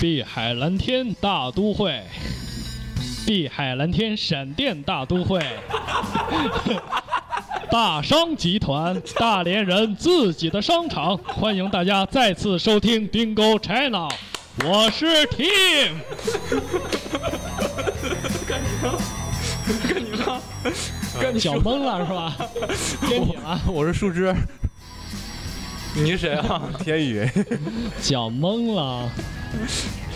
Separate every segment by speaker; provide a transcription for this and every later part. Speaker 1: 碧海蓝天大都会，碧海蓝天闪电大都会， 大商集团大连人自己的商场，欢迎大家再次收听 Dingo China，我是 Tim。
Speaker 2: 跟你了，跟你
Speaker 1: 脚
Speaker 2: 说，
Speaker 1: 懵了是吧？天你了，
Speaker 2: 我是树枝。你是谁啊？
Speaker 3: 天宇，
Speaker 1: 脚懵了，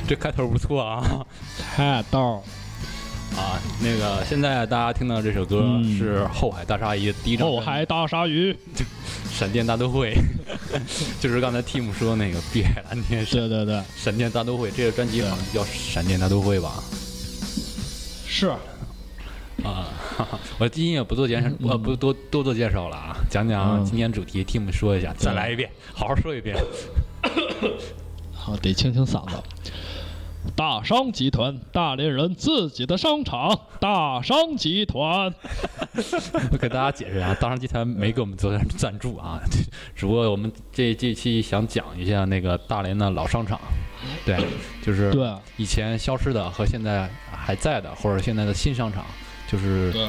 Speaker 2: 这开头不错啊！
Speaker 1: 太逗儿。
Speaker 2: 啊，那个现在大家听到这首歌
Speaker 1: 嗯
Speaker 2: 是《后海大鲨鱼》第一张
Speaker 1: 后
Speaker 2: 专辑
Speaker 1: 海大鲨鱼，
Speaker 2: 闪电大都会，就是刚才 Tim 说那个碧海蓝天
Speaker 1: 对
Speaker 2: 闪
Speaker 1: 对对，
Speaker 2: 闪电大都会，这个专辑好像叫《闪电大都会》吧？
Speaker 1: 是
Speaker 2: 啊，哈哈我今天也不做介绍，我不多多做介绍了啊，讲讲
Speaker 1: 嗯
Speaker 2: 今天主题，Tim 说一下，再
Speaker 1: 对
Speaker 2: 来一遍，好好说一遍。
Speaker 1: 好，得清清嗓子。大商集团，大连人自己的商场。大商集团，
Speaker 2: 我 给大家解释啊，大商集团没给我们做赞助啊，只不过我们这这期想讲一下那个大连的老商场，对，就是
Speaker 1: 对啊
Speaker 2: 以前消失的和现在还在的，或者现在的新商场，就是
Speaker 1: 对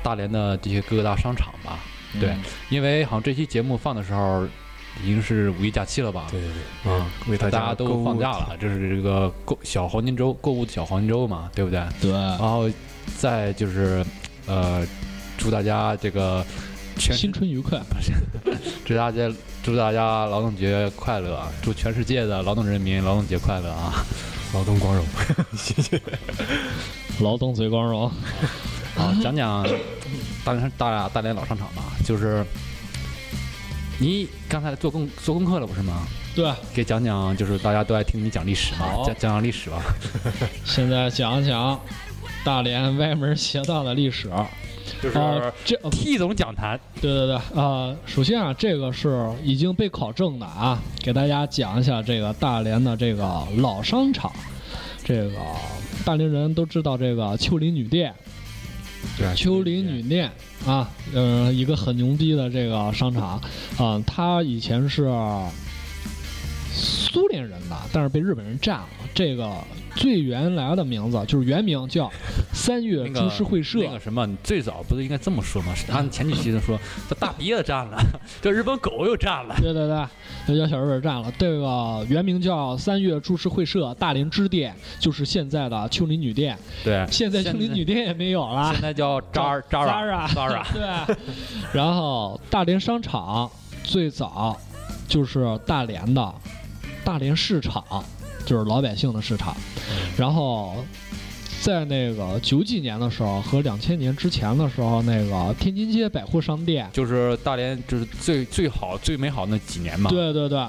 Speaker 2: 大连的这些各大商场吧。对，因为好像这期节目放的时候已经是五一假期了吧？
Speaker 3: 对对对，
Speaker 2: 嗯，
Speaker 3: 为大
Speaker 2: 大家
Speaker 3: 购
Speaker 2: 都
Speaker 3: 物
Speaker 2: 放假了，这是这个购小黄金周购物的小黄金周嘛，对不对？
Speaker 1: 对，
Speaker 2: 然后再就是呃，祝大家这个全
Speaker 1: 新春愉快。
Speaker 2: 祝大家祝大家劳动节快乐，啊！祝全世界的劳动人民劳动节快乐啊！
Speaker 3: 劳动光荣， 谢谢。
Speaker 1: 劳动最光荣。
Speaker 2: 啊，讲讲大连大大连老商场吧，就是你刚才做功做功课了不是吗？
Speaker 1: 对，
Speaker 2: 给讲讲，就是大家都爱听你讲历史嘛，
Speaker 1: 好
Speaker 2: 讲讲讲历史吧。
Speaker 1: 现在讲讲大连歪门邪道的历史。啊、
Speaker 2: 就是
Speaker 1: 这
Speaker 2: T 总讲坛，
Speaker 1: 对对对，呃，首先啊，这个是已经被考证的啊，给大家讲一下这个大连的这个老商场，这个大连人都知道这个秋林女店，
Speaker 3: 对啊
Speaker 1: 秋林女店啊，呃，一个很牛逼的这个商场啊、它以前是苏联人的，但是被日本人占了。这个最原来的名字就是原名叫三月
Speaker 2: 那个
Speaker 1: 株式会社，
Speaker 2: 那个什么，你最早不是应该这么说吗？是按前几期的说，这大鼻子占了， 这日本狗又占了。
Speaker 1: 对对对，这叫小日本站了。这个原名叫三月株式会社大连支店，就是现在的秋林女店。
Speaker 2: 对，
Speaker 1: 现在秋林女店也没有了
Speaker 2: 现，在叫扎扎
Speaker 1: 扎啊，
Speaker 2: 扎啊，
Speaker 1: 对。然后大连商场最早就是大连的大连市场，就是老百姓的市场。然后在那个九几年的时候和两千年之前的时候，那个天津街百货商店。
Speaker 2: 就是大连就是最最好最美好那几年嘛。，
Speaker 1: 对对对，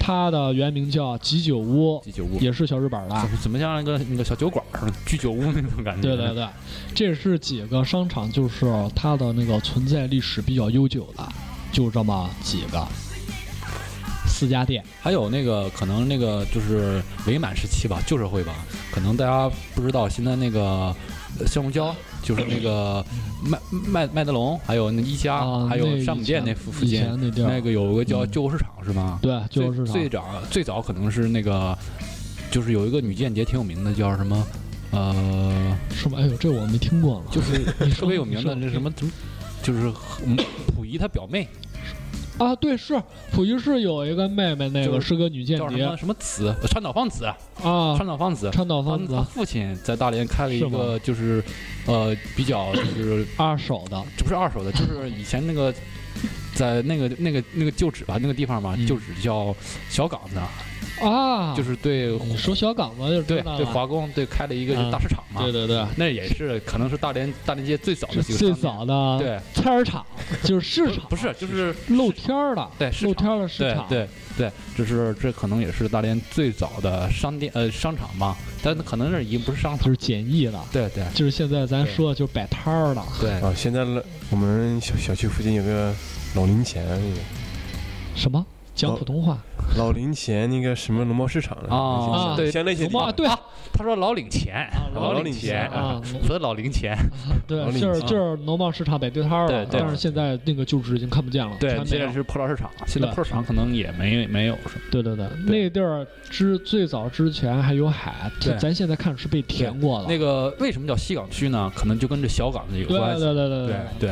Speaker 1: 它的原名叫吉酒屋，
Speaker 2: 居酒屋。
Speaker 1: 也是小日本儿的
Speaker 2: 怎。么怎么像那个那个小酒馆儿、居酒屋那种感觉？
Speaker 1: 对对对，这是几个商场，就是它的那个存在历史比较悠久的，就这么几个四家店。
Speaker 2: 还有那个可能那个就是伪满时期吧，旧社会吧，可能大家不知道，现在那个呃香炉胶就是那个麦麦麦德龙，还有那一家，
Speaker 1: 嗯啊
Speaker 2: 还有
Speaker 1: 那
Speaker 2: 山姆
Speaker 1: 以
Speaker 2: 店
Speaker 1: 前
Speaker 2: 那附附
Speaker 1: 以
Speaker 2: 近
Speaker 1: 前那地儿
Speaker 2: 那个有个叫
Speaker 1: 嗯
Speaker 2: 旧货市场、是吗？
Speaker 1: 对，啊就是
Speaker 2: 最最早最早可能是那个就是有一个女间谍挺有名的，叫什么？呃，
Speaker 1: 是吗？哎呦，这我没听过呢。
Speaker 2: 就是
Speaker 1: 你
Speaker 2: 特
Speaker 1: 说
Speaker 2: 别有名的
Speaker 1: 嗯你说
Speaker 2: 那什么什么，就是我们溥仪他表妹
Speaker 1: 啊？对，是溥仪市有一个妹妹，那
Speaker 2: 就
Speaker 1: 个
Speaker 2: 是
Speaker 1: 是个女间
Speaker 2: 叫什
Speaker 1: 谍
Speaker 2: 么什么子川岛芳子，
Speaker 1: 啊
Speaker 2: 川，岛芳子，
Speaker 1: 川岛
Speaker 2: 他
Speaker 1: 芳
Speaker 2: 他
Speaker 1: 子
Speaker 2: 父亲在大连开了一
Speaker 1: 是吗
Speaker 2: 个，就是，呃，比较就是
Speaker 1: 二手的，
Speaker 2: 这不是二手的，就是以前那个，在那个那个那个旧址吧，那个地方吧，
Speaker 1: 嗯
Speaker 2: 旧址叫小岗子，
Speaker 1: 啊，
Speaker 2: 就是是对
Speaker 1: 你说小岗子就
Speaker 2: 对
Speaker 1: 知道
Speaker 2: 对
Speaker 1: 了。
Speaker 2: 华工对开了一个
Speaker 1: 嗯
Speaker 2: 大市场嘛
Speaker 1: 对，对对，
Speaker 2: 那也是可能是大连大连街最早的
Speaker 1: 是
Speaker 2: 几个
Speaker 1: 最
Speaker 2: 商
Speaker 1: 早
Speaker 2: 店
Speaker 1: 的
Speaker 2: 对
Speaker 1: 菜市场，就是市场，
Speaker 2: 不是就是
Speaker 1: 露天儿的，
Speaker 2: 对市
Speaker 1: 露
Speaker 2: 场
Speaker 1: 天儿的市
Speaker 2: 对
Speaker 1: 场，
Speaker 2: 对对，就是这可能也是大连最早的商店呃商场吧，但可能那已经不是商
Speaker 1: 就
Speaker 2: 场，
Speaker 1: 是简易的，
Speaker 2: 对对
Speaker 1: 就是现在咱
Speaker 2: 对
Speaker 1: 说的就是摆摊儿的，
Speaker 2: 对
Speaker 3: 啊，现在了我们小小区附近有个老林前，
Speaker 1: 什么？讲普通话，
Speaker 3: 老林前那个什么农贸市场
Speaker 2: 啊
Speaker 1: 啊
Speaker 2: 对
Speaker 3: 像那些
Speaker 1: 龙
Speaker 3: 地
Speaker 1: 猫啊，
Speaker 3: 方，
Speaker 1: 对啊，
Speaker 2: 他说老领钱
Speaker 1: 啊，老
Speaker 3: 领
Speaker 2: 领
Speaker 3: 钱
Speaker 1: 啊
Speaker 2: 啊，我说老领钱，
Speaker 1: 嗯对
Speaker 3: 老，李
Speaker 1: 就是
Speaker 3: 啊
Speaker 1: 就是农贸市场北对摊儿了，
Speaker 2: 嗯对对
Speaker 1: 但是现在那个旧址已经看不见了，
Speaker 2: 对，
Speaker 1: 全
Speaker 2: 现
Speaker 1: 没
Speaker 2: 在
Speaker 1: 了。
Speaker 2: 是破烂市场，现在
Speaker 1: 对
Speaker 2: 破烂市场可能也没没有什么，
Speaker 1: 对对对，那个地儿之最早之前还有海，
Speaker 2: 对
Speaker 1: 咱现在看是被填过的。
Speaker 2: 那个为什么叫西港区呢？可能就跟这小港子有
Speaker 1: 对
Speaker 2: 关系。
Speaker 1: 对对对
Speaker 2: 对对，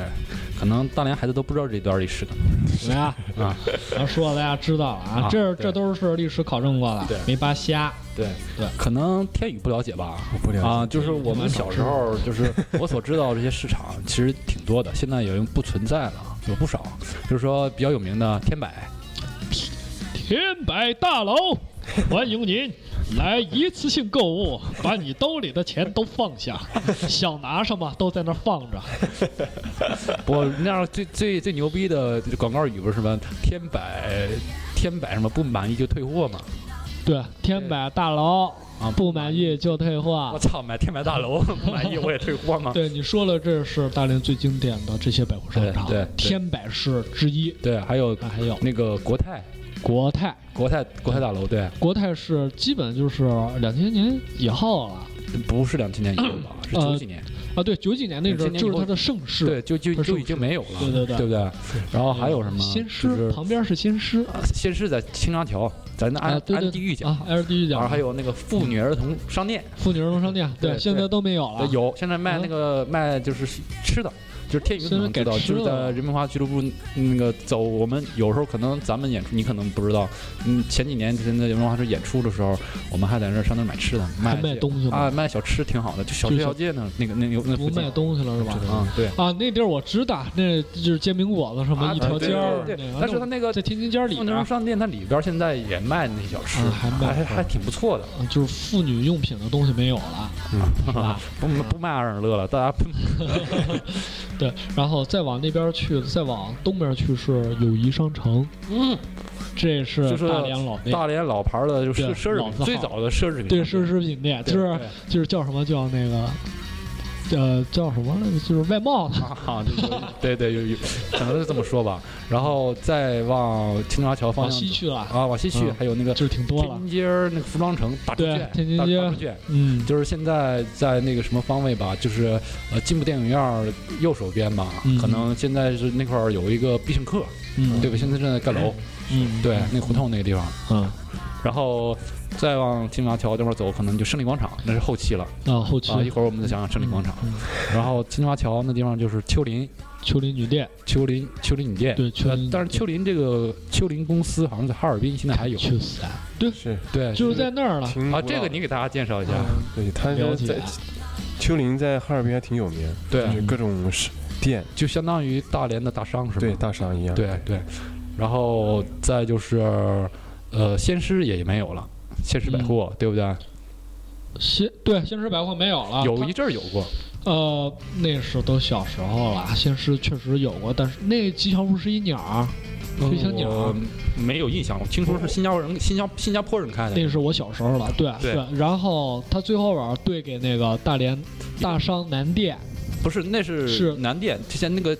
Speaker 2: 可能大连孩子都不知道这段历史，可能
Speaker 1: 对，来啊
Speaker 2: 啊，
Speaker 1: 咱说了大家知道了啊
Speaker 2: 啊，
Speaker 1: 这
Speaker 2: 对
Speaker 1: 这都是历史考证过的
Speaker 2: 对，
Speaker 1: 没扒瞎。
Speaker 2: 对
Speaker 1: 对，
Speaker 2: 可能天宇不了解吧？
Speaker 3: 我不了解嗯
Speaker 2: 啊，就是我们小时候，就是我所知道这些市场其实挺多的，现在已经不存在了，有不少。比如说比较有名的天柏，
Speaker 1: 天百大楼，欢迎您来一次性购物，把你兜里的钱都放下，想拿什么都在那儿放着。
Speaker 2: 不过那样最最最牛逼的广告语不是什么天柏天柏什么不满意就退货嘛？
Speaker 1: 对，天百大楼
Speaker 2: 啊，
Speaker 1: 不满意就退
Speaker 2: 我
Speaker 1: 货。
Speaker 2: 操，买天柏大楼 不满意我也退货吗？
Speaker 1: 对，你说了，这是大连最经典的这些百货商场，
Speaker 2: 对对对
Speaker 1: 天百是之一。
Speaker 2: 对，还有
Speaker 1: 啊，还有
Speaker 2: 那个国泰
Speaker 1: 国泰，
Speaker 2: 国泰国泰大楼，对，
Speaker 1: 国泰是基本就是两千年以后了
Speaker 2: 不是两千年以后吧，是九几年，
Speaker 1: 啊，对，九几年那阵儿
Speaker 2: 2000年以
Speaker 1: 就是
Speaker 2: 后
Speaker 1: 它的盛世，
Speaker 2: 对，就就
Speaker 1: 它是
Speaker 2: 就已经没有了，
Speaker 1: 对对呃对
Speaker 2: 不对？然后还有什么？
Speaker 1: 先
Speaker 2: 就
Speaker 1: 师
Speaker 2: 是
Speaker 1: 嗯旁边是先师
Speaker 2: 啊先是在青沙条，咱那按
Speaker 1: 啊对对
Speaker 2: 按地域讲
Speaker 1: 啊，，L D
Speaker 2: 然
Speaker 1: 讲
Speaker 2: 后还有那个妇女儿童商店，
Speaker 1: 妇女儿童商店，
Speaker 2: 对
Speaker 1: 对，
Speaker 2: 对
Speaker 1: 现在都啊没有了。
Speaker 2: 有现在卖那个卖就是吃的。就是天宇可能知
Speaker 1: 现在
Speaker 2: 道，
Speaker 1: 改吃
Speaker 2: 就是在
Speaker 1: 了
Speaker 2: 人民文化俱乐部那个走，我们有时候可能咱们演出，你可能不知道，嗯，前几年前在人民文化室演出的时候，我们还在那儿上那儿买吃的，卖
Speaker 1: 还卖
Speaker 2: 些
Speaker 1: 东西吗
Speaker 2: 啊，卖小吃挺好的，就小
Speaker 1: 就
Speaker 2: 吃
Speaker 1: 是
Speaker 2: 小街那那个那有那附
Speaker 1: 不
Speaker 2: 近
Speaker 1: 卖东西了是吧？
Speaker 2: 啊，对，
Speaker 1: 啊，那地儿我知道，那就是煎饼果子什么
Speaker 2: 啊
Speaker 1: 一条街儿，
Speaker 2: 对对
Speaker 1: 那
Speaker 2: 对
Speaker 1: 个，
Speaker 2: 但是它那个
Speaker 1: 在天津街儿里
Speaker 2: 妇女
Speaker 1: 边
Speaker 2: 儿童
Speaker 1: 儿，
Speaker 2: 商店它里边儿现在也卖那些小吃，
Speaker 1: 啊还卖
Speaker 2: 还还挺不错的。
Speaker 1: 啊就是妇女用品的东西没有了，
Speaker 2: 嗯
Speaker 1: 是吧？
Speaker 2: 不不卖二乐了，大家不
Speaker 1: 对，然后再往那边去，再往东边去是友谊商城，
Speaker 2: 嗯，
Speaker 1: 这是
Speaker 2: 就是
Speaker 1: 大连老店，
Speaker 2: 大连老牌儿的就
Speaker 1: 哎对
Speaker 2: 是奢
Speaker 1: 老
Speaker 2: 侈
Speaker 1: 字号
Speaker 2: 品，最早的奢侈品，
Speaker 1: 对，奢侈品店，
Speaker 2: 对
Speaker 1: 就是啊
Speaker 2: 对
Speaker 1: 就是叫什么叫那个，呃，叫什么来着？就是外贸的，
Speaker 2: 啊，这个对对，有有，可能是这么说吧。然后再往清华桥方
Speaker 1: 往
Speaker 2: 向
Speaker 1: 西
Speaker 2: 走
Speaker 1: 去了，
Speaker 2: 啊，往西去
Speaker 1: 嗯
Speaker 2: 还有那个
Speaker 1: 就是挺多
Speaker 2: 天
Speaker 1: 了。
Speaker 2: 津街儿那个服装城大猪
Speaker 1: 对
Speaker 2: 圈，
Speaker 1: 天津
Speaker 2: 大
Speaker 1: 街
Speaker 2: 大猪圈。
Speaker 1: 嗯，
Speaker 2: 就是现在在那个什么方位吧，就是呃进步电影院儿右手边吧，
Speaker 1: 嗯
Speaker 2: 可能现在是那块儿有一个必胜客，
Speaker 1: 嗯，
Speaker 2: 对吧？现在正在盖楼，
Speaker 1: 嗯，
Speaker 2: 对，那胡同那个地方。
Speaker 1: 嗯，
Speaker 2: 然后再往金华桥那边走，可能就胜利广场，那是后期了
Speaker 1: 啊，后期
Speaker 2: 啊。一会儿我们再讲讲胜利广场。
Speaker 1: 嗯
Speaker 2: 然后金华桥那地方就是丘陵，
Speaker 1: 丘陵女店，
Speaker 2: 丘陵丘陵旅店。
Speaker 1: 对丘
Speaker 2: 呃
Speaker 1: 陵
Speaker 2: 但是丘陵这个丘陵公司好像在哈尔滨现在还有。
Speaker 1: 去死啊！
Speaker 3: 是
Speaker 2: 对，
Speaker 1: 就是在那儿了。
Speaker 3: 挺古
Speaker 2: 啊，
Speaker 3: 老
Speaker 2: 这个你给大家介绍一下。
Speaker 1: 嗯
Speaker 3: 对，它
Speaker 1: 了
Speaker 3: 是
Speaker 1: 解
Speaker 3: 在丘陵在哈尔滨还挺有名，
Speaker 2: 对，
Speaker 3: 就是各种是店，
Speaker 2: 就相当于大连的大商是吧？
Speaker 3: 对大商一样，
Speaker 2: 对对，然后再就是，呃，先师也没有了，先师百货、
Speaker 1: 嗯
Speaker 2: 对不
Speaker 1: 啊
Speaker 2: 对？
Speaker 1: 新对新师百货没有了，
Speaker 2: 有一阵儿有过，
Speaker 1: 它呃，那是都小时候了。新师确实有过，但是那吉祥物是一鸟儿，飞翔鸟啊
Speaker 2: 我
Speaker 1: 儿，
Speaker 2: 没有印象，我听说是新加坡人新加新加坡人开的
Speaker 1: 那是我小时候了。对
Speaker 2: 对
Speaker 1: 然后他最后边儿兑给那个大连大商南店，
Speaker 2: 不是，那是
Speaker 1: 是
Speaker 2: 南电之前那个啊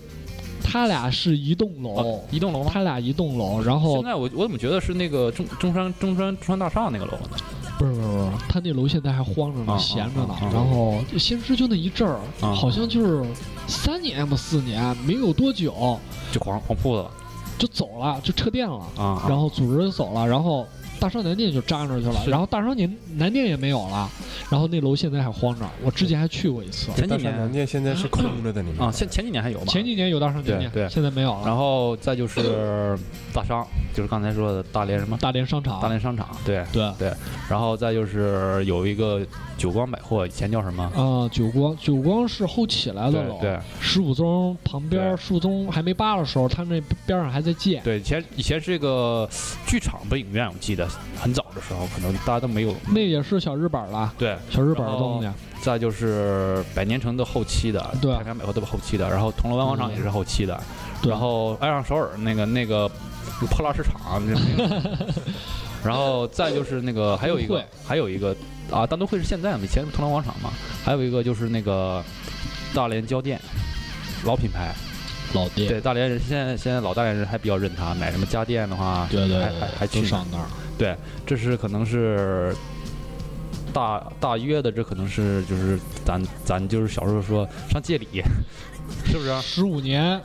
Speaker 1: 他俩是一栋楼，
Speaker 2: 一栋楼吗？
Speaker 1: 他俩一栋楼，然
Speaker 2: 现
Speaker 1: 后
Speaker 2: 在我我怎么觉得是那个中中山中山中山大厦那个楼呢？
Speaker 1: 不是不是不是，他那楼现在还荒着
Speaker 2: 啊
Speaker 1: 呢，闲着呢
Speaker 2: 啊啊啊。
Speaker 1: 然后先师就那一阵儿，
Speaker 2: 啊
Speaker 1: 好像就是三年吧四年，没有多久
Speaker 2: 就黄黄铺子了
Speaker 1: 就走了，就撤店了。
Speaker 2: 啊。
Speaker 1: 然后组织就走了，然后大商南店就扎那儿去了，
Speaker 2: 是
Speaker 1: 然后大商南南店也没有了，然后那楼现在还荒着，我之前还去过一次，
Speaker 2: 前几
Speaker 3: 大商南
Speaker 2: 年
Speaker 3: 店现在是空着的，里面
Speaker 2: 啊，前前几年还有吧？
Speaker 1: 前几年有大商南店，
Speaker 2: 对对
Speaker 1: 现在没有了。
Speaker 2: 然后再就是大商，就是刚才说的大连什么
Speaker 1: 大连商场，
Speaker 2: 大连商场，对。
Speaker 1: 对，啊、
Speaker 2: 然后再就是有一个久光百货，以前叫什么？
Speaker 1: 呃九光九光是后起来的
Speaker 2: 对
Speaker 1: 楼，
Speaker 2: 对
Speaker 1: 十五宗旁边
Speaker 2: 对
Speaker 1: 树宗还没扒的时候，他那边上还在建。
Speaker 2: 对，以前以前是一个剧场吧影院，我记得很早的时候，可能大家都没有。
Speaker 1: 那也是小日本了，
Speaker 2: 对，
Speaker 1: 小日本的东西
Speaker 2: 然。再就是百年城的后期的，
Speaker 1: 对啊
Speaker 2: 太平洋百货都是后期的，然后铜锣湾广场也是后期的，
Speaker 1: 对
Speaker 2: 然后爱上首尔那个那个破烂市场，啊那个 然后再就是那个还有一
Speaker 1: 都
Speaker 2: 个
Speaker 1: 会
Speaker 2: 还有一个啊，大都会是现在嘛，以前是铜锣湾广场嘛，还有一个就是那个大连交店，老品牌，
Speaker 1: 老爹，
Speaker 2: 对，大连人现在现在老大连人还比较认他，买什么家电的话，
Speaker 1: 对对
Speaker 2: 还
Speaker 1: 对
Speaker 2: 还还去
Speaker 1: 都
Speaker 2: 呢
Speaker 1: 上那儿。
Speaker 2: 这是可能是大大约的，这可能是就是咱咱就是小时候说上界里， 是不是？
Speaker 1: 十五年，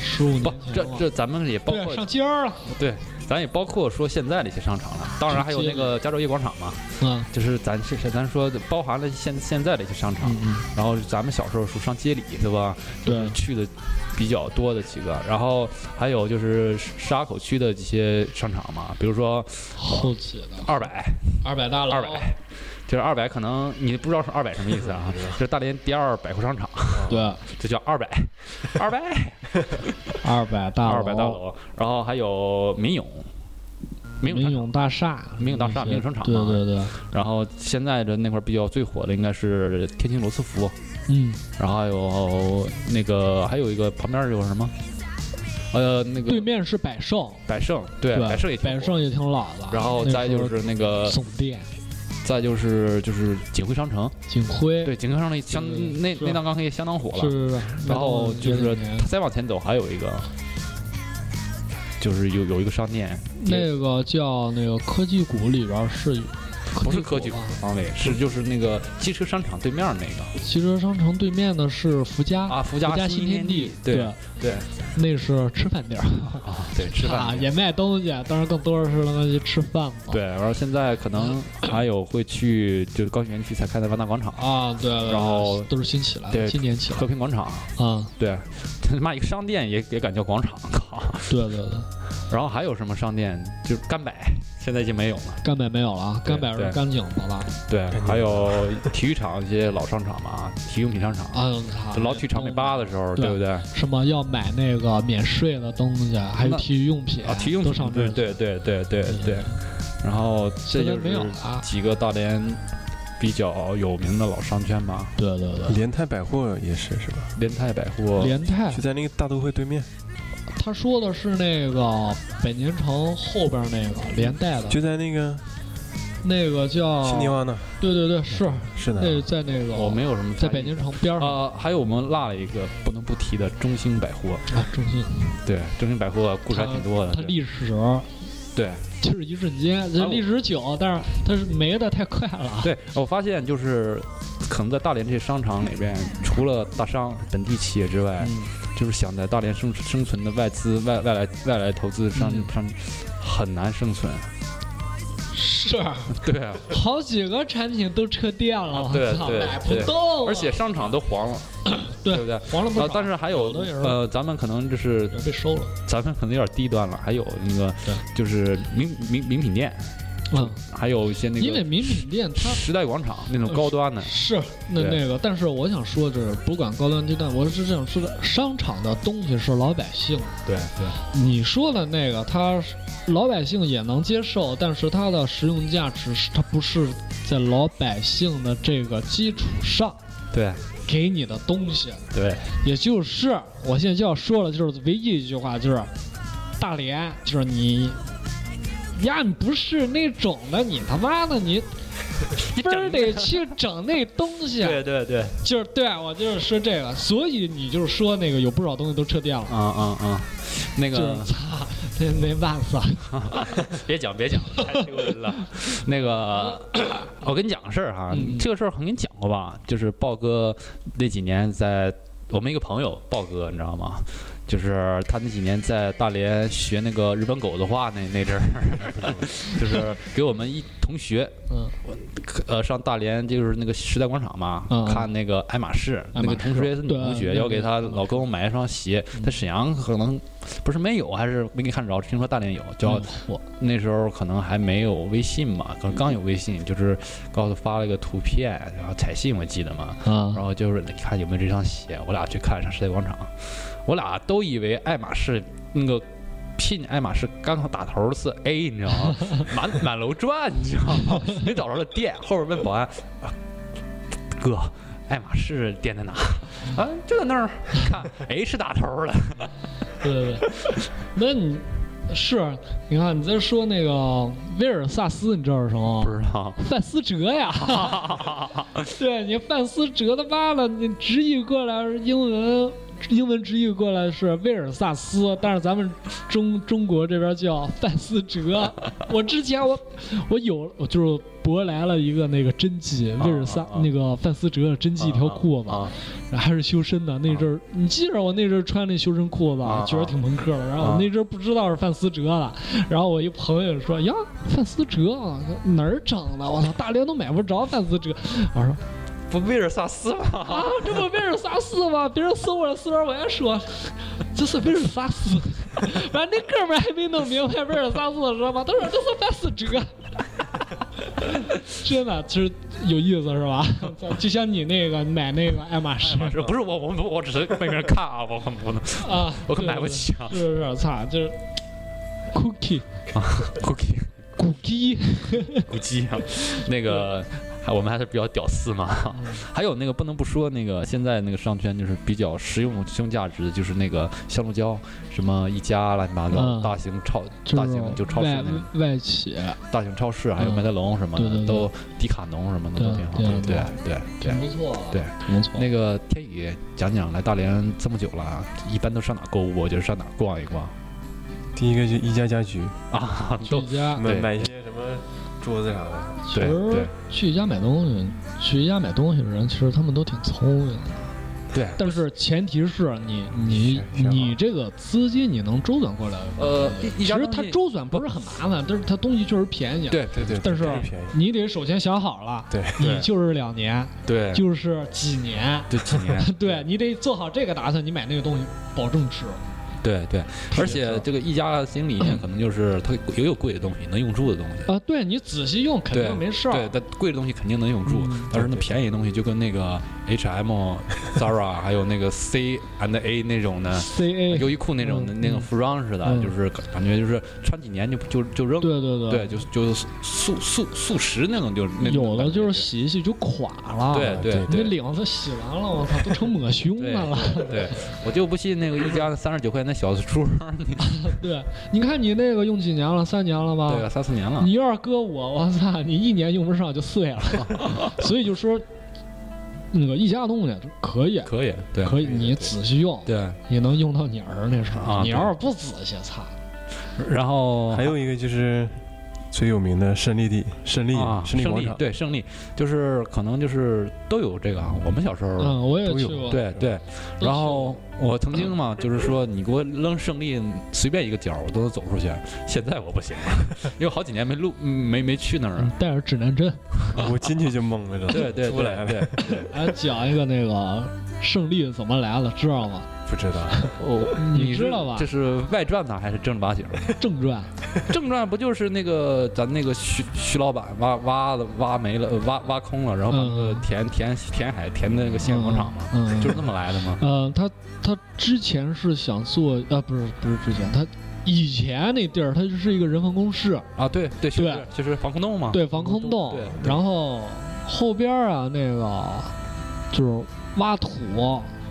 Speaker 1: 十五年
Speaker 2: 啊不
Speaker 1: 前，
Speaker 2: 这
Speaker 1: 了
Speaker 2: 这咱们也包
Speaker 1: 对
Speaker 2: 括
Speaker 1: 上尖儿了，
Speaker 2: 咱也包括说现在的一些商场了，当然还有那个加州夜广场嘛，
Speaker 1: 嗯
Speaker 2: 就是咱是咱说的包含了现现在的一些商场，
Speaker 1: 嗯嗯，
Speaker 2: 然后咱们小时候说上街里对吧？
Speaker 1: 对，
Speaker 2: 去的比较多的几个，然后还有就是沙口区的这些商场嘛，比如说
Speaker 1: 后起的
Speaker 2: 二百，
Speaker 1: 二百大了，
Speaker 2: 200，就是二百，可能你不知道是二百什么意思啊？就是大连第二百货商场，
Speaker 1: 对，
Speaker 2: 这叫二百，二百，
Speaker 1: 二百大
Speaker 2: 二百大，楼，然后还有民勇，民
Speaker 1: 哦民
Speaker 2: 勇商，
Speaker 1: 勇大厦，
Speaker 2: 民勇大
Speaker 1: 那
Speaker 2: 厦
Speaker 1: 些
Speaker 2: 民勇商场
Speaker 1: 对
Speaker 2: 嘛
Speaker 1: 对对，
Speaker 2: 然后现在的那块比较最火的应该是天津罗斯福，
Speaker 1: 嗯，
Speaker 2: 然后还有那个还有一个旁边有什么？呃，那
Speaker 1: 对
Speaker 2: 个
Speaker 1: 面是百盛，
Speaker 2: 百盛，对，百盛也挺
Speaker 1: 百
Speaker 2: 火
Speaker 1: 盛也挺老的，
Speaker 2: 然后
Speaker 1: 那
Speaker 2: 再
Speaker 1: 时
Speaker 2: 就
Speaker 1: 候
Speaker 2: 是那个，
Speaker 1: 总店
Speaker 2: 再就是就是锦辉商城，
Speaker 1: 锦辉，
Speaker 2: 对，锦辉商城相
Speaker 1: 嗯
Speaker 2: 那
Speaker 1: 是
Speaker 2: 那档刚也相当火
Speaker 1: 是
Speaker 2: 了。
Speaker 1: 是是，
Speaker 2: 然后就是
Speaker 1: 那
Speaker 2: 再往前走还有一个，就是有有一个商店，也
Speaker 1: 那个叫那个科技谷里边是有，
Speaker 2: 不是科技
Speaker 1: 吧
Speaker 2: 方位，是就是那个汽车商场对面那个
Speaker 1: 汽车商城对面的是福佳，
Speaker 2: 啊，
Speaker 1: 福
Speaker 2: 福家
Speaker 1: 新
Speaker 2: 天
Speaker 1: 地，
Speaker 2: 对对
Speaker 1: 那是吃饭地儿，
Speaker 2: 啊，对吃
Speaker 1: 啊，
Speaker 2: 饭。
Speaker 1: 也卖东西，当然更多的是让他去吃饭嘛。
Speaker 2: 对，然后现在可能还有会去，就是高新园区才开的万达广场、
Speaker 1: 啊，对对对
Speaker 2: 然后
Speaker 1: 都是新起来的，
Speaker 2: 对
Speaker 1: 今年起来
Speaker 2: 和平广场，
Speaker 1: 的啊，
Speaker 2: 对，他 妈一个商店也也敢叫广场，靠！
Speaker 1: 对对对，
Speaker 2: 然后还有什么商店？就是甘柏，现在已经没有了。
Speaker 1: 甘柏没有了啊，
Speaker 2: 对
Speaker 1: 甘柏是
Speaker 2: 对
Speaker 1: 干井子了
Speaker 2: 对
Speaker 3: 感觉
Speaker 2: 还有 体育场一些老商场嘛，体育用品商场，
Speaker 1: 啊，操
Speaker 2: 就老去长尾巴的时候，
Speaker 1: 对
Speaker 2: 对不对？
Speaker 1: 什么要买那个免税的东西，还有
Speaker 2: 那
Speaker 1: 体育用品
Speaker 2: 啊，，体育用
Speaker 1: 都
Speaker 2: 品
Speaker 1: 上，这
Speaker 2: 对
Speaker 1: 儿，
Speaker 2: 对对对对
Speaker 1: 嗯
Speaker 2: 对。然后这
Speaker 1: 现在
Speaker 2: 就
Speaker 1: 没有
Speaker 2: 是
Speaker 1: 了啊。
Speaker 2: 几个大连比较有名的老商圈吧，
Speaker 1: 对对对，
Speaker 3: 联泰百货也是是吧？
Speaker 2: 联泰百货，
Speaker 1: 联泰
Speaker 3: 就在那个大都会对面，
Speaker 1: 他说的是那个北年城后边那个连带的，
Speaker 3: 就在那个
Speaker 1: 那个叫
Speaker 2: 哦
Speaker 3: 新迪湾呢，
Speaker 1: 对对对，是
Speaker 3: 是的。
Speaker 1: 那在那个
Speaker 2: 我没有什么
Speaker 1: 在北京城边上
Speaker 2: 啊，还有我们落了一个不能不提的中兴百货，
Speaker 1: 啊，中心，
Speaker 2: 对，中兴百货啊故事还挺多的，
Speaker 1: 它
Speaker 2: 对
Speaker 1: 历史
Speaker 2: 对。
Speaker 1: 就是一瞬间，这
Speaker 2: 啊我
Speaker 1: 历史久，但是它是没的太快了。
Speaker 2: 对，我发现就是，可能在大连这些商场里边，除了大商本地企业之外，
Speaker 1: 嗯，
Speaker 2: 就是想在大连生生存的外资、外外来外来投资商
Speaker 1: 嗯
Speaker 2: 商很难 生存。
Speaker 1: 是，
Speaker 2: 对啊，
Speaker 1: 好几个产品都撤店了，
Speaker 2: 啊
Speaker 1: 我
Speaker 2: 对
Speaker 1: 操，
Speaker 2: 对
Speaker 1: 买不动了，
Speaker 2: 而且商场都黄了，
Speaker 1: 哦对
Speaker 2: 不对？啊，
Speaker 1: 黄了不少，
Speaker 2: 但是还有
Speaker 1: 有的也是
Speaker 2: 呃，咱们可能就是
Speaker 1: 被收了。
Speaker 2: 咱们可能有点低端了，还有那个
Speaker 1: 对
Speaker 2: 就是名名名品店，
Speaker 1: 嗯，
Speaker 2: 还有一些那
Speaker 1: 因为
Speaker 2: 个
Speaker 1: 名品店它呃
Speaker 2: 时代广场那种高端的，
Speaker 1: 是那
Speaker 2: 对
Speaker 1: 那个，但是我想说的是，不管高端低端，我是这样说的，商场的东西是老百姓。
Speaker 2: 对对，
Speaker 1: 你说的那个，它是老百姓也能接受，但是它的实用价值是它不是在老百姓的这个基础上
Speaker 2: 对
Speaker 1: 给你的东西，
Speaker 2: 对
Speaker 1: 也就是我现在就要说了，就是唯一一句话就是，大连就是你。呀，你不是那种的，你他妈的，你非儿得去整那东西，啊
Speaker 2: 对对对，
Speaker 1: 就是对啊我就是说这个，所以你就是说那个有不少东西都撤店了，
Speaker 2: 嗯嗯嗯，那
Speaker 1: 就
Speaker 2: 个
Speaker 1: 是擦，那没办法，
Speaker 2: 别讲别讲，太丢人了。 那个， 我跟你讲个事儿哈
Speaker 1: 嗯，嗯
Speaker 2: 这个事儿我跟你讲过吧？就是豹哥那几年在我们一个朋友豹哥，你知道吗？就是他那几年在大连学那个日本狗子话那那阵儿， 就是给我们一同学，
Speaker 1: 嗯，
Speaker 2: 呃，上大连就是那个时代广场嘛，
Speaker 1: 嗯
Speaker 2: 看那个爱马仕，
Speaker 1: 爱
Speaker 2: 那
Speaker 1: 马
Speaker 2: 个
Speaker 1: 仕
Speaker 2: 同学是女
Speaker 1: 对嗯
Speaker 2: 同
Speaker 1: 那
Speaker 2: 学
Speaker 1: 个
Speaker 2: 要给她老公买一双鞋，在沈阳可能不是没有，还是没看着，听说大连有，叫
Speaker 1: 嗯我
Speaker 2: 那时候可能还没有微信嘛，可能刚有微信，就是告诉发了一个图片，然后彩信我记得嘛，
Speaker 1: 啊
Speaker 2: 然后就是你看有没有这双鞋，我俩去看上时代广场，我俩都以为爱马仕那个聘爱马仕刚好打头是 A，你知道吗？满满楼转，你知道吗？没找着了店，后边问保安，啊哥。爱马仕店在哪？啊，就在那儿。看 H 打头的，
Speaker 1: 对对对，那你是你看你在说那个威尔萨斯，你知道是什么
Speaker 2: 不
Speaker 1: 吗？
Speaker 2: 知道。
Speaker 1: 范思哲 呀，对你范思哲他妈的，你直译过来是英文英文直译过来是威尔萨斯，但是咱们中中国这边叫范思 哲。我之前我我有我就是博来了一个那个真迹，威尔萨、
Speaker 2: 啊啊
Speaker 1: 那个范思哲的真迹一条裤子，
Speaker 2: 啊啊
Speaker 1: 然后还是修身的那阵儿，你记着我那阵儿穿那修身裤子，
Speaker 2: 啊啊
Speaker 1: 觉得挺朋克的。然后
Speaker 2: 啊
Speaker 1: 我那阵儿不知道是范思哲了，然后我一朋友说呀，范思哲啊哪儿整的？我操，大连都买不着范思哲。我说
Speaker 2: 不威尔萨斯吗？
Speaker 1: 啊，这不威尔萨斯吗？别人搜我四百块钱说这是威尔萨 斯，完那哥们儿还没弄明白威尔萨斯是什么，他说这是范思哲。 真的，其实有意思是吧？就像你那个买那个爱马仕
Speaker 2: 不是不是我我我我只是被别人看啊，我我能
Speaker 1: 啊，
Speaker 2: 我可
Speaker 1: 对
Speaker 2: 买不。起啊
Speaker 1: 对是是是，操，就是 cookie
Speaker 2: ，cookie
Speaker 1: 古鸡，
Speaker 2: 古鸡啊，那个。还我们还是比较屌丝嘛，还有那个不能不说那个现在那个商圈就是比较实用实用价值的，就是那个香炉胶，什么一家乱七八糟，
Speaker 1: 嗯
Speaker 2: 大型超
Speaker 1: 就
Speaker 2: 大
Speaker 1: 是
Speaker 2: 型就超市
Speaker 1: 外
Speaker 2: 那种
Speaker 1: 外企，
Speaker 2: 大型超市，还有
Speaker 1: 嗯
Speaker 2: 麦德龙什么
Speaker 1: 对
Speaker 2: 的，
Speaker 1: 对对
Speaker 2: 都迪卡侬什么的
Speaker 1: 对
Speaker 2: 都挺好
Speaker 1: 对
Speaker 2: 的，对对对。
Speaker 1: 不错
Speaker 2: 对，
Speaker 1: 不错
Speaker 2: 那个天宇讲讲来大连这么久了，一般都上哪购物？就是上哪逛一逛
Speaker 3: 第一个就宜家家居，
Speaker 2: 啊？
Speaker 1: 去
Speaker 2: 都
Speaker 1: 一家，
Speaker 3: 买
Speaker 2: 对
Speaker 3: 买一些什么桌子啥的，
Speaker 1: 其
Speaker 2: 对对
Speaker 1: 实去一家买东西，去一家买东西的人，其实他们都挺聪明的。
Speaker 2: 对，
Speaker 1: 但是前提是你你
Speaker 3: 是是
Speaker 1: 你这个资金你能周转过来。
Speaker 2: 呃，一
Speaker 1: 其
Speaker 2: 一家
Speaker 1: 实
Speaker 2: 东
Speaker 1: 它
Speaker 2: 西
Speaker 1: 周转不是很麻烦，但是它东西确实便宜。
Speaker 2: 对
Speaker 3: 对对，
Speaker 1: 但是
Speaker 2: 啊
Speaker 3: 这个便宜，
Speaker 1: 你得首先想好了，
Speaker 3: 对
Speaker 1: 你就是两年，
Speaker 2: 对
Speaker 1: 就是几年，
Speaker 2: 对几年
Speaker 1: 对你得做好这个打算，你买那个东西保证值。
Speaker 2: 对对，而且这个一家心里面可能就是它也有贵的东西，能用住的东西。
Speaker 1: 啊，对你仔细用肯
Speaker 2: 对
Speaker 1: 定没事儿。
Speaker 2: 对，但贵的东西肯定能用住
Speaker 1: 嗯，
Speaker 2: 但是那
Speaker 3: 对对
Speaker 2: 便宜的东西就跟那个 H M、Zara 还有那个 C and A 那种的
Speaker 1: C A，
Speaker 2: 优衣库那种的
Speaker 1: 嗯
Speaker 2: 那种服装似的，
Speaker 1: 嗯
Speaker 2: 就是感觉就是穿几年就就就扔，
Speaker 1: 对对
Speaker 2: 对，，就是就是速速速食那种，就是那
Speaker 1: 有的就是
Speaker 2: 是
Speaker 1: 洗一洗就垮了。
Speaker 2: 对
Speaker 3: 啊
Speaker 2: 对
Speaker 3: 对
Speaker 1: 你
Speaker 2: 对
Speaker 1: 领子洗完了，我操，都成抹胸的了。
Speaker 2: 对，我就不信那个一家三十九块钱的小橱，
Speaker 1: 对，你看你那个用几年了？三年了吧？
Speaker 2: 对啊吧？三四年了
Speaker 1: 啊你，要是搁我，我操，你一年用不上就碎了。 所以就说，那个一家东西就可以，
Speaker 2: 可以，对
Speaker 1: 可以，你仔细用，
Speaker 2: 对。
Speaker 1: 也能用到你儿那时候。
Speaker 2: 啊
Speaker 1: 你
Speaker 2: 对
Speaker 1: 要是不仔细，操，
Speaker 2: 然后
Speaker 3: 还有一个就是最有名的胜利地，胜利
Speaker 2: 啊，
Speaker 3: 胜利广场，
Speaker 2: 对胜利，就是可能就是都有这个啊。我们小时候，
Speaker 1: 嗯，我也
Speaker 3: 都
Speaker 1: 去
Speaker 3: 有
Speaker 1: 过。
Speaker 2: 对对。
Speaker 1: 都
Speaker 2: 然后我曾经嘛，就是说你给我扔胜利随便一个角儿，我都能走出去。现在我不行了， 因为好几年没录，嗯没没去那儿
Speaker 1: 嗯
Speaker 2: 了。
Speaker 1: 带着指南针，
Speaker 3: 我进去就懵了，
Speaker 1: 嗯
Speaker 3: 真
Speaker 2: 对
Speaker 3: 的
Speaker 2: 对
Speaker 3: 出不来
Speaker 2: 对
Speaker 3: 了，
Speaker 2: 对，
Speaker 1: 哎，讲一个那个胜利怎么来了，知道吗？
Speaker 3: 不知道，
Speaker 2: 哦，
Speaker 1: 你
Speaker 2: 是
Speaker 1: 知道吧
Speaker 2: 这是外传呢，还是正儿八经儿？
Speaker 1: 正传，
Speaker 2: 正传不就是那个咱那个徐徐老板挖挖了挖没了，呃挖挖空了，然后把那个
Speaker 1: 嗯
Speaker 2: 填填填海填那个县广场嘛，
Speaker 1: 嗯，嗯
Speaker 2: 就是这么来的吗？
Speaker 1: 呃，他他之前是想做，呃，不是不是之前，他以前那地儿，它就是一个人防工事，
Speaker 2: 啊，对对，就
Speaker 1: 对
Speaker 2: 是就是防空洞嘛。
Speaker 1: 对，防空洞
Speaker 2: 对，对
Speaker 1: 然后后边儿啊那个就是挖土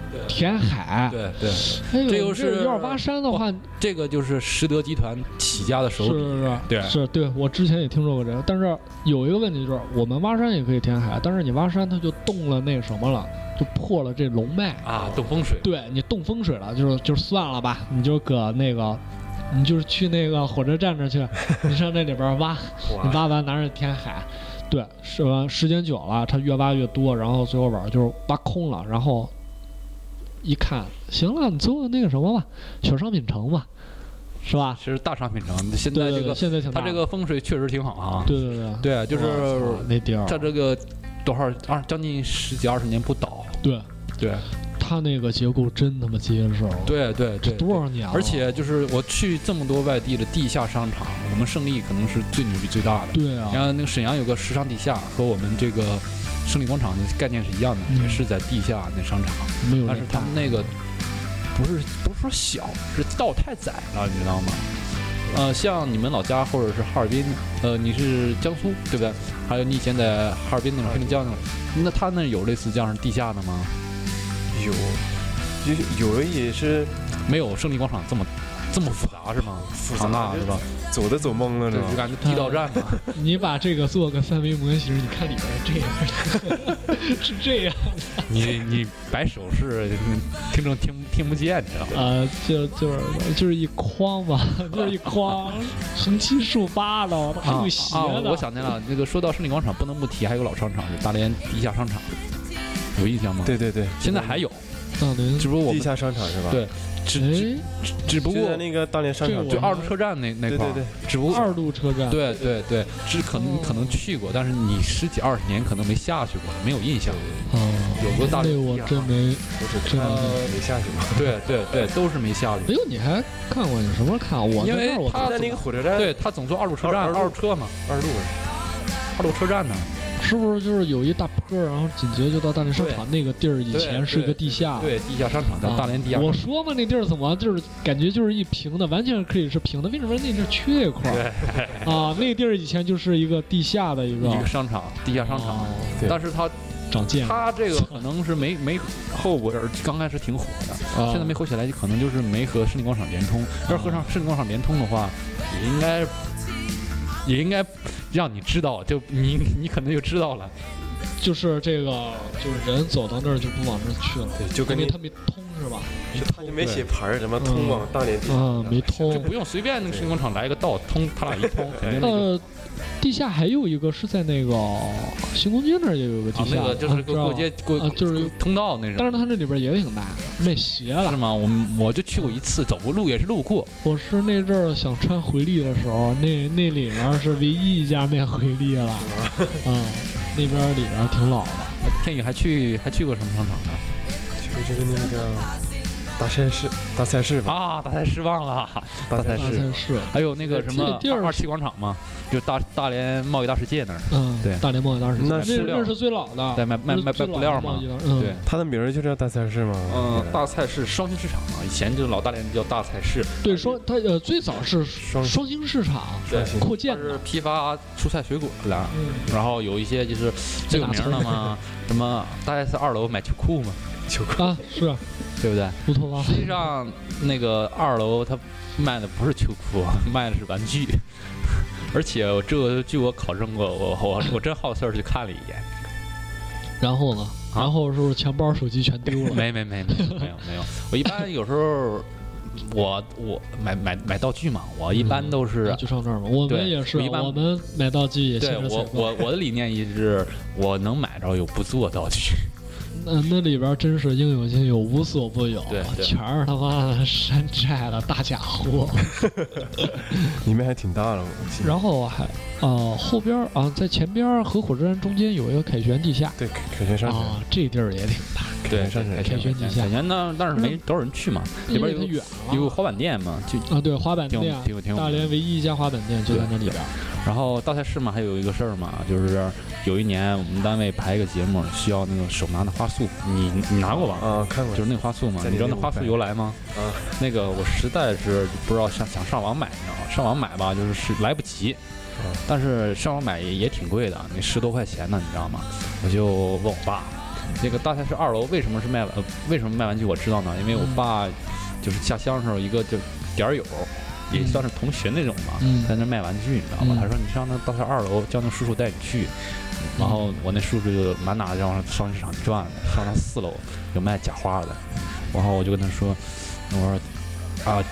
Speaker 2: 对。
Speaker 1: 填海，
Speaker 2: 对嗯对，
Speaker 1: 哎呦，
Speaker 2: 这又
Speaker 1: 你
Speaker 2: 是
Speaker 1: 要是挖山的话，
Speaker 2: 这个就是实德集团起家的
Speaker 1: 是
Speaker 2: 手笔。
Speaker 1: 是是，
Speaker 2: 对
Speaker 1: 是对我之前也听说过这个，但是有一个问题就是，我们挖山也可以填海，但是你挖山它就动了那什么了，就破了这龙脉
Speaker 2: 啊，懂风水。
Speaker 1: 对你动风水了，就是就算了吧，你就搁那个，你就是去那个火车站那去， 你上那里边挖，你挖完拿着填海，对，是吧？时间久了，它越挖越多，然后最后边儿就是挖空了，然后一看，行了，你最后那个什么吧，小商品城吧，是吧？
Speaker 2: 其实大商品城现在
Speaker 1: 对
Speaker 2: 这
Speaker 1: 对对，
Speaker 2: 个
Speaker 1: 现在挺大
Speaker 2: 它
Speaker 1: 的，
Speaker 2: 这个风水确实挺好啊。
Speaker 1: 对对对，
Speaker 2: 对，就是
Speaker 1: 我操那地儿，
Speaker 2: 它这个多少二将近十几二十年不倒。
Speaker 1: 对
Speaker 2: 对
Speaker 1: 它那个结构真他妈结实，
Speaker 2: 对对
Speaker 1: 这
Speaker 2: 对，
Speaker 1: 多少年了？
Speaker 2: 而且就是我去这么多外地的地下商场，我们胜利可能是最牛逼最大的。
Speaker 1: 对啊
Speaker 2: 然，后那个沈阳有个时尚地下，和我们这个胜利广场的概念是一样的，
Speaker 1: 嗯
Speaker 2: 也是在地下那商场，
Speaker 1: 没有
Speaker 2: 但
Speaker 1: 人
Speaker 2: 是他们
Speaker 1: 大
Speaker 2: 那个不是不是说小，是道太窄了，你知道吗？呃，像你们老家或者是哈尔滨，呃，你是江苏对不对？还有你以前在哈尔滨那种黑龙江那种，那他那有类似这样的地下的吗？
Speaker 3: 有，就是有的也是
Speaker 2: 没有胜利广场这么这么复杂是吗？复
Speaker 3: 杂
Speaker 2: 大是吧？
Speaker 3: 走都走懵了是
Speaker 2: 这就
Speaker 3: 吧？
Speaker 2: 感觉地道战嘛，
Speaker 1: 你把这个做个三维模型，你看里边是这样的，是这样的，
Speaker 2: 你你摆手势，你听众听听不见，你知道吗？
Speaker 1: 呃，就就是就是一筐吧， 就是一筐，横七竖八的，还有斜
Speaker 2: 啊
Speaker 1: 的。
Speaker 2: 我想起来了，那个说到胜利广场不能不提，还有个老商场是大连地下商场，有印象吗？，
Speaker 3: 对对对，
Speaker 2: 现在还有，
Speaker 1: 大连，
Speaker 2: 只不过我
Speaker 3: 嗯地
Speaker 2: 们
Speaker 3: 下商场是吧？
Speaker 2: 对只只
Speaker 1: 哎，
Speaker 2: 只不
Speaker 3: 就
Speaker 2: 过
Speaker 3: 在那个大连商
Speaker 1: 这
Speaker 3: 场
Speaker 1: 我
Speaker 2: 就二路车站那那
Speaker 3: 对
Speaker 2: 块
Speaker 3: 对对哦
Speaker 2: 儿，，只不过
Speaker 1: 二路车站，
Speaker 2: 对对对，只可能你可能去过，但是你十几二十年可能没下去过，没有印象。
Speaker 1: 哦，
Speaker 2: 有个大
Speaker 1: 那我真没。
Speaker 3: 我只看了没下去过。
Speaker 2: 对对对，都是没下
Speaker 1: 哎
Speaker 2: 去。
Speaker 1: 呦，你还看过？你什么时候看？我在
Speaker 2: 因为
Speaker 1: 那儿我
Speaker 2: 他
Speaker 3: 在那个火车站
Speaker 2: 对他总坐二路车站，
Speaker 3: 哎二
Speaker 2: 二路车嘛，
Speaker 3: 二路，
Speaker 2: 二路车站呢。
Speaker 1: 是不是就是有一大坡，然后紧接着就到大连商场那个地儿？以前是个地下，
Speaker 2: 对地下商场，叫
Speaker 1: 啊
Speaker 2: 大连地下商
Speaker 1: 我说嘛，那地儿怎么就是感觉就是一平的，完全可以是平的。为什么那地儿缺一块儿？啊，那地儿以前就是一个地下的一个
Speaker 2: 场，一个商场，地下商场。
Speaker 1: 哦
Speaker 3: 对
Speaker 2: 但是他
Speaker 1: 长见识，
Speaker 2: 他这个可能是没没后边儿刚开始挺火的，
Speaker 1: 现
Speaker 2: 现在没火起来，可能就是没和胜利广场联通。要是和上胜利广场联通的话，也应该也应该让你知道，就你你可能就知道了。
Speaker 1: 就是这个，就是人走到那儿就不往那儿去了，
Speaker 3: 对，就跟
Speaker 1: 因为
Speaker 3: 你
Speaker 1: 他没通是吧？没
Speaker 3: 他就
Speaker 1: 通，
Speaker 3: 没写牌儿，什么通往大连地下
Speaker 1: 嗯，没
Speaker 2: 就
Speaker 1: 通。
Speaker 2: 不用随便那个深广场来个道通，他俩一通，肯定那个
Speaker 1: 呃，地下还有一个是在那个新宫街那儿也有个地
Speaker 2: 啊
Speaker 1: 下，
Speaker 2: 那个就是个过街过
Speaker 1: 啊就是
Speaker 2: 通道那
Speaker 1: 但
Speaker 2: 种，
Speaker 1: 是它那里边也挺大的，卖鞋了。
Speaker 2: 是吗？我们我就去过一次，走过路也是路过，
Speaker 1: 我是那阵儿想穿回力的时候，那那里面是唯一一家卖回力了，嗯，那边儿里边儿挺老的，
Speaker 2: 天宇还去还去过什么商场呢？
Speaker 3: 就是跟那个大菜市大菜市吧，
Speaker 2: 啊，大菜市忘了，
Speaker 3: 大
Speaker 1: 大
Speaker 3: 菜市
Speaker 1: 菜市，
Speaker 2: 还有那个什
Speaker 1: 这
Speaker 2: 么
Speaker 1: 个地儿
Speaker 2: 二二七广场嘛，就大大连贸易大世界那儿，
Speaker 1: 嗯，
Speaker 2: 对
Speaker 1: 大连贸易大世界，
Speaker 3: 那
Speaker 2: 是
Speaker 1: 那那是最老的，
Speaker 2: 在卖卖卖卖布料嘛
Speaker 1: 嘛，，嗯，
Speaker 2: 对，
Speaker 3: 它的名儿就叫大菜市吗？
Speaker 2: 嗯，大菜市双星市场啊嘛，以前就是老大连叫大菜市，
Speaker 1: 对双它呃最早是
Speaker 3: 双
Speaker 1: 双星市场
Speaker 2: 对
Speaker 3: 双星
Speaker 1: 扩
Speaker 2: 它
Speaker 1: 建
Speaker 2: 是
Speaker 1: 的，
Speaker 2: 批发蔬菜水果的。
Speaker 1: 嗯，
Speaker 2: 然后有一些就是最有名的嘛，什么大 S 二楼买秋裤嘛，
Speaker 3: 秋裤
Speaker 1: 啊是
Speaker 2: 对不对？
Speaker 1: 乌托邦，
Speaker 2: 实际上，那个二楼它卖的不是秋裤， 卖的是玩具。 而且我这个据我考证过，我我我真好事儿去看了一眼，
Speaker 1: 然后呢，
Speaker 2: 啊
Speaker 1: 然后是不是钱包手机全丢了？
Speaker 2: 没没没没有没有没有，我一般有时候我我买买买道具嘛，我一般都是
Speaker 1: 啊就上那儿嘛，我
Speaker 2: 对
Speaker 1: 们也是，啊
Speaker 2: 我一般
Speaker 1: 我们买道具也
Speaker 2: 对
Speaker 1: 限制采
Speaker 2: 我
Speaker 1: 购。
Speaker 2: 我我的理念一直我能买着有不做道具，
Speaker 1: 那那里边真是应有尽有，无所不有，
Speaker 2: 对对
Speaker 1: 全是他妈的山寨的大假货。
Speaker 3: 里面还挺大的，我记 得。
Speaker 1: 然后还呃后边儿啊，在前边儿和火车站中间有一个凯旋地下
Speaker 3: 对，凯旋商场，
Speaker 1: 啊，这地儿也挺大，
Speaker 2: 对，
Speaker 3: 上去
Speaker 1: 凯旋地下
Speaker 2: 凯旋呢，但是没多少人去嘛，里
Speaker 1: 因为
Speaker 2: 边有
Speaker 1: 它远
Speaker 2: 有
Speaker 1: 了
Speaker 2: 滑板店嘛，就
Speaker 1: 啊，对，滑板
Speaker 2: 挺
Speaker 1: 店
Speaker 2: 有，挺有挺有
Speaker 1: 大连唯一一家滑板店就在那里边儿。
Speaker 2: 然后大赛事嘛，还有一个事儿嘛，就是有一年我们单位排一个节目，需要那个手拿的花束，你你拿过吧？
Speaker 3: 啊，看过
Speaker 2: 就是那个花束嘛，
Speaker 3: 在
Speaker 2: 你知道那
Speaker 3: 那个
Speaker 2: 花束由来吗？
Speaker 3: 啊，
Speaker 2: 那个我实在是不知道想想上网买，你知道吗？上网买吧，就是是来不及
Speaker 3: 嗯，
Speaker 2: 但是上网买也也挺贵的，那十多块钱呢，你知道吗？我就问我爸，那个大赛市二楼为什么是卖玩，呃为什么卖玩具？我知道呢，因为我
Speaker 1: 嗯
Speaker 2: 爸就是下乡的时候一个就点儿友，也
Speaker 1: 嗯
Speaker 2: 算是同学那种嘛，
Speaker 1: 嗯
Speaker 2: 在那卖玩具，你知道吗？
Speaker 1: 嗯
Speaker 2: 他说你上那到他二楼，叫那叔叔带你去。然后我那叔叔就满脑子让我上市场转，上到四楼有卖假花的，然后我就跟他说，我说啊，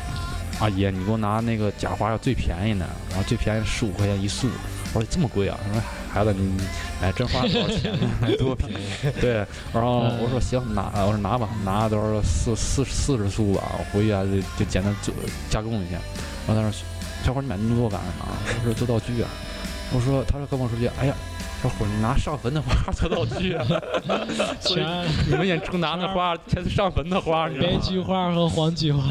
Speaker 2: 阿姨，你给我拿那个假花要最便宜的，然后最便宜十五块钱一束。我说这么贵啊？他说孩子，你哎真花了多少钱呢？
Speaker 3: 多便宜，
Speaker 2: 对，然后我说行，拿，我说拿吧，拿多少四四四十束吧，我回去啊就就简单做加工一下。然后他说，小伙儿你买那么多干啥？我说做道具啊。我说，他说跟我说句，哎呀，小伙儿你拿上坟的花做道具啊？所以
Speaker 1: 全
Speaker 2: 你们眼中拿那花全是上坟的花，你知道
Speaker 1: 白
Speaker 2: 吗？
Speaker 1: 菊花和黄菊花，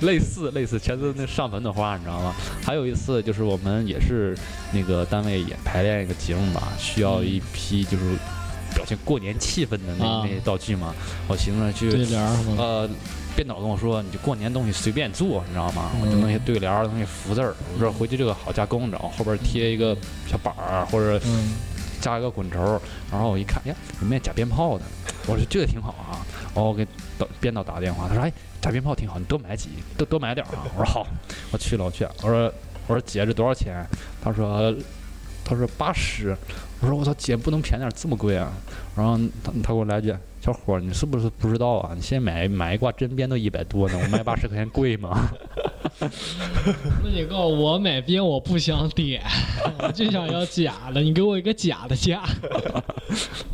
Speaker 2: 类似类似，全是那上坟的花，你知道吗？还有一次就是我们也是那个单位也排练一个节目吧，需要一批就是表现过年气氛的那、
Speaker 1: 啊
Speaker 2: 那些道具嘛。我寻思
Speaker 1: 对
Speaker 2: 去
Speaker 1: 联儿嘛，
Speaker 2: 呃，编导跟我说，你就过年东西随便做，你知道吗？
Speaker 1: 嗯
Speaker 2: 我就弄些对联儿，弄些福字儿，我说回去这个好加工，然后后边贴一个小板儿或者
Speaker 1: 嗯，
Speaker 2: 哎加一个滚轴，然后我一看，呀，里面假鞭炮的，我说这个挺好啊，我给导编导打个电话，他说：“哎，炸鞭炮挺好，你多买几，多多买点儿啊。”我说：“好。”我去了，我去了，我说：“我说姐，这多少钱？”他说：“他说八十。”我说：“我操，姐不能便宜点儿，这么贵啊！”然后他他给我来一句：“小伙儿，你是不是不知道啊？你现在买买一挂真鞭都一百多呢，我卖八十块钱贵吗
Speaker 1: 那你告诉我买鞭我不想点， 我就想要假的，你给我一个假的价。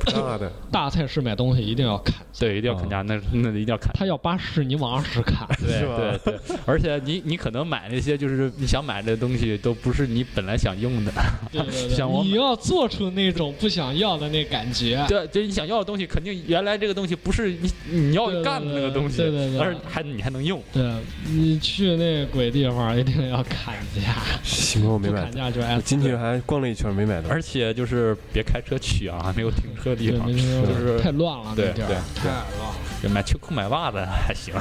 Speaker 3: 不大的，
Speaker 1: 大菜市买东西一定要砍，？”
Speaker 2: 对，一定要砍价，那那一定要砍。
Speaker 1: 他要八十，你往二十砍。
Speaker 2: 对
Speaker 3: 是吧
Speaker 2: 对对，而且你你可能买那些就是你想买的东西都不是你本来想用的，
Speaker 1: 对对
Speaker 2: 像我
Speaker 1: 对，你要做出那种不想要的那感觉。
Speaker 2: 对，就是你想要的东西，肯定原来这个东西不是你你要
Speaker 1: 对对
Speaker 2: 干的那
Speaker 1: 对
Speaker 2: 个东西，
Speaker 1: 对对对
Speaker 2: 而还你还能用。
Speaker 1: 对你去那鬼地方一定要砍价，
Speaker 3: 幸亏我没
Speaker 1: 不
Speaker 3: 买
Speaker 1: 砍
Speaker 3: 到。
Speaker 1: 价就挨
Speaker 3: 我
Speaker 1: 揍。
Speaker 3: 进去还逛了一圈没买到，
Speaker 2: 而且就是别开车去啊，没有停车的地
Speaker 1: 对，
Speaker 2: 方
Speaker 1: 没，听说
Speaker 2: 就是
Speaker 1: 太乱了
Speaker 2: 对
Speaker 1: 那地儿
Speaker 2: 对，
Speaker 1: 太乱了。
Speaker 2: 就买秋裤买袜子还行。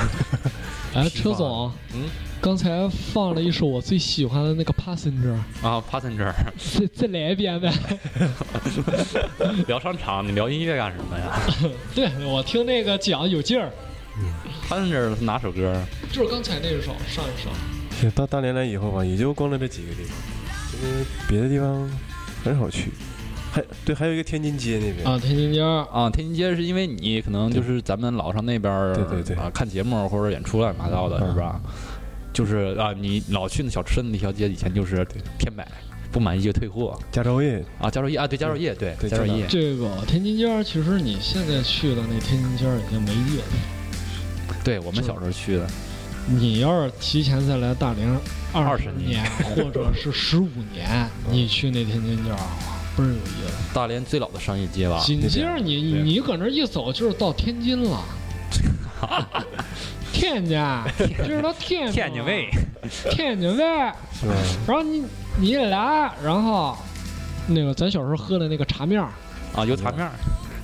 Speaker 1: 哎，
Speaker 3: 批
Speaker 1: 车
Speaker 3: 发
Speaker 1: 总，
Speaker 2: 嗯，
Speaker 1: 刚才放了一首我最喜欢的那个《Passenger》，
Speaker 2: 啊，passenger
Speaker 1: 再再来一遍呗。
Speaker 2: 聊商场，你聊音乐干什么呀
Speaker 1: 对我听那个讲有劲儿，
Speaker 2: ？passenger 是哪首歌？
Speaker 1: 就是刚才那首上一首。
Speaker 3: 也到大连来以后吧，也就逛了这几个地方，因为别的地方很少去。还对，还有一个天津街那边，
Speaker 1: 啊，天津街儿
Speaker 2: 啊，天津街是因为你可能就是咱们老上那边儿
Speaker 3: 对对对
Speaker 2: 啊看节目或者演出乱七八糟的，
Speaker 3: 嗯
Speaker 2: 是吧？就是啊，你老去那小吃的那条街，以前就是偏买，不满意就退货
Speaker 3: 加州业
Speaker 2: 啊。加州业啊，对，加州业，对，
Speaker 3: 对
Speaker 2: 加州业，
Speaker 1: 这个天津街儿，其实你现在去的那天津街儿已经没意思。
Speaker 2: 对我们小时候去的，
Speaker 1: 你要是提前再来大连二十
Speaker 2: 20
Speaker 1: 年， 嗯或者是十五年，你去那天津街儿倍儿有意思。
Speaker 2: 大连最老的商业街吧。
Speaker 1: 紧接着你
Speaker 2: 对
Speaker 1: 你啊搁那儿一走就是到天津 了，天津，这是到天津，
Speaker 2: 天津卫，，
Speaker 1: 天津卫。
Speaker 3: 是吧？
Speaker 1: 然后你你一来，然后那个咱小时候喝的那个茶面儿，
Speaker 2: 啊，油茶面儿。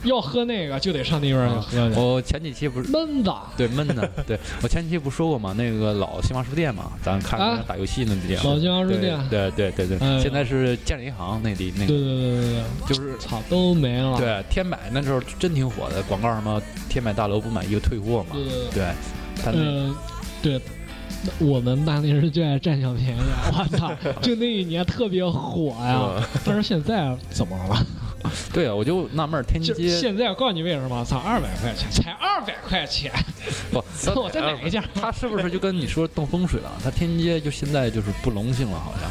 Speaker 1: 要喝那个就得上那边儿去喝去，
Speaker 2: 我前几期不是
Speaker 1: 闷子。
Speaker 2: 对闷的，对我前几期不说过吗？那个老新华书店嘛，咱看
Speaker 1: 啊
Speaker 2: 看打游戏那地
Speaker 1: 老
Speaker 2: 方。
Speaker 1: 金阳书
Speaker 2: 对
Speaker 1: 店，
Speaker 2: 对对对
Speaker 1: 哎
Speaker 2: 对，现在是建设银行那地那
Speaker 1: 对
Speaker 2: 个
Speaker 1: 对对对对，
Speaker 2: 就是
Speaker 1: 操都没了。
Speaker 2: 对，天买那时候真挺火的，广告什么天买大楼不买衣服退货嘛
Speaker 1: 对。对对，
Speaker 2: 对，嗯他那
Speaker 1: 呃，对。那我们大连人就爱占小便宜，啊 我操！就那一年特别火
Speaker 2: 嗯
Speaker 1: 呀，但是现在怎么了？
Speaker 2: 对啊，我 就纳闷儿，天津
Speaker 1: 就
Speaker 2: 街
Speaker 1: 现在我告诉你为什么，操，二百块钱，才二百块 钱，
Speaker 2: 不， 他呃
Speaker 1: 我再买一件。
Speaker 2: 他是不是就跟你说动风水了？他天津街就现在就是不隆性了，好像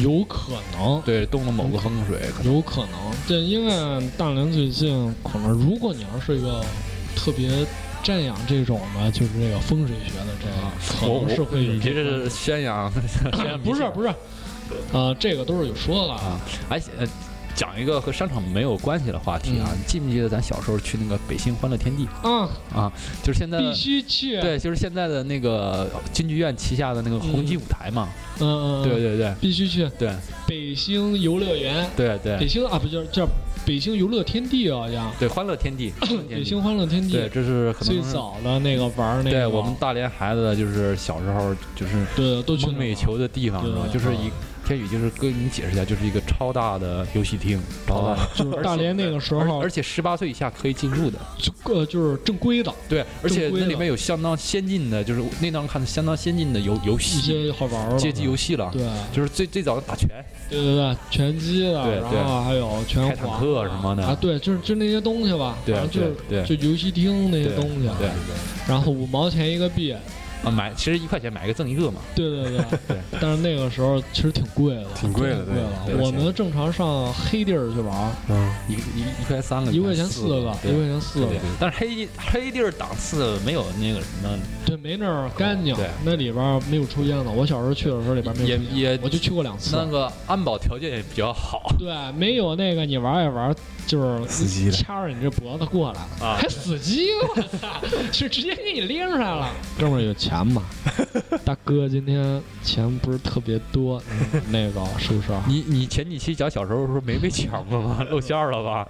Speaker 1: 有可能，
Speaker 2: 对动了某个风水，可能
Speaker 1: 有可能，对，因为大连最近可能，如果你要是一个特别瞻仰这种的，就是这个风水学的这
Speaker 2: 啊
Speaker 1: 个，可
Speaker 2: 我我
Speaker 1: 能是会有
Speaker 2: 你
Speaker 1: 这
Speaker 2: 这
Speaker 1: 种
Speaker 2: 是宣扬 宣扬迷
Speaker 1: 不
Speaker 2: 信
Speaker 1: 是
Speaker 2: 啊
Speaker 1: 不是，呃，这个都是有说的
Speaker 2: 啊，而且。呃讲一个和商场没有关系的话题啊，
Speaker 1: 嗯
Speaker 2: 你记不记得咱小时候去那个北新欢乐天地？
Speaker 1: 啊，
Speaker 2: 就是现在的
Speaker 1: 必须去，
Speaker 2: 嗯对，就是现在的那个京剧院旗下的那个红基舞台嘛。
Speaker 1: 嗯，嗯，嗯
Speaker 2: 对，对对
Speaker 1: 必须去
Speaker 2: 对
Speaker 1: 北星游乐园，
Speaker 2: 对对，
Speaker 1: 北星啊，不叫叫北星游乐天地啊好像，
Speaker 2: 对，欢乐天 地，欢乐天地
Speaker 1: 北星欢乐天
Speaker 2: 对，
Speaker 1: 地
Speaker 2: 这是可
Speaker 1: 最
Speaker 2: 能是
Speaker 1: 早的那个玩儿那个，
Speaker 2: 对我们大连孩子就是小时候就是
Speaker 1: 对都去
Speaker 2: 梦
Speaker 1: 那
Speaker 2: 寐以
Speaker 1: 玩儿
Speaker 2: 求的地方，
Speaker 1: 对啊
Speaker 2: 是吧？就是一天宇，就是跟你解释一下，就是一个超大的游戏厅，超大的，
Speaker 1: 哦就是大连那个时候
Speaker 2: 而且十八岁以下可以进入的，
Speaker 1: 就呃就是正规的
Speaker 2: 对，而且
Speaker 1: 正规
Speaker 2: 那
Speaker 1: 的
Speaker 2: 里面有相当先进的，就是那张看相当先进的游游
Speaker 1: 一
Speaker 2: 戏，
Speaker 1: 些好玩儿的
Speaker 2: 街机游戏了。
Speaker 1: 对
Speaker 2: 就是最最早的打拳，
Speaker 1: 对对对，拳击
Speaker 2: 对
Speaker 1: 的，
Speaker 2: 对
Speaker 1: 然后还有拳
Speaker 2: 开坦
Speaker 1: 皇
Speaker 2: 克
Speaker 1: 啊
Speaker 2: 什么的
Speaker 1: 啊，对，就是就那些东西吧，
Speaker 2: 对
Speaker 1: 反正啊就是
Speaker 2: 对
Speaker 1: 就游戏厅那些
Speaker 2: 对
Speaker 1: 东西，啊
Speaker 2: 对
Speaker 1: 然后五毛钱一个币，
Speaker 2: 啊，买其实一块钱买一个赠一个嘛，
Speaker 1: 对对对
Speaker 2: 对
Speaker 1: 但是那个时候其实挺贵的，
Speaker 3: 挺贵的
Speaker 1: 挺贵了
Speaker 3: 对。对
Speaker 1: 我们正常上黑地儿去玩，
Speaker 3: 嗯，
Speaker 2: 一个一一块钱三个，
Speaker 1: 一块钱
Speaker 2: 四
Speaker 1: 四个，一
Speaker 2: 对
Speaker 1: 块钱四
Speaker 2: 对
Speaker 1: 个，
Speaker 2: 但是黑黑地儿档次没有那个什么
Speaker 1: 对，没那儿干净
Speaker 2: 对，
Speaker 1: 那里边没有抽烟的。我小时候去的时候里边没有抽烟，
Speaker 2: 也也
Speaker 1: 我就去过两次
Speaker 2: 那。个安保条件也比较好
Speaker 1: 对，没有那个你玩一玩，就是
Speaker 3: 司机的
Speaker 1: 掐着你这脖子过来，
Speaker 2: 啊
Speaker 1: 还死机，我操，是直接给你拎上来了。哥们儿有钱吗？ 大哥，今天钱不是特别多，嗯那个是不是？
Speaker 2: 你你前几期讲小时候时候没被抢过吗？露馅儿了 吧？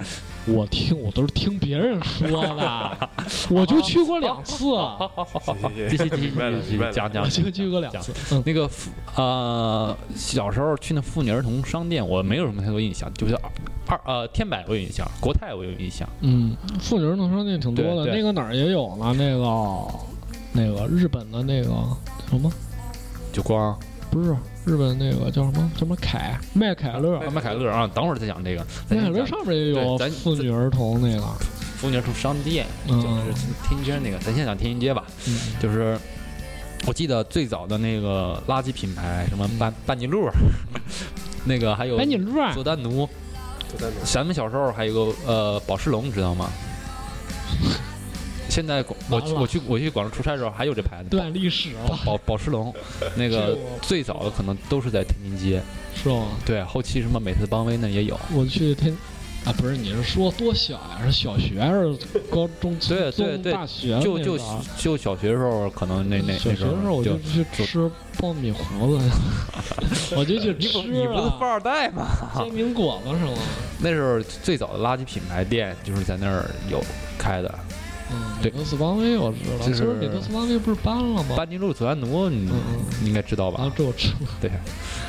Speaker 1: 我听我都是听别人说的， 我就去过两次，我
Speaker 2: 继续继续
Speaker 3: 白了
Speaker 2: 继续继
Speaker 3: 明白
Speaker 2: 续
Speaker 3: 了
Speaker 2: 讲讲。
Speaker 1: 就去过两次。嗯，
Speaker 2: 那个妇呃，小时候去那妇女儿童商店，我没有什么太多印象，就是儿二呃天百我有印象，国泰我有印象，
Speaker 1: 嗯，妇女儿童商店挺多的，
Speaker 2: 对对
Speaker 1: 那个哪儿也有呢，那个那个日本的那个什么
Speaker 2: 就光
Speaker 1: 不是日本那个叫什么叫什么凯麦凯乐，
Speaker 2: 麦凯乐啊，等会儿再讲这个，
Speaker 1: 麦
Speaker 2: 咱
Speaker 1: 凯
Speaker 2: 先
Speaker 1: 乐
Speaker 2: 讲
Speaker 1: 上面也有
Speaker 2: 对咱
Speaker 1: 妇女儿童那个，
Speaker 2: 妇女儿童商店，就
Speaker 1: 嗯
Speaker 2: 是天津街那个，咱先讲天津街吧，
Speaker 1: 嗯
Speaker 2: 就是。我记得最早的那个垃圾品牌，什么
Speaker 1: 嗯
Speaker 2: 班班尼路， 那个还有
Speaker 1: 哎，你乱
Speaker 2: 佐丹奴，
Speaker 3: 就在那
Speaker 2: 咱们小时候还有个呃宝石龙，你知道吗？现在广我
Speaker 1: 完
Speaker 2: 去
Speaker 1: 了
Speaker 2: 我去我去广州出差的时候还有这牌子，
Speaker 1: 断历史
Speaker 2: 宝
Speaker 1: 了，
Speaker 2: 宝宝石龙，那个最早的可能都是在天津街，
Speaker 1: 是吗？
Speaker 2: 对，后期什么美特邦威那也有，
Speaker 1: 我去天啊，不是，你是说多小呀？是小学还是高中、初
Speaker 2: 对对
Speaker 1: 中、
Speaker 2: 对
Speaker 1: 大学那
Speaker 2: 就
Speaker 1: 个
Speaker 2: 就
Speaker 1: 啊
Speaker 2: 就小学时候可能那那
Speaker 1: 小学
Speaker 2: 那
Speaker 1: 的时候我
Speaker 2: 就
Speaker 1: 就去吃爆米糊 子，我就去
Speaker 2: 你不
Speaker 1: 吃
Speaker 2: 你不是
Speaker 1: 了
Speaker 2: 富二代吗？
Speaker 1: 煎饼果子是吗？
Speaker 2: 那时候最早的垃圾品牌店就是在那儿有开的，
Speaker 1: 嗯，
Speaker 2: 对
Speaker 1: 美特斯邦威我知道，
Speaker 2: 就
Speaker 1: 就是是美特斯邦威不是搬了吗？
Speaker 2: 班尼路、佐安奴，你
Speaker 1: 哦嗯嗯
Speaker 2: 你应该知道
Speaker 1: 然后
Speaker 2: 吧？
Speaker 1: 这我吃
Speaker 2: 对，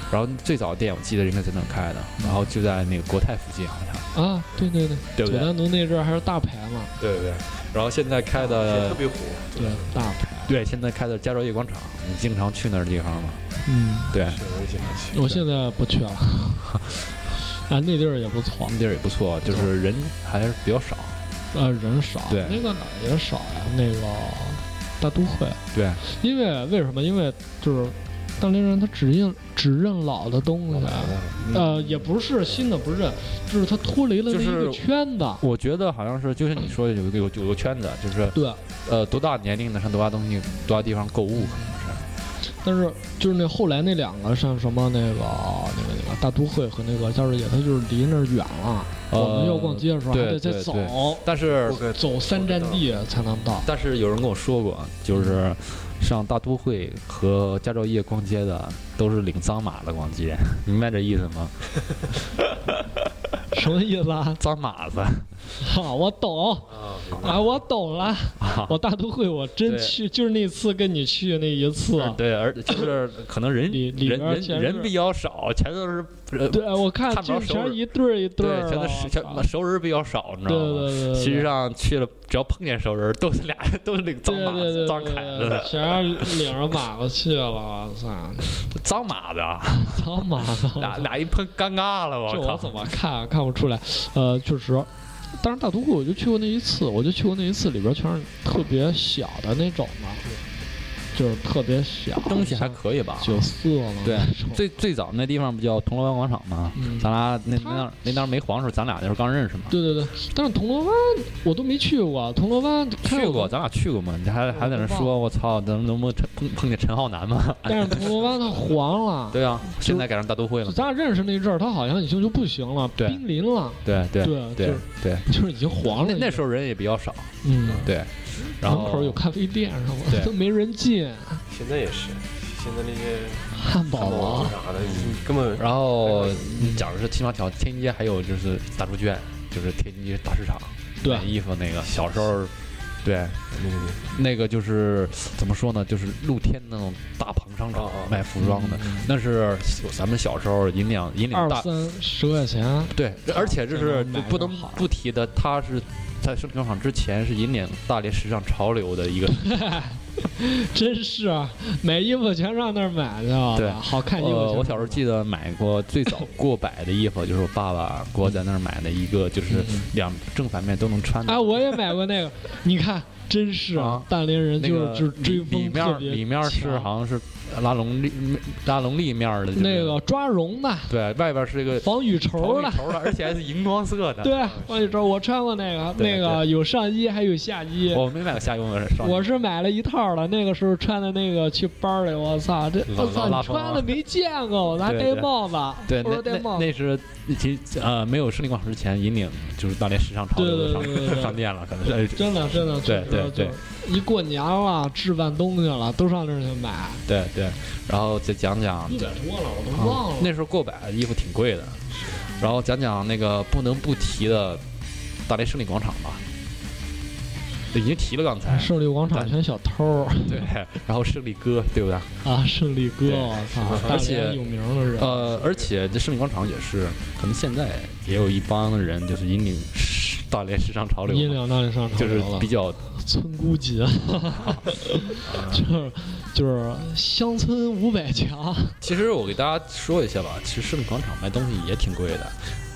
Speaker 2: 然后最早的店我记得应该在那儿开的，
Speaker 1: 嗯
Speaker 2: 然后就在那个国泰附近好像，
Speaker 1: 了啊，对对对，
Speaker 2: 对不
Speaker 1: 佐
Speaker 2: 对？
Speaker 1: 丹奴那阵儿还是大牌嘛，
Speaker 2: 对对对。然后现在开
Speaker 1: 哦呃
Speaker 3: 儿
Speaker 2: 的
Speaker 3: 特别火，
Speaker 1: 对，大牌，
Speaker 2: 对，现在开的加州夜广场，你经常去那儿地方吗？
Speaker 1: 嗯，
Speaker 2: 对，
Speaker 3: 是我也经常去。
Speaker 1: 我现在不 去了，啊，那地儿也不错
Speaker 2: 那，地儿也不错，
Speaker 1: 嗯
Speaker 2: 就是人还是比较少。
Speaker 1: 啊，人少，
Speaker 2: 对
Speaker 1: 那个哪儿也少呀，那个大都会，
Speaker 2: 对，
Speaker 1: 因为为什么？因为就是大连人他只认只认老的东西，
Speaker 2: 嗯
Speaker 1: 呃，也不是新的不认，就是他脱离了
Speaker 2: 就
Speaker 1: 那一
Speaker 2: 是
Speaker 1: 个圈子。
Speaker 2: 我觉得好像是，就像你说的，有一个有有个圈子，就是
Speaker 1: 对，
Speaker 2: 呃，多大年龄的上多大东西，多大地方购物，可能是
Speaker 1: 但是就是那后来那两个像什么那个那个那个大都会和那个加州野，它就是离那儿远了。
Speaker 2: 呃
Speaker 1: 我们要逛街的时候还
Speaker 2: 对
Speaker 1: 得再
Speaker 2: 对
Speaker 1: 走
Speaker 2: 对但是
Speaker 3: 过个
Speaker 1: 走三站地才能到。
Speaker 2: 但是有人跟我说过，就是上大都会和佳兆业逛街的都是领脏马的逛街， 明白这意思吗？
Speaker 1: 什么意思啊？
Speaker 2: 脏马子，
Speaker 1: 好，我懂
Speaker 3: 啊，
Speaker 1: 啊，我懂了。我大都会我真
Speaker 2: 啊对
Speaker 1: 去，就是那次跟你去那一次。
Speaker 2: 对，而就是可能人
Speaker 1: 里里
Speaker 2: 人
Speaker 1: 边
Speaker 2: 人
Speaker 1: 全是
Speaker 2: 人比较少，全都是呃
Speaker 1: 对，我看
Speaker 2: 看
Speaker 1: 就
Speaker 2: 不着
Speaker 1: 是
Speaker 2: 熟
Speaker 1: 全
Speaker 2: 人
Speaker 1: 一对儿一对儿
Speaker 2: 对，
Speaker 1: 的。
Speaker 2: 全都是
Speaker 1: 我
Speaker 2: 全
Speaker 1: 操
Speaker 2: 熟人比较少，你知
Speaker 1: 对
Speaker 2: 道吗？
Speaker 1: 对对对，
Speaker 2: 其实上去了，只要碰见熟人，都是俩 都是领
Speaker 1: 对
Speaker 2: 脏
Speaker 1: 对
Speaker 2: 马
Speaker 1: 对对
Speaker 2: 子、脏
Speaker 1: 对
Speaker 2: 凯子、
Speaker 1: 全领着马子去了，我 操，
Speaker 2: 脏马子啊，
Speaker 1: 操马子，我
Speaker 2: 俩
Speaker 1: 操
Speaker 2: 俩一碰尴尬了，
Speaker 1: 这
Speaker 2: 我
Speaker 1: 我
Speaker 2: 靠！
Speaker 1: 怎么看看不出来？呃，确实，但是大都会我就去过那一次，我就去过那一次，里边全是特别小的那种嘛，就是特别小，
Speaker 2: 东西还可以吧？
Speaker 1: 九色嘛，
Speaker 2: 对
Speaker 1: 那种，
Speaker 2: 最最早那地方不叫铜锣湾广场吗？
Speaker 1: 嗯
Speaker 2: 咱俩那
Speaker 1: 他
Speaker 2: 那当那当时没黄的时候，咱俩那时候刚认识嘛。
Speaker 1: 对对对，但是铜锣湾我都没去过，铜锣湾看
Speaker 2: 去过，，咱俩去过嘛？你还还在那说，我操，能能不能陈碰碰见陈浩南 吗？
Speaker 1: 但是铜锣湾它黄了，
Speaker 2: 对啊，现在改成大都会
Speaker 1: 就
Speaker 2: 了。
Speaker 1: 咱俩认识那阵儿，它好像已经就不行了，
Speaker 2: 对
Speaker 1: 濒临了，
Speaker 2: 对对
Speaker 1: 对
Speaker 2: 对
Speaker 1: 就是
Speaker 2: 对，
Speaker 1: 就是已经黄了
Speaker 2: 那
Speaker 1: 已经。
Speaker 2: 那时候人也比较少，
Speaker 1: 嗯，
Speaker 2: 对。然
Speaker 1: 门
Speaker 2: 后
Speaker 1: 口有咖啡店是吗？
Speaker 2: 对
Speaker 1: 都没人进，
Speaker 3: 现在也是，现在那些
Speaker 1: 汉堡
Speaker 3: 王
Speaker 1: 王
Speaker 3: 啥的，你
Speaker 1: 哦
Speaker 3: 根本
Speaker 2: 然后你讲的是青蛙条，天津街还有就是大猪圈，就是天津街大市场
Speaker 1: 对
Speaker 2: 买衣服那个，小 时候，对，
Speaker 3: 那个
Speaker 1: 嗯
Speaker 2: 那个就是怎么说呢，就是露天那种大棚商场
Speaker 3: 哦哦
Speaker 2: 卖服装的，那是咱们小时候引领引领
Speaker 1: 二
Speaker 2: 大
Speaker 1: 三十块 钱，
Speaker 2: 对，而且就
Speaker 1: 这
Speaker 2: 是
Speaker 1: 种
Speaker 2: 就
Speaker 1: 买
Speaker 2: 不能
Speaker 1: 着好
Speaker 2: 不提的，他是在生产广场之前是引领大连时尚潮流的一个，
Speaker 1: 真是啊，买衣服全上那儿买去了，
Speaker 2: 对
Speaker 1: 好看衣 服全上那儿
Speaker 2: 呃，
Speaker 1: 买。
Speaker 2: 我小时候记得买过最早过百的衣服，就是我爸爸给我在那儿买的一个，就是两正反面都能穿
Speaker 1: 嗯
Speaker 2: 的
Speaker 1: 啊，我也买过那个， 你看，真是
Speaker 2: 啊
Speaker 1: 大连人
Speaker 2: 那
Speaker 1: 就
Speaker 2: 个
Speaker 1: 是只追
Speaker 2: 里里
Speaker 1: 风特
Speaker 2: 面
Speaker 1: 别
Speaker 2: 里面是
Speaker 1: 强
Speaker 2: 好像是拉龙立拉龙立面的，就是
Speaker 1: 那个抓绒的、
Speaker 2: 对外边是一个
Speaker 1: 防雨绸
Speaker 2: 头
Speaker 1: 的，
Speaker 2: 头的，而且还是荧光色的。，
Speaker 1: 对，防雨绸我穿过那个，
Speaker 2: 对哦
Speaker 1: 那个有上衣还有下衣。
Speaker 2: 我没买过夏用的，
Speaker 1: 我是买了一套的，那个时候穿的那个去班儿里，我操，这
Speaker 2: 老
Speaker 1: 我操，
Speaker 2: 老
Speaker 1: 你穿的没见过，我还
Speaker 2: 对
Speaker 1: 戴
Speaker 2: 对
Speaker 1: 帽子，
Speaker 2: 对
Speaker 1: 我
Speaker 2: 那
Speaker 1: 说戴
Speaker 2: 那
Speaker 1: 帽子，
Speaker 2: 那是其实呃没有胜利广场之前引领就是大连时尚潮流
Speaker 1: 对
Speaker 2: 的
Speaker 1: 对对对
Speaker 2: 商
Speaker 1: 对
Speaker 2: 商店了，可能是
Speaker 1: 真的真的，
Speaker 2: 对
Speaker 1: 确实
Speaker 2: 对对
Speaker 1: 就一过年了，置办东西了，都上那儿去买，
Speaker 2: 对对。然后再讲讲
Speaker 1: 一百多了，我都嗯忘
Speaker 2: 啊
Speaker 1: 了。
Speaker 2: 那时候过百衣服挺贵的，然后讲讲那个不能不提的大连胜利广场吧。已经提了刚才，
Speaker 1: 胜利广场全小偷儿
Speaker 2: 对，然后胜利哥，对不对？
Speaker 1: 啊，胜利哥，
Speaker 2: 对
Speaker 1: 我操，大
Speaker 2: 而且
Speaker 1: 连有名的人，
Speaker 2: 呃，而且这胜利广场也是，可能现在也有一帮人就是引领 时大连时尚潮流嘛，
Speaker 1: 音量那里上场
Speaker 2: 就是
Speaker 1: 了
Speaker 2: 比较
Speaker 1: 村姑节，就是就是乡村五百强，
Speaker 2: 其实我给大家说一下吧，其实胜利广场卖东西也挺贵的，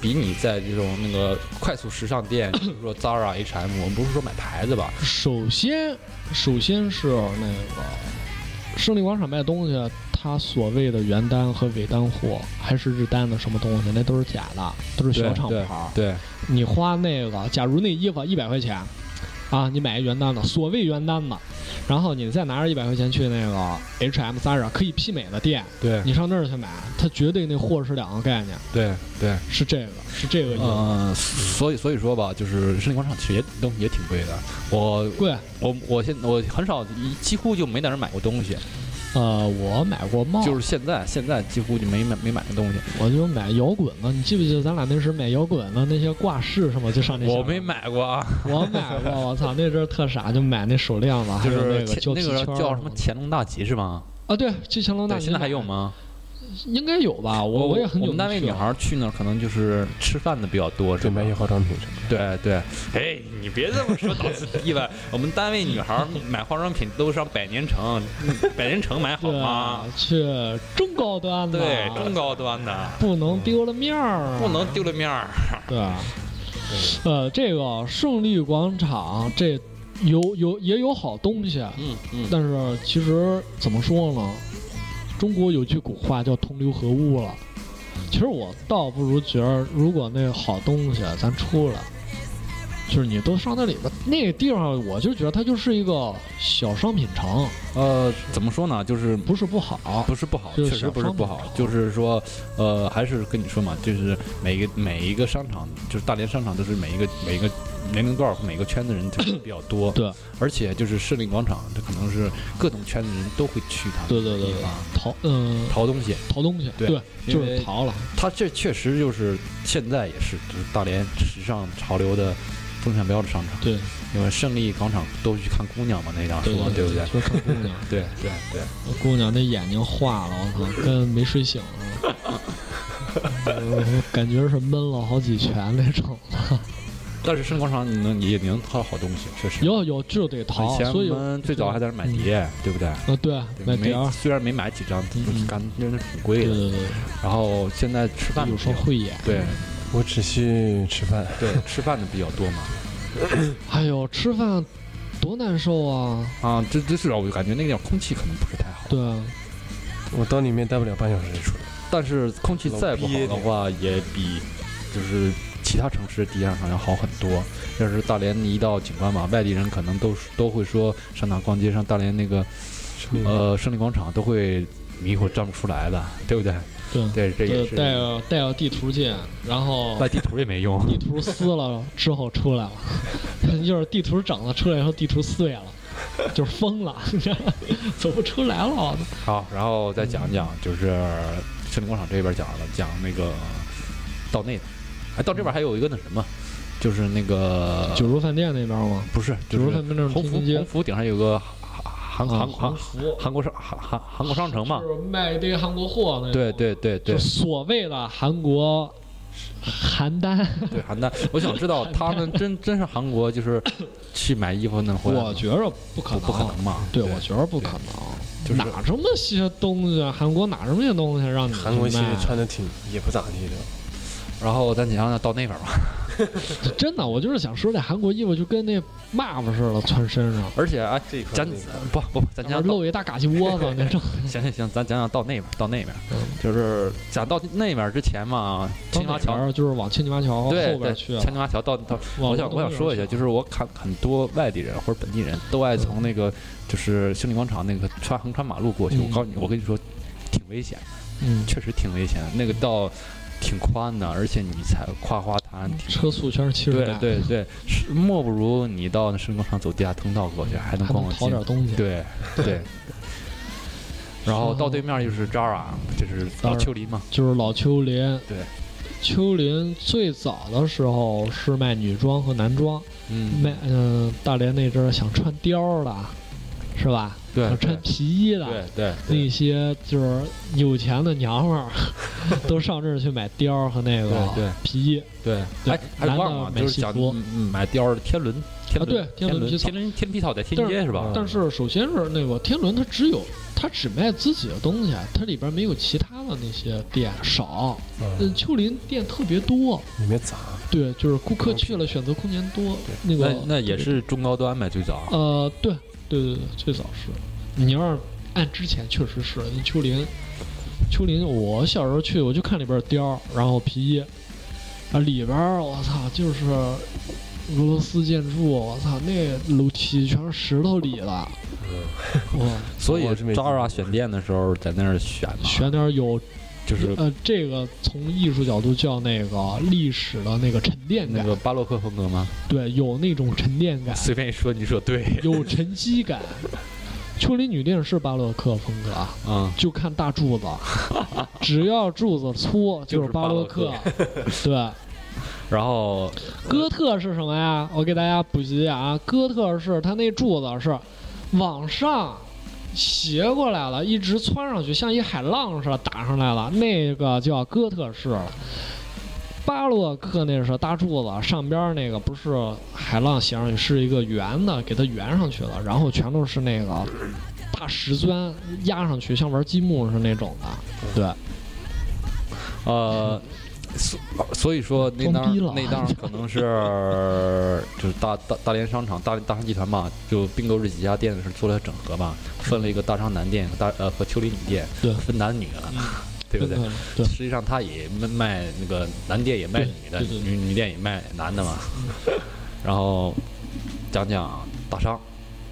Speaker 2: 比你在这种那个快速时尚店，比如说 Zara、H&M，我们不是说买牌子吧，
Speaker 1: 首先，首先是那个胜利广场卖东西，它所谓的原单和伪单货，还是日单的什么东西，那都是假的，都是小厂牌儿。
Speaker 2: 对，
Speaker 1: 你花那个，假如那衣服一百块钱，啊，你买一原单的，所谓原单的，然后你再拿着一百块钱去那个 H&M、Zara 可以媲美的店，
Speaker 2: 对
Speaker 1: 你上那儿去买，它绝对那货是两个概念，
Speaker 2: 对对，
Speaker 1: 是这个，是这个意思。
Speaker 2: 嗯、所以所以说吧，就是胜利广场其实也东西也挺贵的，我
Speaker 1: 贵，
Speaker 2: 我我现我很少几乎就没在那儿买过东西，
Speaker 1: 呃，我买过帽，
Speaker 2: 就是现在现在几乎就没买没买过东西，
Speaker 1: 我就买摇滚的，你记不记得咱俩那时买摇滚的那些挂饰什么？就上那
Speaker 2: 我
Speaker 1: 小
Speaker 2: 没，买过啊，
Speaker 1: 我买过， 我操，那阵儿特傻，就买那手链子，还
Speaker 2: 就
Speaker 1: 有
Speaker 2: 是
Speaker 1: 那个胶
Speaker 2: 乾那
Speaker 1: 皮圈
Speaker 2: 个
Speaker 1: 儿啊
Speaker 2: 叫什
Speaker 1: 的
Speaker 2: 么乾隆大吉是吗？
Speaker 1: 啊？对，去乾隆大
Speaker 2: 对，
Speaker 1: 街
Speaker 2: 现在还有
Speaker 1: 买？
Speaker 2: 吗？
Speaker 1: 应该有吧，我也很久
Speaker 2: 我们单位
Speaker 1: 没去
Speaker 2: 女
Speaker 1: 了
Speaker 2: 孩儿去那儿可能就是吃饭的比较多，
Speaker 3: 就
Speaker 2: 吧
Speaker 3: 买一些化妆品什么
Speaker 2: 对
Speaker 3: 的。
Speaker 2: 对，哎，你别这么说档次低了。我们单位女孩儿买化妆品都上百年城，百年城买好吗？
Speaker 1: 对，去中高端的，啊
Speaker 2: 对，中高端的，
Speaker 1: 不能丢了面儿啊，
Speaker 2: 不能丢了面儿。
Speaker 1: 对啊，呃，这个胜利广场这有有也有好东西，啊
Speaker 2: 嗯嗯，
Speaker 1: 但是其实怎么说呢，中国有句古话叫“同流合污”了。其实我倒不如觉得，如果那好东西咱出来，就是你都上那里边那个地方，我就觉得它就是一个小商品城，
Speaker 2: 呃，怎么说呢？就是
Speaker 1: 不是不好。
Speaker 2: 不是不好，
Speaker 1: 就
Speaker 2: 确
Speaker 1: 是
Speaker 2: 实
Speaker 1: 小
Speaker 2: 不是
Speaker 1: 商
Speaker 2: 不
Speaker 1: 品
Speaker 2: 好，就是说，呃，还是跟你说嘛，就是每一个每一个商场，就是大连商场，都是每一个每一个年龄段儿和每个圈子人就是比较多，
Speaker 1: 对，
Speaker 2: 而且就是胜利广场，这可能是各种圈子人都会去它，
Speaker 1: 对对对对
Speaker 2: 地方，
Speaker 1: 淘嗯
Speaker 2: 淘东西，
Speaker 1: 淘东西，
Speaker 2: 对
Speaker 1: 对，
Speaker 2: 因
Speaker 1: 就
Speaker 2: 为
Speaker 1: 是淘了。
Speaker 2: 它这确实就是现在也是就是大连时尚潮流的风向标的商场，
Speaker 1: 对，
Speaker 2: 因为胜利广场都去看姑娘嘛，那档说
Speaker 1: 对对
Speaker 2: 不对？
Speaker 1: 说看姑娘，
Speaker 2: 对对对，
Speaker 1: 姑娘那眼睛化了，我操，跟没睡醒 似的，呃感觉是闷了好几拳那种。
Speaker 2: 但是胜利广场你能你也能淘到好东西，确实。
Speaker 1: 有啊有就得淘
Speaker 2: 以，前
Speaker 1: 所以
Speaker 2: 我们最早还在那买碟，对不对？
Speaker 1: 啊对，买碟
Speaker 2: 没
Speaker 1: 儿，
Speaker 2: 虽然没买几张，
Speaker 1: 嗯
Speaker 2: 感觉是挺
Speaker 1: 对
Speaker 2: 贵的。
Speaker 1: 对对，
Speaker 2: 然后现在吃饭
Speaker 1: 有
Speaker 2: 的
Speaker 1: 时候
Speaker 2: 比较
Speaker 1: 会演。
Speaker 2: 对
Speaker 3: 我只去吃饭，
Speaker 2: 对，吃饭的比较多嘛。
Speaker 1: 哎呦，吃饭多难受啊！
Speaker 2: 啊，这这是让我就感觉那个地方空气可能不是太好，
Speaker 1: 对，啊
Speaker 3: 我到里面待不了半小时就出来了。
Speaker 2: 但是空气再不好的话，也比就是其他城市的地下商场要好很多。要是大连一到景观嘛，外地人可能都是都会说上哪逛街，上大连那个呃胜利广场都会迷糊站不出来的，对不对？
Speaker 1: 对，啊
Speaker 2: 对，这也
Speaker 1: 对
Speaker 2: 是
Speaker 1: 带个带个地图进，然后
Speaker 2: 卖地图也没用。
Speaker 1: 地图撕了之后出来了， 就是地图整了出来以后，地图碎了，就是疯了， 走不出来了。
Speaker 2: 好，然后再讲讲就是森林广场这边讲了，讲那个道内的，哎，到这边还有一个那什么，就是那个
Speaker 1: 九如饭店那边吗？
Speaker 2: 不是，
Speaker 1: 九
Speaker 2: 就
Speaker 1: 如
Speaker 2: 是
Speaker 1: 呃饭店那
Speaker 2: 鸿
Speaker 1: 天
Speaker 2: 福
Speaker 1: 津街
Speaker 2: 鸿福顶上有个韩韩韩啊韩
Speaker 1: 服
Speaker 2: 韩国商韩韩韩国商城嘛
Speaker 1: 就，是卖一堆韩国货那种。
Speaker 2: 对对对对
Speaker 1: 就所谓的韩国邯郸，
Speaker 2: 对，邯郸，我想知道他们 真真是韩国就是去买衣服那回来吗
Speaker 1: 我觉着不可
Speaker 2: 啊
Speaker 1: 能，
Speaker 2: 不不可能嘛？
Speaker 1: 对，我觉着不可能。
Speaker 2: 就是
Speaker 1: 哪这么些东西啊？韩国哪这么些东西让你
Speaker 3: 韩国
Speaker 1: 去
Speaker 3: 其
Speaker 1: 卖啊
Speaker 3: 实穿的挺也不咋地的，
Speaker 2: 然后咱讲讲到那边吧。
Speaker 1: 真的，我就是想说，这韩国衣服就跟那抹布似的，穿身上，
Speaker 2: 而且哎，
Speaker 3: 这一块
Speaker 2: 咱
Speaker 3: 那一块
Speaker 2: 不不，咱
Speaker 1: 然后
Speaker 2: 讲到
Speaker 1: 露一大嘎叽窝 子那种。
Speaker 2: 行行行，咱讲讲到那边，到那边
Speaker 1: 嗯，
Speaker 2: 就是讲到那边之前嘛，青蛙
Speaker 1: 到哪
Speaker 2: 桥
Speaker 1: 儿就是往青泥洼桥后
Speaker 2: 对
Speaker 1: 边
Speaker 2: 对，
Speaker 1: 去
Speaker 2: 青
Speaker 1: 了。
Speaker 2: 青蛙桥到到，
Speaker 1: 往
Speaker 2: 我想我想说
Speaker 1: 啊
Speaker 2: 一下，就是我看很多外地人或者本地人都爱
Speaker 1: 嗯
Speaker 2: 从那个就是胜利广场那个穿横穿马路过去，我
Speaker 1: 嗯
Speaker 2: 告诉你，我跟你说，挺危险，
Speaker 1: 嗯，
Speaker 2: 确实挺危险的，那个道挺宽的，而且你踩跨花坛挺。
Speaker 1: 嗯车速全是七十
Speaker 2: 对
Speaker 1: 迈，
Speaker 2: 对对，是莫不如你到那胜利广场走地下通道过去，还能
Speaker 1: 还
Speaker 2: 逛
Speaker 1: 能
Speaker 2: 逛
Speaker 1: 淘
Speaker 2: 街。
Speaker 1: 点东西。
Speaker 2: 对 对。然后到对面就是 Zara，就是老
Speaker 1: Zara
Speaker 2: 丘陵嘛，
Speaker 1: 就是老丘陵，
Speaker 2: 对，
Speaker 1: 秋林最早的时候是卖女装和男装，
Speaker 2: 嗯，
Speaker 1: 卖嗯、大连那阵儿想穿貂儿的，是吧？
Speaker 2: 对
Speaker 1: 想穿皮衣的，
Speaker 2: 对对
Speaker 1: 那些就是有钱的娘们儿 都上这儿去买貂儿和那
Speaker 2: 对
Speaker 1: 个
Speaker 2: 对
Speaker 1: 皮衣。
Speaker 2: 对，
Speaker 1: 对
Speaker 2: 哎还还忘了，
Speaker 1: 男的
Speaker 2: 就是讲
Speaker 1: 买西服
Speaker 2: 嗯嗯买貂儿天伦天
Speaker 1: 啊对
Speaker 2: 伦
Speaker 1: 天
Speaker 2: 天
Speaker 1: 伦
Speaker 2: 伦
Speaker 1: 皮草
Speaker 2: 天伦天皮草在天
Speaker 1: 但是
Speaker 2: 街是吧？
Speaker 1: 但是首先是那个天伦，它只有它只卖自己的东西，啊它里边没有其他的那些店少。嗯，
Speaker 3: 嗯，
Speaker 1: 秋林店特别多，
Speaker 3: 里面杂，
Speaker 1: 对，就是顾客去了选择空间多。那
Speaker 2: 那啊
Speaker 1: 个
Speaker 2: 那也是中高端呗，最早。
Speaker 1: 呃，对对对对，最早是，你要是按之前确实是，那秋林，秋林，我小时候去我就看里边儿貂儿，然后皮衣，啊里边儿我操就是俄罗斯建筑，我操那楼梯全是石头里的，哇、
Speaker 2: 所以
Speaker 3: 我是没
Speaker 2: Zara 选店的时候在那儿选嘛，
Speaker 1: 选点儿有
Speaker 2: 就是
Speaker 1: 呃这个从艺术角度叫那个历史的那个沉淀
Speaker 2: 那
Speaker 1: 感，
Speaker 2: 个巴洛克风格吗？
Speaker 1: 对，有那种沉淀感，
Speaker 2: 随便一说，你说对，
Speaker 1: 有沉积感。秋林女店是巴洛克风格啊。
Speaker 2: 嗯，
Speaker 1: 就看大柱 子，只要柱子粗
Speaker 2: 就是
Speaker 1: 是巴洛克。 对，
Speaker 2: 然后
Speaker 1: 哥特是什么呀？我给大家补习一下啊，哥特是它那柱子是往上斜过来了，一直窜上去，像一海浪似的打上来了，那个叫哥特式了。巴洛克那是大柱子，上边那个不是海浪斜上去，是一个圆的，给它圆上去了，然后全都是那个大石砖压上去，像玩积木似的那种的。对，
Speaker 2: 呃，所所以说那
Speaker 1: 装逼
Speaker 2: 当
Speaker 1: 了
Speaker 2: 那当可能是就是大大大连商场大大商集团嘛，就并购这几家店是做了整合嘛，分了一个大商男店和大呃和秋林女店，
Speaker 1: 对
Speaker 2: 分男女了， 对不对？
Speaker 1: 对嗯对
Speaker 2: 实际上他也卖卖那个男店也卖
Speaker 1: 对
Speaker 2: 女的，
Speaker 1: 对对对
Speaker 2: 女女店也卖男的嘛。然后讲讲大商，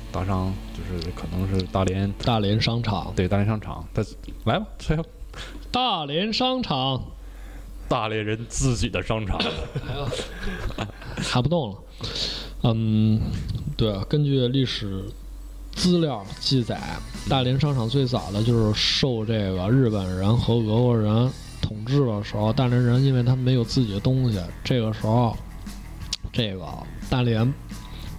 Speaker 2: 大商就是可能是大连
Speaker 1: 大连商场，
Speaker 2: 对大连商场，他来吧，吹吧
Speaker 1: 大连商场
Speaker 2: 大连人自己的商场，
Speaker 1: 喊不动了。嗯，对，根据历史资料记载，大连商场最早的就是受这个日本人和俄国人统治的时候，大连人因为他们没有自己的东西，这个时候，这个大连。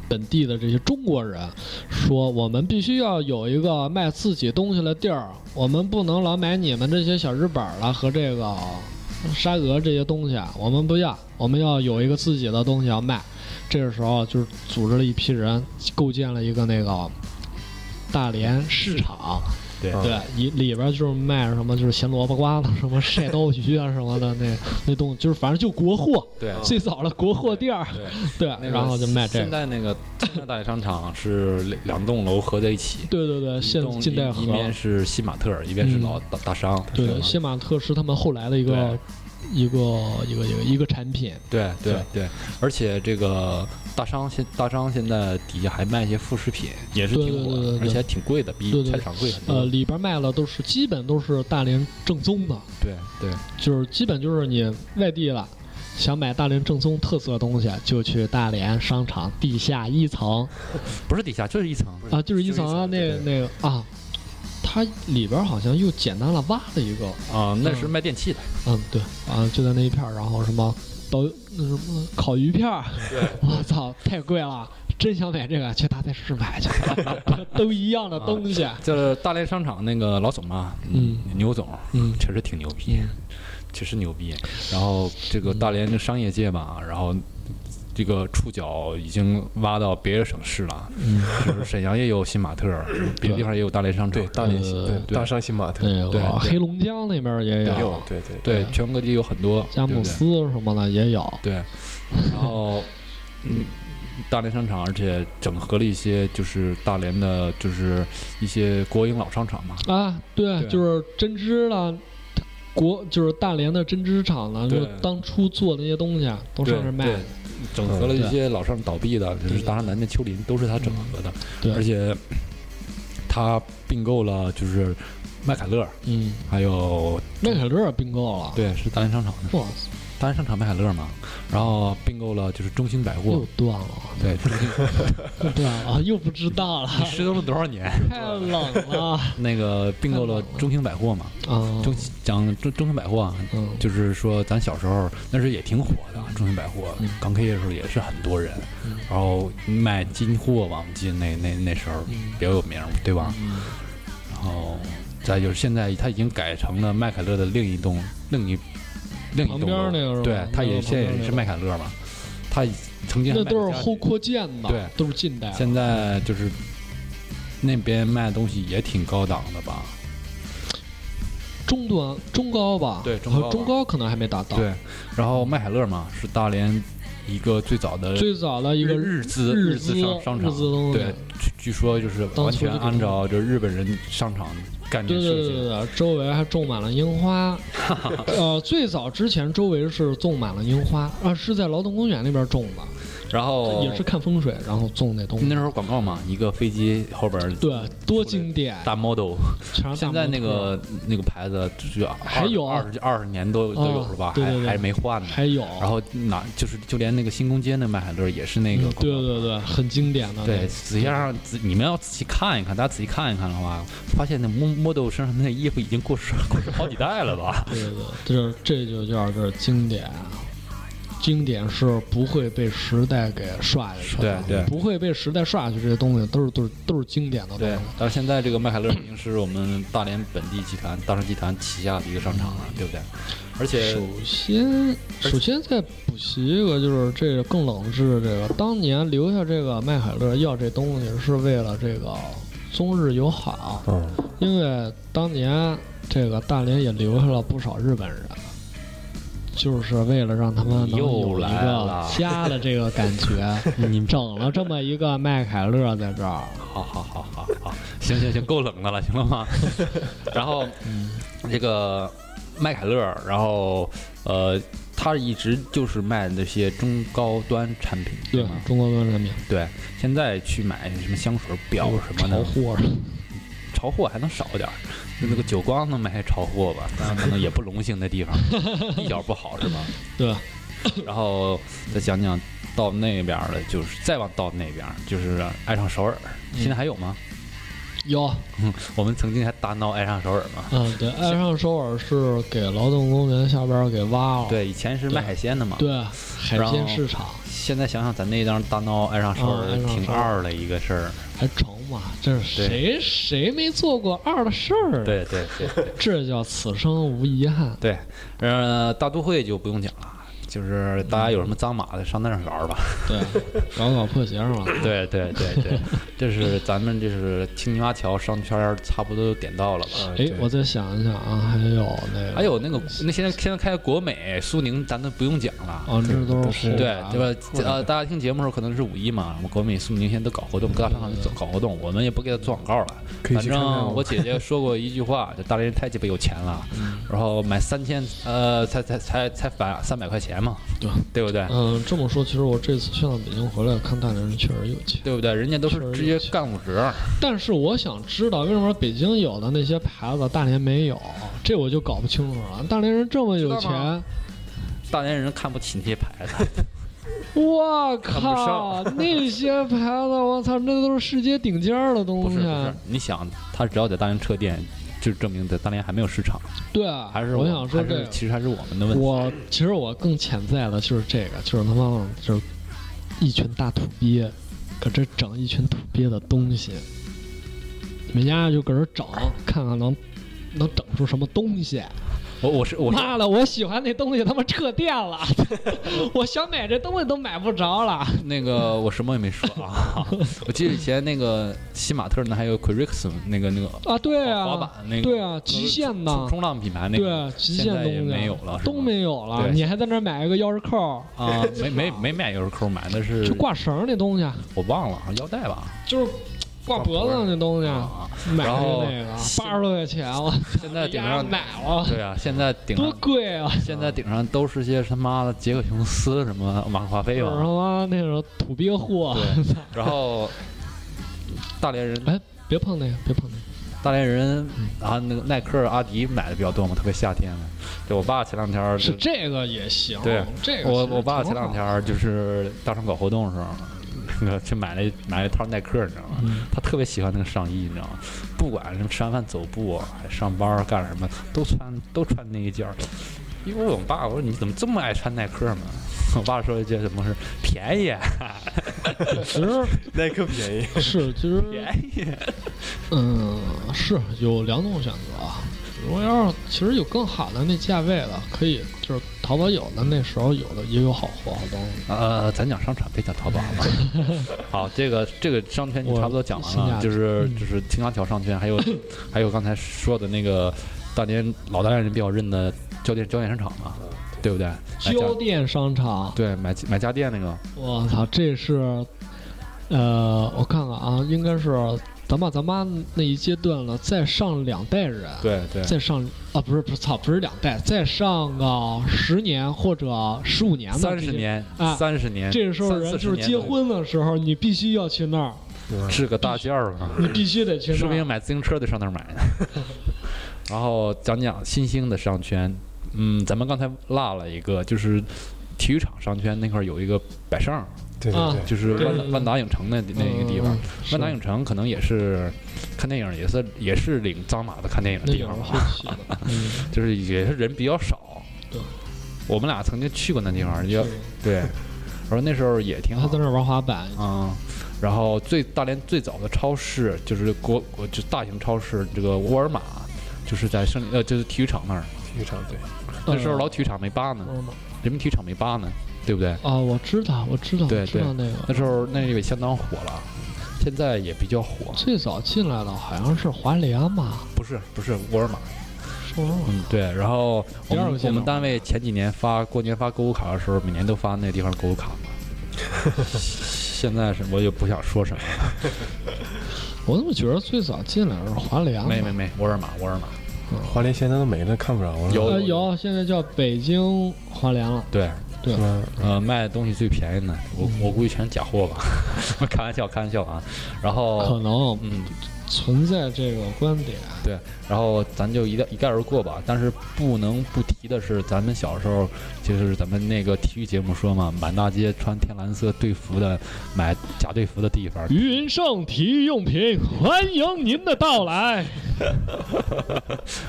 Speaker 1: 本地的这些中国人说：“我们必须要有一个卖自己东西的地儿，我们不能老买你们这些小日本儿了和这个沙俄这些东西啊，我们不要，我们要有一个自己的东西要卖。这个时候就是组织了一批人，构建了一个那个大连市场。
Speaker 2: 对
Speaker 1: 对，里里边就是卖什么，就是咸萝卜瓜子，什么晒刀鱼啊什么的，那那东西就是反正就国货，
Speaker 2: 对啊
Speaker 1: 最早的国货店儿，
Speaker 2: 嗯对。啊
Speaker 1: 对，
Speaker 2: 那个
Speaker 1: 然后就卖这
Speaker 2: 现
Speaker 1: 个。
Speaker 2: 在那个 现在大连商场是两两栋楼合在一起，
Speaker 1: 对对对，
Speaker 2: 一
Speaker 1: 呃现
Speaker 2: 栋
Speaker 1: 近代
Speaker 2: 一一
Speaker 1: 河，
Speaker 2: 边是新马特尔，一边是
Speaker 1: 嗯
Speaker 2: 老大大商，
Speaker 1: 对
Speaker 2: 是
Speaker 1: 对，
Speaker 2: 吗
Speaker 1: 新马特是他们后来的一个一个一个一个一个产品。
Speaker 2: 对对
Speaker 1: 对
Speaker 2: 对，而且这个大商现大商现在底下还卖一些副食品，也是
Speaker 1: 对对
Speaker 2: 挺火
Speaker 1: 对
Speaker 2: 的，
Speaker 1: 对
Speaker 2: 而
Speaker 1: 对
Speaker 2: 且还挺贵的，比
Speaker 1: 对
Speaker 2: 菜
Speaker 1: 对
Speaker 2: 市场贵很
Speaker 1: 呃，
Speaker 2: 多。
Speaker 1: 里边卖了都是基本都是大连正宗的，
Speaker 2: 对对，
Speaker 1: 就是基本就是你外地了，想买大连正宗特色东西，就去大连商场地下一层
Speaker 2: 不是底下就是一层，
Speaker 1: 啊，就是一层啊，那
Speaker 3: 对
Speaker 1: 个那个啊，它里边好像又简单了挖了一个，
Speaker 2: 啊，那是卖电器的，
Speaker 1: 嗯，对啊，就在那一片儿，然后什么刀那什么烤鱼片儿，我操，太贵了。真想买这个，去大菜市买去， 都一样的东西。
Speaker 2: 就是大连商场那个老总嘛，
Speaker 1: 嗯，
Speaker 2: 牛总，
Speaker 1: 嗯，
Speaker 2: 确实挺牛逼，确实牛逼。然后这个大连这商业界吧，然后这个触角已经挖到别的省 市了，
Speaker 1: 嗯
Speaker 2: 就是沈阳也有新马特儿，别的地方也有大连商场
Speaker 3: 对，，大连新
Speaker 1: 呃
Speaker 3: 对
Speaker 2: 对
Speaker 3: 大商新码头，
Speaker 1: 那
Speaker 2: 对
Speaker 1: 个
Speaker 2: 对
Speaker 1: 黑龙江那边也
Speaker 3: 也
Speaker 1: 有
Speaker 3: 有，，对对
Speaker 2: 对，全国各地有很多
Speaker 1: 佳木，斯什么的也有。
Speaker 2: 对不对，对然后嗯。大连商场，而且整合了一些就是大连的，就是一些国营老商场嘛，
Speaker 1: 啊，对，
Speaker 2: 对
Speaker 1: 就是针织了，国就是大连的针织厂了，就
Speaker 2: 对
Speaker 1: 是当初做的那些东西啊都上这儿卖
Speaker 2: 对，对整合了一些老上倒闭的，就是大山南的丘陵都是他整合的，
Speaker 1: 对
Speaker 2: 而且他并购了就是麦凯乐，
Speaker 1: 嗯，
Speaker 2: 还有
Speaker 1: 麦凯乐并购了，
Speaker 2: 对是大连商场的，
Speaker 1: 哇，
Speaker 2: 大连商场买海乐嘛，然后并购了就是中兴百
Speaker 1: 又
Speaker 2: 货，
Speaker 1: 断了，
Speaker 2: 对，中兴
Speaker 1: 又断了， 又不知道了，
Speaker 2: 你失踪了多 少年？
Speaker 1: 太冷 了
Speaker 2: 那个并购了中兴百货嘛，
Speaker 1: 啊！
Speaker 2: 中讲中中兴百货啊，
Speaker 1: 嗯，
Speaker 2: 就是说咱小时候那时候也挺火的，中兴百货
Speaker 1: 嗯
Speaker 2: 刚开业的时候也是很多人，
Speaker 1: 嗯
Speaker 2: 然后卖金货嘛，我记得那那那时候
Speaker 1: 嗯
Speaker 2: 比较有名，对吧？
Speaker 1: 嗯
Speaker 2: 然后哦再就是现在它已经改成了麦凯乐的另一栋另一另一
Speaker 1: 旁
Speaker 2: 栋
Speaker 1: 边
Speaker 2: 楼，
Speaker 1: 那个是吧？
Speaker 2: 对，它也现在也是麦凯乐嘛，它曾经还
Speaker 1: 那
Speaker 2: 卖
Speaker 1: 都
Speaker 2: 过
Speaker 1: 是
Speaker 2: 家
Speaker 1: 后
Speaker 2: 具
Speaker 1: 扩建的，
Speaker 2: 对
Speaker 1: 都是近代的。
Speaker 2: 现在就是那边卖的东西也挺高档的吧？
Speaker 1: 中端、中高吧，
Speaker 2: 对中
Speaker 1: 中
Speaker 2: 高吧
Speaker 1: 中高可能还没达到。，
Speaker 2: 对，然后麦凯乐嘛是大连一个最早的
Speaker 1: 最早的一个
Speaker 2: 日资
Speaker 1: 日
Speaker 2: 资
Speaker 1: 资
Speaker 2: 商商
Speaker 1: 日
Speaker 2: 场，
Speaker 1: 资东西
Speaker 2: 对，据据说就是
Speaker 1: 当
Speaker 2: 完
Speaker 1: 初
Speaker 2: 全
Speaker 1: 就给
Speaker 2: 按照就日本人商场概
Speaker 1: 对对
Speaker 2: 念设
Speaker 1: 对对
Speaker 2: 计的，
Speaker 1: 对，周围还种满了樱 花。呃，最早之前周围是种满了樱花，啊、是在劳动公园那边种的，
Speaker 2: 然后
Speaker 1: 也是看风水，然后种那东西
Speaker 2: 哦那。时候广告嘛，一个飞机后边儿
Speaker 1: 对，多经典！
Speaker 2: 大 model，
Speaker 1: 全是大
Speaker 2: 现在那
Speaker 1: 模特
Speaker 2: 个那个牌子就是二
Speaker 1: 还有啊嗯
Speaker 2: 二十二十年都都有了吧，
Speaker 1: 对对
Speaker 2: 还
Speaker 1: 对
Speaker 2: 还没换呢。
Speaker 1: 还有，啊
Speaker 2: 然后哪就是就连那个新宫街那麦海乐也是那个
Speaker 1: 嗯
Speaker 2: 广告
Speaker 1: 对对对，很经典的那个。
Speaker 2: 对，仔细让仔你们要仔细看一看，大家仔细看一看的话，发现那 model 身上那衣服已经过时过时好几代 了吧？
Speaker 1: 对对对，这这就叫这经典啊。经典是不会被时代给刷下去的，
Speaker 2: 对对
Speaker 1: 不会被时代刷下去。这些东西都是都是都是经典的东
Speaker 2: 对
Speaker 1: 西。，
Speaker 2: 但是现在这个麦凯乐已经是我们大连本地集团大成集团旗下的一个商场了，对不对？而且
Speaker 1: 首先，
Speaker 2: 而
Speaker 1: 首先再补习一个，就是这个更冷知识。这个当年留下这个麦凯乐要这东西，是为了这个中日友好，
Speaker 3: 嗯，
Speaker 1: 因为当年这个大连也留下了不少日本人，就是为了让他们能有
Speaker 2: 又
Speaker 1: 一
Speaker 2: 来
Speaker 1: 个
Speaker 2: 了
Speaker 1: 家的这个感 觉，你整了这么一个麦凯乐在这儿，
Speaker 2: 好好好好好，行行行，够冷的了，行了 吗？然后嗯这个麦凯乐，然后呃，他一直就是卖那些中高端产品，
Speaker 1: 对
Speaker 2: 吗？
Speaker 1: 中国文产品
Speaker 2: 对，现在去买什么香水、表什么
Speaker 1: 潮
Speaker 2: 的，
Speaker 1: 货是吧
Speaker 2: 潮货还能少点儿，就那个久光能买些潮货 吧，当然可能也不隆兴的地方，地角不好是吧？
Speaker 1: 对，
Speaker 2: 然后再讲讲到那边儿了，就是再往到那边儿，就是爱上首尔，现在还有吗？
Speaker 1: 有
Speaker 2: 我们曾经还大闹爱上首尔嘛。
Speaker 1: 嗯，对，爱上首尔是给劳动公园下边儿给挖了，
Speaker 2: 对，以前是卖海鲜的嘛。。
Speaker 1: 哦对，海
Speaker 2: 然后
Speaker 1: 鲜市场
Speaker 2: 现在想想，咱那张大闹爱上首
Speaker 1: 啊
Speaker 2: 尔
Speaker 1: 爱上
Speaker 2: 挺
Speaker 1: 首尔
Speaker 2: 二的一个 事儿。
Speaker 1: 还成嘛？这是谁谁没做过二的事儿？，
Speaker 2: 对对对对。
Speaker 1: 这叫此生无遗憾。
Speaker 2: 对，呃，大都会就不用讲了，就是大家有什么脏马的上那儿玩 吧。
Speaker 1: 对， 搞搞破鞋是吧？
Speaker 2: 对对对对，这是咱们这是青泥洼桥商圈儿差不多点到了吧。
Speaker 1: 哎，我再想一想啊，还有那个，
Speaker 2: 呃还有那个，那现在现在开国美、苏宁，咱都不用讲了。
Speaker 1: 哦，这都是
Speaker 3: 对
Speaker 1: 后
Speaker 2: 对
Speaker 1: 来
Speaker 2: 对吧？呃，大家听节目的时候可能是五一嘛，我们国美、苏宁现在都搞活动，各大商场都搞活动，我们也不给他做广告了。
Speaker 3: 可以
Speaker 2: 反
Speaker 3: 去看看哦
Speaker 2: 正我姐 姐说过一句话，就大连人太鸡巴有钱了，
Speaker 1: 嗯
Speaker 2: 然后买三千，呃，才才才才返三百块钱嘛，
Speaker 1: 对
Speaker 2: 对不对？
Speaker 1: 嗯，这么说，其实我这次去趟北京回来，看大连人确实有钱。
Speaker 2: 对不对？人家都是
Speaker 1: 确实
Speaker 2: 直
Speaker 1: 有
Speaker 2: 接
Speaker 1: 钱
Speaker 2: 干五折，
Speaker 1: 但是我想知道，为什么北京有的那些牌子，大连没有？这我就搞不清楚了。大连人这么有
Speaker 2: 知道
Speaker 1: 钱
Speaker 2: 吗，大连人看不起那些牌子。
Speaker 1: 我
Speaker 2: 看不
Speaker 1: 靠，那些牌子，我操，那都是世界顶尖儿的
Speaker 2: 不
Speaker 1: 东
Speaker 2: 是
Speaker 1: 西
Speaker 2: 不
Speaker 1: 啊。
Speaker 2: 是，你想，他只要在大连撤店，就证明在大连还没有市场，
Speaker 1: 对啊，
Speaker 2: 还是
Speaker 1: 我
Speaker 2: 们
Speaker 1: 想说
Speaker 2: 还
Speaker 1: 这
Speaker 2: 是
Speaker 1: 个。
Speaker 2: 其实还是我们的问题。
Speaker 1: 我其实我更潜在的就是这个，就是他妈的，就是一群大土鳖，搁这整一群土鳖的东西，你们家就搁这整，看看能能整出什么东西。
Speaker 2: 我我是我是
Speaker 1: 妈的，我喜欢那东西，他妈撤店了， 我想买这东西都买不着 了。
Speaker 2: 那个我什么也没说 啊， 我记得以前那个新马特呢，还有 Quirixon 那个那个
Speaker 1: 啊，对
Speaker 2: 滑
Speaker 1: 啊，
Speaker 2: 板那个
Speaker 1: 对啊，极限呐
Speaker 2: 冲，冲浪品牌那个
Speaker 1: 对，啊极
Speaker 2: 现
Speaker 1: 限
Speaker 2: 在
Speaker 1: 东
Speaker 2: 也
Speaker 1: 西
Speaker 2: 没有了，是
Speaker 1: 都
Speaker 2: 吗
Speaker 1: 没有了，
Speaker 2: 对
Speaker 1: 你还在那儿买一个钥匙扣，
Speaker 2: 啊，没没没买钥匙扣，买的是
Speaker 1: 就挂绳儿那东西，啊
Speaker 2: 我忘了腰带吧
Speaker 1: 就是挂脖子上那东西。
Speaker 2: 啊，
Speaker 1: 买
Speaker 2: 然后
Speaker 1: 的那个八十多块钱，我
Speaker 2: 现在顶
Speaker 1: 哎呀
Speaker 2: 上
Speaker 1: 买了，
Speaker 2: 对啊，现在顶
Speaker 1: 多
Speaker 2: 上
Speaker 1: 贵啊！
Speaker 2: 现在顶上都是些他妈的杰克琼斯什么马克华菲
Speaker 1: 就是他
Speaker 2: 吧，
Speaker 1: 妈那种土鳖货，
Speaker 2: 对，然后大连人
Speaker 1: 哎，别碰那个，别碰那个，
Speaker 2: 大连人啊，那个耐克、阿迪买的比较多嘛，特别夏天嘛。就我爸前两天儿
Speaker 1: 是
Speaker 2: 就
Speaker 1: 这个也行，
Speaker 2: 对
Speaker 1: 这个
Speaker 2: 我
Speaker 1: 其实
Speaker 2: 我爸
Speaker 1: 挺
Speaker 2: 前两
Speaker 1: 好
Speaker 2: 天儿就是大成搞活动的时候，那个 去买了一买了一套耐克，你知道吗？
Speaker 1: 嗯
Speaker 2: 他特别喜欢那个上衣，你知道吗？不管是吃完饭走步啊，还是上班儿干什么，都穿都穿那一件儿。因为我爸我说你怎么这么爱穿耐克嘛？ 我爸说一句什么是便宜，啊
Speaker 1: 其实
Speaker 3: 耐克便宜，
Speaker 1: 是其实
Speaker 2: 便宜。
Speaker 1: 嗯，是有两种选择啊。如果要是其实有更好的那价位了，可以就是淘宝有的那时候有的也有好货好东西。
Speaker 2: 呃，咱讲商场，别讲淘宝好吧？ 好，这个这个商圈就
Speaker 1: 我
Speaker 2: 差不多讲完
Speaker 1: 性价
Speaker 2: 了，
Speaker 1: 比
Speaker 2: 就是
Speaker 1: 嗯
Speaker 2: 就是青钢桥商圈，还 有还有刚才说的那个大连老大连人比较认的交店交店商场嘛，对不对？买家
Speaker 1: 交店商场，
Speaker 2: 对买买家电那个，
Speaker 1: 我操，这是呃，我看看啊，应该是咱爸咱妈那一阶段了，再上两代人，
Speaker 2: 对对
Speaker 1: 再上啊，不是不是操，不是两代，再上个十年或者十五年吧，
Speaker 2: 三十
Speaker 1: 这些。
Speaker 2: 年
Speaker 1: 啊，
Speaker 2: 三十年，
Speaker 1: 这时候
Speaker 2: 三
Speaker 1: 人
Speaker 2: 四十
Speaker 1: 就是
Speaker 2: 年
Speaker 1: 结
Speaker 2: 都有
Speaker 1: 婚的时候，你必须要去那儿，
Speaker 2: 是个大件儿 嘛，
Speaker 1: 你必须得去那儿。
Speaker 2: 说不定买自行车得上那儿买呢。 然后讲讲新兴的商圈，嗯，咱们刚才落了一个，就是体育场商圈那块儿有一个百盛，
Speaker 3: 对
Speaker 1: 啊
Speaker 3: 对
Speaker 2: 就是
Speaker 1: 对
Speaker 2: 万达万达影城那那一个地方
Speaker 1: 嗯，，
Speaker 2: 万达影城可能也是看电影也是也是领脏马子看电影的
Speaker 1: 那
Speaker 2: 地
Speaker 1: 有
Speaker 2: 方吧
Speaker 1: 后，期的， 嗯，
Speaker 2: 就是也是人比较少
Speaker 1: 对。
Speaker 2: 我们俩曾经去过那地方，就是对，我说那时候也挺
Speaker 1: 他
Speaker 2: 好
Speaker 1: 在那儿玩滑板，
Speaker 2: 啊、然后最大连最早的超市就是国国就大型超市这个沃尔玛，就是在胜利呃就是体育场那儿，
Speaker 3: 体育场对，
Speaker 2: 那时候
Speaker 1: 呃
Speaker 2: 老体育场没扒呢，
Speaker 1: 玩吗
Speaker 2: 人民体育场没扒呢，对不对？
Speaker 1: 嗯啊，我知道，我知道，
Speaker 2: 对
Speaker 1: 我知道那个。
Speaker 2: 那时候那也相当火了，现在也比较火，
Speaker 1: 最早进来的好像是华联吧，
Speaker 2: 不是不是沃尔玛。
Speaker 1: 是沃尔玛。
Speaker 2: 嗯，对。然后我
Speaker 1: 第二个
Speaker 2: 们
Speaker 1: 阶
Speaker 2: 我
Speaker 1: 段
Speaker 2: 们单位前几年发过年发购物卡的时候，每年都发那地方购物卡嘛。现在是我也不想说什么了，
Speaker 1: 我怎么觉得最早进来的是华联？啊
Speaker 2: 没没。没，沃尔玛沃尔玛，
Speaker 3: 华联现在都没了，看不着了，
Speaker 2: 有
Speaker 1: 呃，有，现在叫北京华联了。
Speaker 2: 对，
Speaker 3: 是吗？
Speaker 2: 呃，卖的东西最便宜的，我
Speaker 1: 嗯
Speaker 2: 我估计全是假货吧， 开玩笑开玩笑啊。然
Speaker 1: 可
Speaker 2: 后
Speaker 1: 能
Speaker 2: 嗯，
Speaker 1: 存在这个观点，
Speaker 2: 对，然后咱就一概一概而过吧。但是不能不提的是，咱们小时候就是咱们那个体育节目说嘛，满大街穿天蓝色队服的，买假队服的地方，
Speaker 1: 云盛体育用品欢迎您的到来。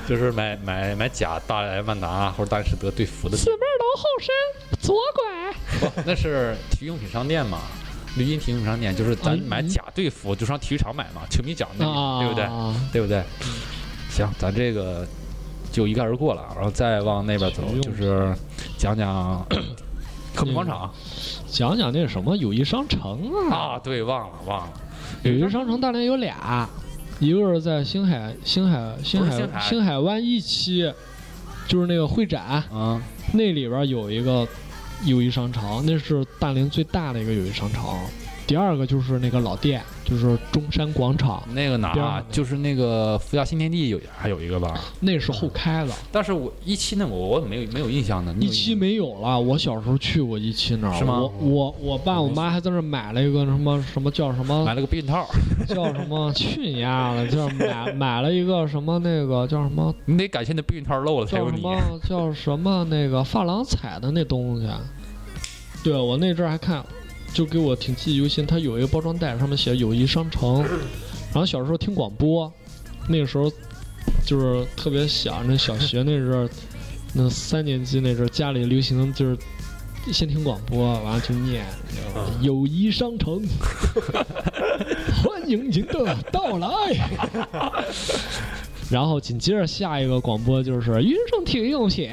Speaker 2: 就是买买买假大连万达或者大连实德队服的，
Speaker 1: 边楼后身左拐。
Speaker 2: 那是体育用品商店嘛。绿茵体育用品商店就是咱
Speaker 1: 啊
Speaker 2: 买
Speaker 1: 嗯
Speaker 2: 假队服，就上体育场买嘛，球迷角那
Speaker 1: 啊，
Speaker 2: 里，对不对？对不对？行，咱这个就一概而过了，然后再往那边走
Speaker 1: 体育，用
Speaker 2: 就是讲讲 科普广场
Speaker 1: 讲讲那什么友谊商城啊？
Speaker 2: 啊，对，忘了忘了，
Speaker 1: 友
Speaker 2: 嗯
Speaker 1: 谊商城大连有俩，一个是在星海星海星
Speaker 2: 不是星海
Speaker 1: 海星海湾一期，就是那个会展
Speaker 2: 嗯，
Speaker 1: 那里边有一个友谊商城，那是大连最大的一个友谊商城。第二个就是那个老店，就是中山广场，
Speaker 2: 那个哪
Speaker 1: 边
Speaker 2: 儿
Speaker 1: 上，那
Speaker 2: 就是那个福佳新天地有还有一个吧，
Speaker 1: 那是后开的，
Speaker 2: 但是我一期那我我怎么没有没有印象呢？你
Speaker 1: 一
Speaker 2: 有印
Speaker 1: 期
Speaker 2: 象
Speaker 1: 没有了。我小时候去过一期那儿，
Speaker 2: 嗯是吗
Speaker 1: 我我我爸我妈还在那儿买了一个什么什么叫什么
Speaker 2: 买了个 避孕套，
Speaker 1: 叫什么？去你丫的！就是买买了一个什么那个叫什么
Speaker 2: 你得感谢那避孕套漏了才
Speaker 1: 叫
Speaker 2: 有
Speaker 1: 什
Speaker 2: 你。
Speaker 1: 么叫什么那个发廊采的那东西。啊对啊我那阵儿还看，就给我挺记忆犹新。它有一个包装袋，上面写“友谊商城”。然后小时候听广播，那个时候就是特别小，那小学那阵儿，那三年级那阵儿，家里流行就是先听广播，完了就念“友谊商城”， 欢迎您的到来。然后紧接着下一个广播就是云盛体育用品，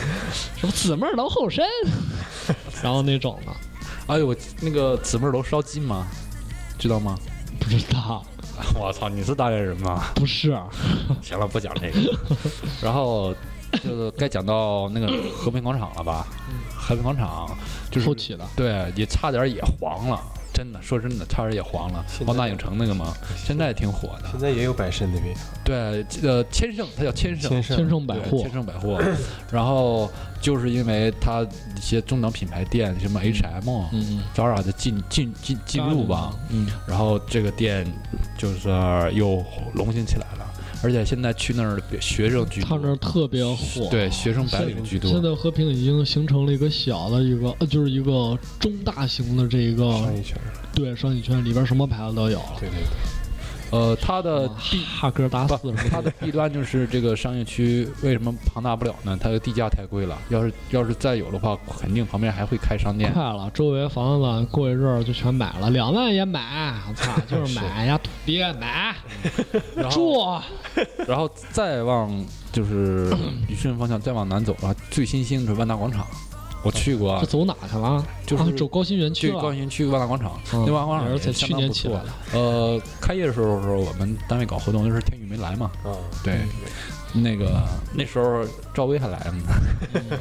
Speaker 1: 什么姊妹楼后身， 然后那种的，
Speaker 2: 哎呦，我那个姊妹楼烧鸡吗？知道吗？
Speaker 1: 不知道，
Speaker 2: 我操，你是大连人吗？
Speaker 1: 不是，
Speaker 2: 行了，不讲这个。然后就是该讲到那个和平广场了吧？和平广场就是
Speaker 1: 后起的，
Speaker 2: 对，也差点也黄了，真的，说真的，差点也黄了
Speaker 3: 现。在
Speaker 2: 万达影城那个嘛，现在也挺火的
Speaker 3: 现。在也有百盛那边，
Speaker 2: 对，呃，千盛，它叫千盛。
Speaker 3: 千
Speaker 1: 千
Speaker 3: 盛
Speaker 1: 盛百
Speaker 2: 啊对
Speaker 1: 货
Speaker 2: 千，盛百货，然后就是因为它一些中等品牌店，什么 H&M、
Speaker 1: 嗯，
Speaker 2: Zara 的进进进进入吧，，
Speaker 1: 嗯，
Speaker 2: 然后这个店就是又红隆兴起来了。而且现在去那儿的学生居
Speaker 1: 他那儿
Speaker 2: 多，
Speaker 1: 特别火，
Speaker 2: 对学生白领居
Speaker 1: 现
Speaker 2: 多，
Speaker 1: 在和平已经形成了一个小的一个，呃，就是一个中大型的这个
Speaker 3: 上一圈儿，
Speaker 1: 对商业圈里边什么牌子都有了。啊
Speaker 2: 对对对。呃，它的地
Speaker 1: 哈根达斯
Speaker 2: 不
Speaker 1: 什，
Speaker 2: 它
Speaker 1: 么
Speaker 2: 的
Speaker 1: 的，
Speaker 2: 弊端就是这个商业区为什么庞大不了呢？它的地价太贵了。要是要是再有的话，肯定旁边还会开商店。
Speaker 1: 快了，周围房子过一阵儿就全买了，两万也买，我 操，就是买呀，土鳖买
Speaker 2: 然后，啊
Speaker 1: 住，
Speaker 2: 然后再往 就是旅顺方向再往南走啊，最新兴的是万达广场，我去过啊
Speaker 1: 这，走哪去了？
Speaker 2: 就是
Speaker 1: 啊走高新园区
Speaker 2: 去
Speaker 1: 了。
Speaker 2: 高新区万达广场，
Speaker 1: 嗯
Speaker 2: 那万达广场
Speaker 1: 也是在
Speaker 2: 也相
Speaker 1: 去
Speaker 2: 当
Speaker 1: 年
Speaker 2: 不
Speaker 1: 起
Speaker 2: 错
Speaker 1: 来。的，
Speaker 2: 呃，开业的时候，时候我们单位搞活动，那时候天宇没来嘛，
Speaker 3: 啊，
Speaker 2: 对，那个那时候赵薇还来呢，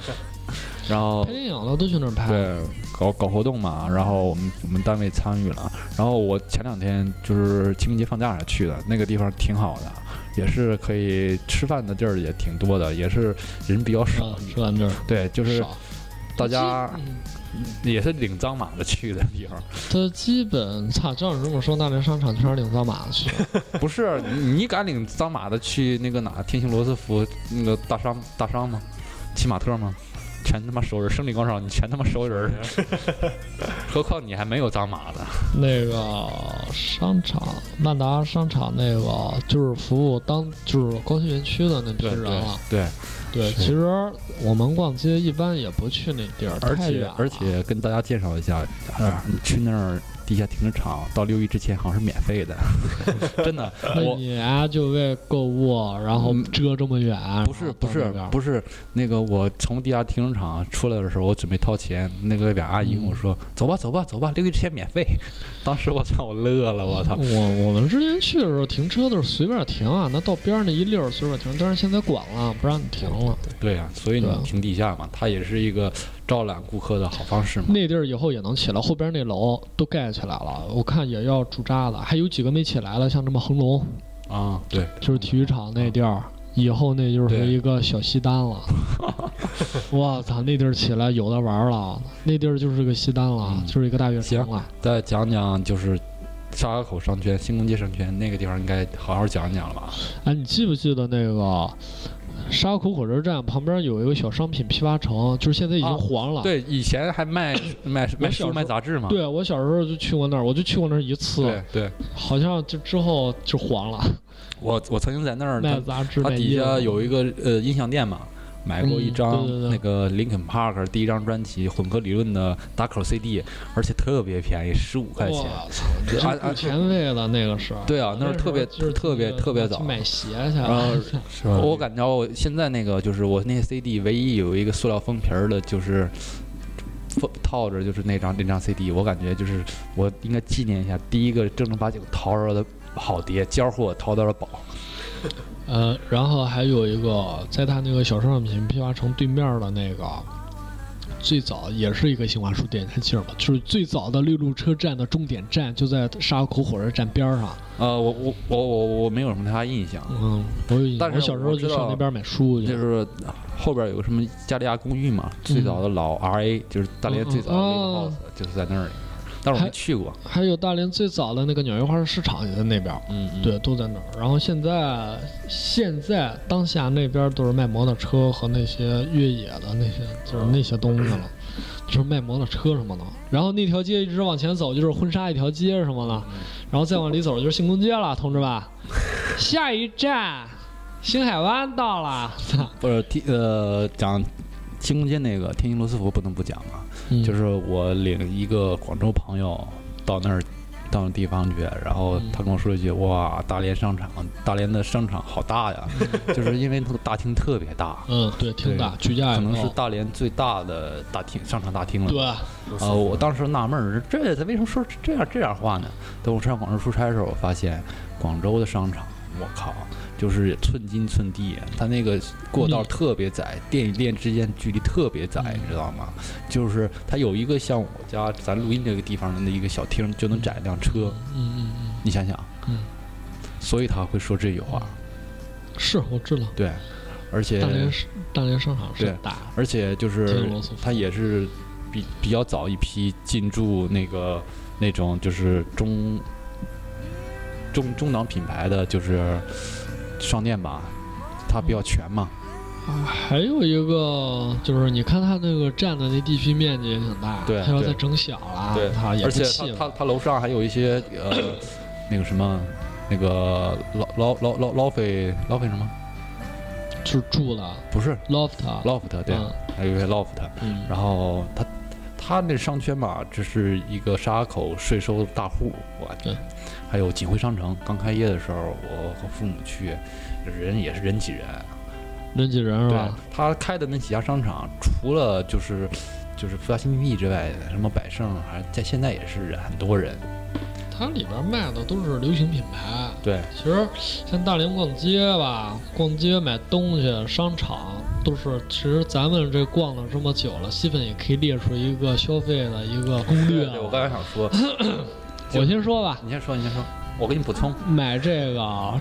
Speaker 2: 然后
Speaker 1: 拍电影了都去那儿拍。
Speaker 2: 对，搞搞活动嘛，然后我们我们单位参与了，然后我前两天就是清明节放假去的，那个地方挺好的，也是可以吃饭的地儿也挺多的，也是人比较少
Speaker 1: 啊，，吃完这儿
Speaker 2: 对，就是
Speaker 1: 少
Speaker 2: 大家
Speaker 1: 基嗯
Speaker 2: 也是领脏马的去的地方，
Speaker 1: 他基本操，照你这么说，大连商场全是领造马的去。
Speaker 2: 不是你你敢领脏马的去那个哪天星罗斯福那个大商大商吗？骑马特吗？全他妈熟人，胜利广场你全他妈熟人儿， 何况你还没有脏马呢。
Speaker 1: 那个商场，万达商场那个就是服务当就是高新园区的那批人了。
Speaker 2: 对，
Speaker 1: 对，
Speaker 2: 是
Speaker 1: 其实我们逛街一般也不去那地儿，
Speaker 2: 而
Speaker 1: 太远
Speaker 2: 且
Speaker 1: 了
Speaker 2: 而且跟大家介绍一下，啊，你去那儿地下停车场到六一之前好像是免费 的，真 的。
Speaker 1: 那
Speaker 2: 我嗯
Speaker 1: 你啊就为购物，然后遮这么远，
Speaker 2: 不是不是
Speaker 1: 是，
Speaker 2: 不是那个，我从地下停车场出来的时候，我准备掏钱，那个俩阿姨跟我说：“走吧走吧走吧，六一之前免费。” 当时我操，我乐了，我操！
Speaker 1: 我我们之前去的时候停车都是随便停啊，那到边上那一溜儿随便停，但是现在管了，不让你停了。
Speaker 2: 对呀、所以你
Speaker 1: 对啊
Speaker 2: 停地下嘛，它也是一个招揽顾客的好方式嘛。
Speaker 1: 那地儿以后也能起来，后边那楼都盖起来了，我看也要驻扎了，还有几个没起来了，像什么恒隆，
Speaker 2: 啊，对，
Speaker 1: 就是体育场那地儿，以后那就是
Speaker 2: 对
Speaker 1: 一个小西单 了。我操，那地儿起来有的玩儿了，那地儿就是个西单了，
Speaker 2: 嗯
Speaker 1: 就是一个大悦城了。
Speaker 2: 再讲讲就是沙河口商圈、新工街商圈那个地方，应该好好讲讲了吧？
Speaker 1: 哎，你记不记得那个沙河口火车站旁边有一个小商品批发城，就是现在已经
Speaker 2: 啊
Speaker 1: 黄了。
Speaker 2: 对，以前还 卖卖卖
Speaker 1: 小时
Speaker 2: 书、
Speaker 1: 候
Speaker 2: 卖杂志嘛。
Speaker 1: 对，我小时候就去过那儿，我就去过那儿一次
Speaker 2: 啊对，对，
Speaker 1: 好像就之后就黄了。
Speaker 2: 我我曾经在那儿，
Speaker 1: 卖
Speaker 2: 它
Speaker 1: 杂志，
Speaker 2: 它
Speaker 1: 卖
Speaker 2: 底
Speaker 1: 衣
Speaker 2: 下
Speaker 1: 服
Speaker 2: 有一个呃音像店嘛。买过一
Speaker 1: 嗯
Speaker 2: 张
Speaker 1: 对对对
Speaker 2: 那个林肯帕克第一张专辑混合理论的打口 CD，而且特别便宜，十五块钱。
Speaker 1: 哇操，
Speaker 2: 对
Speaker 1: 这
Speaker 2: 按
Speaker 1: 够
Speaker 2: 按
Speaker 1: 前卫了，那个是。
Speaker 2: 对啊，那是特别
Speaker 1: 就是
Speaker 2: 特别
Speaker 1: 那个
Speaker 2: 特别早
Speaker 1: 去。买鞋去
Speaker 2: 然后
Speaker 1: 了。
Speaker 3: 是吧？
Speaker 2: 我感觉我现在那个就是我那些 CD 唯一有一个塑料封皮儿的，就是封套着就是那张那张 CD，我感觉就是我应该纪念一下第一个正儿八经淘着的好碟，交货淘到了宝。
Speaker 1: 呃，然后还有一个，在他那个小商品批发城对面的那个，最早也是一个新华书店，你还记得吗？就是最早的绿路车站的终点站就在沙河口火车站边儿上。
Speaker 2: 呃，我我我我我没有什么太大印象，
Speaker 1: 嗯，我有印象
Speaker 2: 但是
Speaker 1: 我小时候
Speaker 2: 我知
Speaker 1: 就
Speaker 2: 道
Speaker 1: 上那边买书去。
Speaker 2: 就是后边有个什么加利亚公寓嘛，最早的老 RA 就是大连最早的那个
Speaker 1: 嗯
Speaker 2: house 就是在那儿里，但是我
Speaker 1: 还
Speaker 2: 没去过。
Speaker 1: 还有大连最早的那个鸟鱼花市场也在那边儿。
Speaker 2: 嗯，嗯，
Speaker 1: 对，都在那儿。然后现在现在当下那边都是卖摩托车和那些越野的那些，就是那些东西了，就是卖摩托车什么的。然后那条街一直往前走就是婚纱一条街什么的，
Speaker 2: 嗯
Speaker 1: 然后再往里走就是兴工街了，同志 们。下一站，星海湾到 了。
Speaker 2: 不是第呃讲新空间那个天津罗斯福不能不讲嘛。
Speaker 1: 嗯
Speaker 2: 就是我领一个广州朋友到那儿，到那地方去，然后他跟我说一句：“哇，大连商场，大连的商场好大呀！”就是因为那个大厅特别大，
Speaker 1: 嗯，对，挺大，举架
Speaker 2: 可
Speaker 1: 也
Speaker 2: 能是
Speaker 1: 高。
Speaker 2: 大连最大的大厅商场大厅了。
Speaker 1: 哎哦对，
Speaker 2: 啊、我当时纳闷儿，这他为什么说这样这样话呢？等我上广州出差的时候，我发现广州的商场，我靠，就是寸金寸地，它那个过道
Speaker 1: 密
Speaker 2: 特别窄，店与店之间距离特别窄，
Speaker 1: 嗯
Speaker 2: 你知道吗？就是它有一个像我家咱录音这个地方的一个小厅，就能载一辆车，
Speaker 1: 嗯嗯嗯，
Speaker 2: 你想想，
Speaker 1: 嗯
Speaker 2: 所以他会说这句话，
Speaker 1: 是我知道，
Speaker 2: 对，而且
Speaker 1: 大连嗯是大连商场是
Speaker 2: 对
Speaker 1: 大的。
Speaker 2: 而且就是
Speaker 1: 挺有罗斯福
Speaker 2: 他也是比比较早一批进驻那个那种就是中中中档品牌的，就是商店吧，它比较全嘛。
Speaker 1: 啊还有一个就是，你看它那个占的那地区面积也挺大，
Speaker 2: 对
Speaker 1: 它要
Speaker 2: 对
Speaker 1: 再整小了
Speaker 2: 对，
Speaker 1: 它也
Speaker 2: 而
Speaker 1: 不
Speaker 2: 且
Speaker 1: 气
Speaker 2: 它它它楼上还有一些呃那个什么那个老老老老老费老费什么？
Speaker 1: 就是住的
Speaker 2: 不是
Speaker 1: loft，
Speaker 2: loft 对，
Speaker 1: 嗯
Speaker 2: 还有一个 loft，
Speaker 1: 嗯，
Speaker 2: 然后他他那商圈吧，这是一个沙口税收大户，我
Speaker 1: 对。
Speaker 2: 还有锦汇商城刚开业的时候，我和父母去，人也是人挤人。
Speaker 1: 人挤人是
Speaker 2: 对
Speaker 1: 吧？，
Speaker 2: 他开的那几家商场，除了就是就是福大新天地之外，什么百盛，还在现在也是很多人。
Speaker 1: 它里边卖的都是流行品牌，
Speaker 2: 对，
Speaker 1: 其实像大连逛街吧，逛街买东西、商场都是，其实咱们这逛了这么久了，基本也可以列出一个消费的一个攻略
Speaker 2: 对对，我
Speaker 1: 了。
Speaker 2: 刚才想说，
Speaker 1: 我先说吧，
Speaker 2: 你先说，你先说，我给你补充。
Speaker 1: 买这个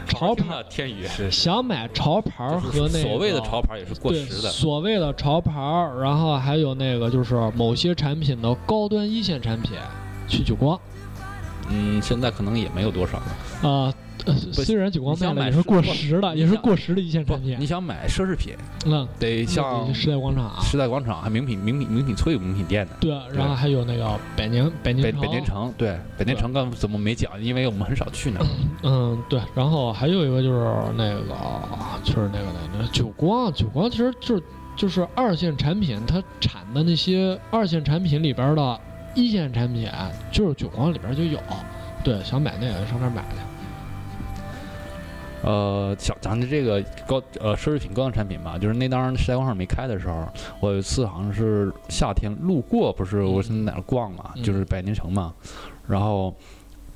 Speaker 1: 潮
Speaker 2: 听
Speaker 1: 牌，
Speaker 2: 了天宇，
Speaker 1: 想买潮牌儿和那个
Speaker 2: 所谓的潮牌也是过
Speaker 1: 对，
Speaker 2: 时的。
Speaker 1: 所谓的潮牌儿，然后还有那个就是某些产品的高端一线产品，去久光
Speaker 2: 嗯，现在可能也没有多少了。
Speaker 1: 啊、呃虽然久光
Speaker 2: 你
Speaker 1: 卖
Speaker 2: 想
Speaker 1: 的
Speaker 2: 买
Speaker 1: 也是
Speaker 2: 是
Speaker 1: 过
Speaker 2: 不
Speaker 1: 时的，
Speaker 2: 你
Speaker 1: 也是
Speaker 2: 想
Speaker 1: 过时的一线
Speaker 2: 不
Speaker 1: 产，品
Speaker 2: 你。想买奢侈品，
Speaker 1: 嗯，
Speaker 2: 得像
Speaker 1: 时代广场啊，
Speaker 2: 时代广场、还名品、名品、名品翠有名品店呢。
Speaker 1: 对，然后还有那个百年百年
Speaker 2: 北北年城，对北年城刚怎么没讲？因为我们很少去呢。
Speaker 1: 哦嗯，对，然后还有一个就是那个，就是那个那个久光，久光其实就是就是二线产品，它产的那些二线产品里边儿的一线产品，就是久光里边儿就有，对，想买那个上那儿买去，
Speaker 2: 呃，小咱的这个高呃奢侈品高端产品吧，就是那当时时代广场没开的时候，我有一次好像是夏天路过，不是我是哪儿逛嘛，
Speaker 1: 嗯
Speaker 2: 就是百年城嘛，然后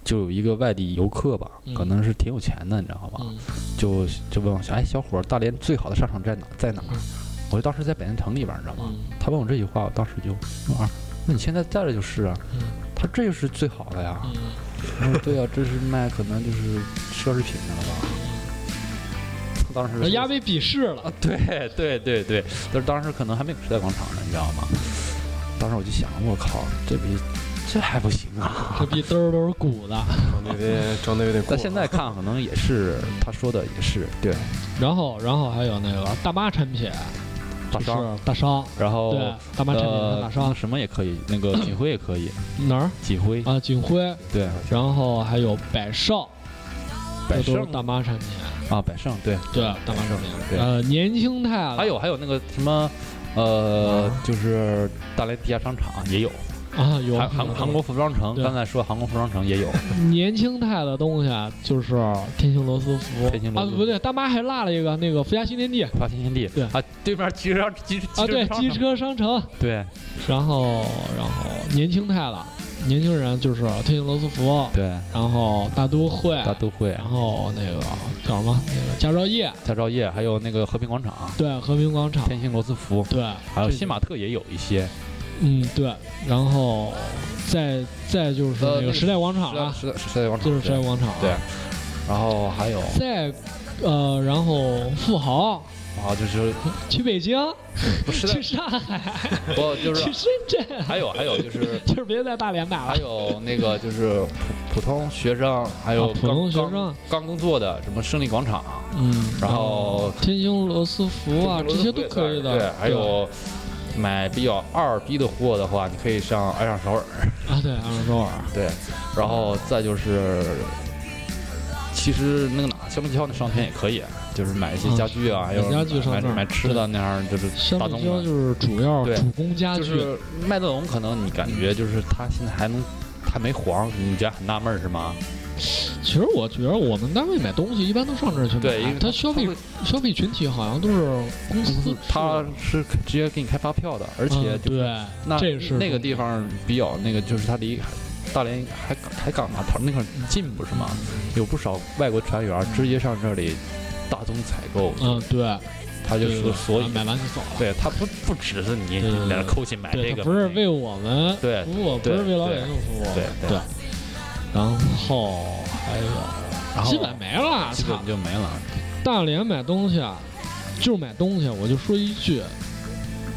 Speaker 2: 就有一个外地游客吧，
Speaker 1: 嗯
Speaker 2: 可能是挺有钱的，你知道吧？
Speaker 1: 嗯，
Speaker 2: 就就问我小哎小伙儿，大连最好的商场在哪在哪儿？我就当时在百年城里边儿，你知道吗？
Speaker 1: 嗯
Speaker 2: 他问我这句话，我当时就啊，那你现在在这就是啊
Speaker 1: 嗯。
Speaker 2: 他这就是最好的呀。
Speaker 1: 嗯
Speaker 2: 我说对啊，这是卖可能就是奢侈品的了吧？他当时
Speaker 1: 嗯，压被鄙视了，
Speaker 2: 啊，对对对对，但是当时可能还没有时代广场呢，你知道吗？当时我就想，我靠，这比这还不行啊！
Speaker 1: 这逼兜儿都是鼓的。
Speaker 3: 装的有点装的有点过。
Speaker 2: 但现在看，可能也是他说的也是对，
Speaker 1: 然后然后还有那个大妈产品，
Speaker 2: 大
Speaker 1: 就是
Speaker 2: 商，
Speaker 1: 大商，
Speaker 2: 然后
Speaker 1: 对，大妈产品和大
Speaker 2: 呃，
Speaker 1: 商
Speaker 2: 什么也可以，那 个锦辉也可以，
Speaker 1: 哪儿
Speaker 2: 锦辉
Speaker 1: 啊？锦辉，
Speaker 2: 对，
Speaker 1: 然后还有百盛，
Speaker 2: 百
Speaker 1: 这都是
Speaker 2: 盛
Speaker 1: 大妈产品，
Speaker 2: 啊，百盛对，
Speaker 1: 对，大妈产品，
Speaker 2: 对
Speaker 1: 呃，年轻态了，
Speaker 2: 还有还有那个什么，呃，就是大连地下商场也有，
Speaker 1: 啊，有
Speaker 2: 韩韩
Speaker 1: 有
Speaker 2: 韩国服装城，
Speaker 1: 对
Speaker 2: 刚才说韩国服装城也有，
Speaker 1: 年轻态的东西啊，就是天星罗斯福，
Speaker 2: 天星罗斯
Speaker 1: 啊，不对，大妈还落了一个那个福家新天地
Speaker 2: 发新天地，
Speaker 1: 对
Speaker 2: 啊，对面机车机机
Speaker 1: 啊，对，机
Speaker 2: 车
Speaker 1: 车商城，
Speaker 2: 对
Speaker 1: 然后然后年轻态了，年轻人就是天星罗斯福，
Speaker 2: 对
Speaker 1: 然后大都会，啊
Speaker 2: 大都会啊
Speaker 1: 然后那个叫什么那个佳兆业，
Speaker 2: 佳兆业，还有那个和平广场、
Speaker 1: 对，和平广场，
Speaker 2: 天星罗斯福，
Speaker 1: 对，
Speaker 2: 还
Speaker 1: 啊
Speaker 2: 有
Speaker 1: 这些
Speaker 2: 新马特也有一些，
Speaker 1: 嗯，对，然后再再就是那
Speaker 2: 呃那
Speaker 1: 个
Speaker 2: 个
Speaker 1: 时代广场
Speaker 2: 时代
Speaker 1: 了，
Speaker 2: 时代时代广
Speaker 1: 啊就是
Speaker 2: 场，
Speaker 1: 时代
Speaker 2: 对
Speaker 1: 广场啊，
Speaker 2: 对然后还有
Speaker 1: 再呃，然后富豪
Speaker 2: 啊， 就是
Speaker 1: 去北京、
Speaker 2: 不是
Speaker 1: 去上海、
Speaker 2: 不就是
Speaker 1: 去深圳，
Speaker 2: 还有还有就是。
Speaker 1: 就是别在大连买
Speaker 2: 还
Speaker 1: 了。
Speaker 2: 有那个就是普普通学生，还有
Speaker 1: 啊普
Speaker 2: 刚
Speaker 1: 通学
Speaker 2: 刚
Speaker 1: 生，
Speaker 2: 刚工作的什么胜利广场，
Speaker 1: 嗯，
Speaker 2: 然后
Speaker 1: 天津罗斯福啊，这
Speaker 2: 中国
Speaker 1: 些
Speaker 2: 的
Speaker 1: 都可以的。
Speaker 2: 对，还有买比较二逼的货的话，你可以上爱上首尔。
Speaker 1: 啊，对，昂首尔，
Speaker 2: 对，然后再就是，其实那个哪，香槟桥那商圈也可以，啊就是买一些
Speaker 1: 嗯
Speaker 2: 家具啊，还有
Speaker 1: 买家具上
Speaker 2: 买
Speaker 1: 那儿
Speaker 2: 买吃的那样，就是
Speaker 1: 香
Speaker 2: 大
Speaker 1: 槟
Speaker 2: 宗
Speaker 1: 胶
Speaker 2: 的。
Speaker 1: 就是主要
Speaker 2: 对
Speaker 1: 主攻家
Speaker 2: 就
Speaker 1: 具，
Speaker 2: 是麦德龙，可能你感觉就是它现在还能，它没黄，你觉得很纳闷儿是吗？
Speaker 1: 其实我觉得我们单位买东西一般都上这儿去买，
Speaker 2: 对，因为
Speaker 1: 它消费
Speaker 2: 会
Speaker 1: 消费群体好像都是公司，
Speaker 2: 它是直接给你开发票的，而
Speaker 1: 而
Speaker 2: 且就是
Speaker 1: 对，
Speaker 2: 那
Speaker 1: 这是
Speaker 2: 那个地方比较那个，就是它离大连海港海港码头那块儿近，不是吗？有不少外国船员直接上这里大宗采购，
Speaker 1: 嗯，对，
Speaker 2: 他就
Speaker 1: 对啊
Speaker 2: 说，所以
Speaker 1: 买完就走了。
Speaker 2: 对他不不只是
Speaker 1: 对
Speaker 2: 你
Speaker 1: 对
Speaker 2: 你在那
Speaker 1: 对
Speaker 2: 抠去买
Speaker 1: 对，
Speaker 2: 这
Speaker 1: 他
Speaker 2: 个，
Speaker 1: 不是为我们
Speaker 2: 对
Speaker 1: 服务，不
Speaker 2: 对
Speaker 1: 是为老百
Speaker 2: 对
Speaker 1: 姓服务，
Speaker 2: 对对
Speaker 1: 对。然后还有，
Speaker 2: 然后
Speaker 1: 基本没了。
Speaker 2: 哦基
Speaker 1: 操
Speaker 2: 本，就没了。
Speaker 1: 大连买东西啊，就是买东西，我就说一句。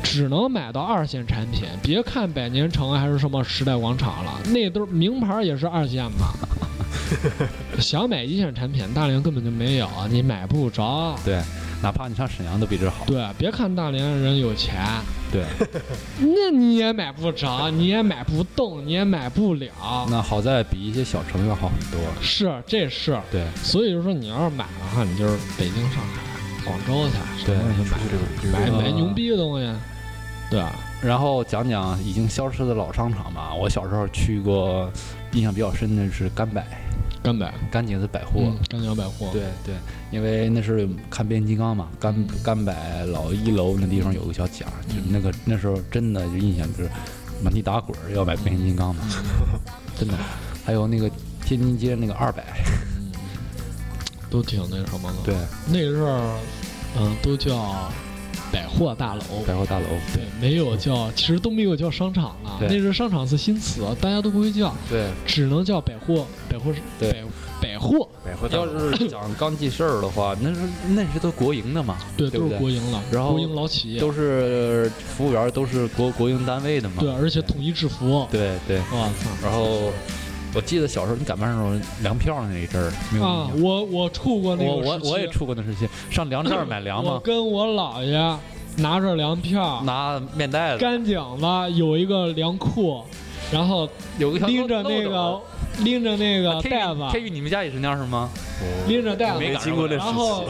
Speaker 1: 只能买到二线产品，别看百 年城还是什么时代广场了，那都是名牌也是二线嘛。想买一线产品，大连根本就没有，啊你买不着。
Speaker 2: 哪怕你上沈阳都比这好。
Speaker 1: 对，别看大连人有钱，
Speaker 2: 对，
Speaker 1: 那你也买不着，你也买不动，你也买不了。
Speaker 2: 那好在比一些小城要好很多。
Speaker 1: 是，这是。
Speaker 2: 对
Speaker 1: 所以就说你要是买的话，你就是北京、上海、广州去，
Speaker 2: 对
Speaker 1: 什么东西
Speaker 3: 出去溜
Speaker 1: 去
Speaker 3: 溜
Speaker 1: 买买
Speaker 2: 溜
Speaker 1: 买
Speaker 2: 达
Speaker 1: 牛逼的东西，对吧？
Speaker 2: 然后讲讲已经消失的老商场吧。我小时候去过，印象比较深的是甘柏，
Speaker 1: 干百
Speaker 2: 甘井的百货。
Speaker 1: 嗯，干小百货，
Speaker 2: 对对，因为那时候看变形金刚嘛，甘甘柏老一楼那地方有个小角儿，就那个
Speaker 1: 嗯
Speaker 2: 那时候真的就印象就是满地打滚儿要买变形金刚嘛，
Speaker 1: 嗯
Speaker 2: 真的。还有那个天津街那个二百，
Speaker 1: 都挺那什么的。，
Speaker 2: 对，
Speaker 1: 那个阵儿，嗯，都叫百货大楼。
Speaker 2: 百货大楼，
Speaker 1: 对，没有叫，其实都没有叫商场了。
Speaker 2: 对
Speaker 1: 那是商场是新词，啊大家都不会叫，
Speaker 2: 对
Speaker 1: 只能叫百货，百货，
Speaker 2: 对
Speaker 1: 百百货，
Speaker 3: 百货大
Speaker 2: 要
Speaker 3: 楼
Speaker 2: 是讲刚记事儿的话，那是那是都国营的嘛，
Speaker 1: 对，
Speaker 2: 对
Speaker 1: 都
Speaker 2: 不
Speaker 1: 是
Speaker 2: 对
Speaker 1: 国营了，
Speaker 2: 然后
Speaker 1: 国营老企业，
Speaker 2: 都是服务员儿都是国国营单位的嘛。
Speaker 1: 对，而且统一制服，
Speaker 2: 对对。
Speaker 1: 我操！
Speaker 2: 然后我记得小时候你赶班的时候粮票那一阵儿，没有印
Speaker 1: 啊
Speaker 2: 象，
Speaker 1: 我我处过那
Speaker 2: 我
Speaker 1: 个时
Speaker 2: 我
Speaker 1: 期，啊
Speaker 2: 我也出过那时期，上粮站买粮
Speaker 1: 我
Speaker 2: 嘛，
Speaker 1: 跟我姥爷拿着粮票，
Speaker 2: 拿面袋子，
Speaker 1: 干井子有一个粮库，然后
Speaker 2: 有个小
Speaker 1: 拎着那个拎着那个袋子，
Speaker 2: 啊天宇，你们家也是那样是吗？
Speaker 1: 拎着袋子，
Speaker 2: 没
Speaker 3: 没
Speaker 2: 赶
Speaker 3: 经过这时
Speaker 1: 然后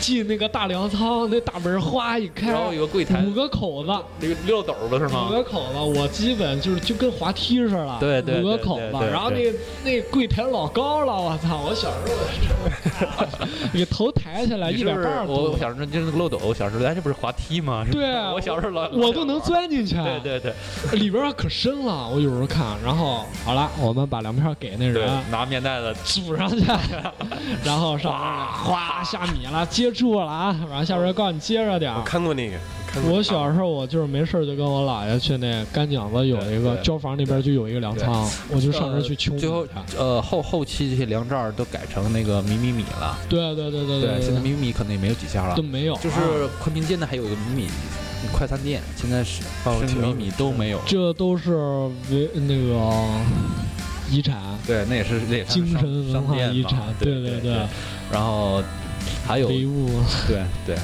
Speaker 3: 期，
Speaker 1: 进那个大粮仓，那大门哗一开
Speaker 2: 然，后有个啊柜台
Speaker 1: 五，个口子。
Speaker 2: 那个溜斗子是
Speaker 1: 五
Speaker 2: 吗？
Speaker 1: 个口子，我基本就是就跟滑梯似的，
Speaker 2: 对对
Speaker 1: 五个
Speaker 2: 对
Speaker 1: 口
Speaker 2: 对
Speaker 1: 子，
Speaker 2: 对
Speaker 1: 然后那那柜台老高了，我操！我小时候我真 是给头抬起来
Speaker 2: 你
Speaker 1: 啊一
Speaker 2: 是
Speaker 1: 百
Speaker 2: 不是
Speaker 1: 八十
Speaker 2: 我
Speaker 1: 多
Speaker 2: 我，小时候就是那个漏斗，我小时候哎这不是滑梯吗？是吧
Speaker 1: 对啊
Speaker 2: 我小时候老
Speaker 1: 我都能。钻进去，啊
Speaker 2: 对对对
Speaker 1: 里边儿可深了，我有时候看。然后好了，我们把粮票给那
Speaker 2: 对
Speaker 1: 人，
Speaker 2: 拿面袋子
Speaker 1: 煮上 去，然后上哗下米了，接住了啊！然后下边告诉你接着点儿
Speaker 3: 我。看过那个，看过
Speaker 1: 我小时候我就是没事儿就跟我姥爷去那干井子有一个
Speaker 2: 对对
Speaker 1: 交房那边就有一个粮仓，我就上那儿去清
Speaker 2: 最后
Speaker 1: 米去
Speaker 2: 呃后后期这些粮站儿都改成那个米米米了，
Speaker 1: 对对对对
Speaker 2: 现
Speaker 1: 对，
Speaker 2: 在米米米可能也没有几家了
Speaker 1: 都，没有啊，
Speaker 2: 就是昆明街呢还有一个米米快餐店，现在是
Speaker 3: 哦
Speaker 2: 甚至
Speaker 3: 挺
Speaker 2: 米米都没有。
Speaker 1: 这都是为那个遗产。
Speaker 2: 对，那也是那也算
Speaker 1: 精
Speaker 2: 是商
Speaker 1: 神文
Speaker 2: 商
Speaker 1: 化
Speaker 2: 店
Speaker 1: 遗
Speaker 2: 嘛
Speaker 1: 产，
Speaker 2: 对
Speaker 1: 对
Speaker 2: 对。然后还有
Speaker 1: 唯物。
Speaker 2: 对对，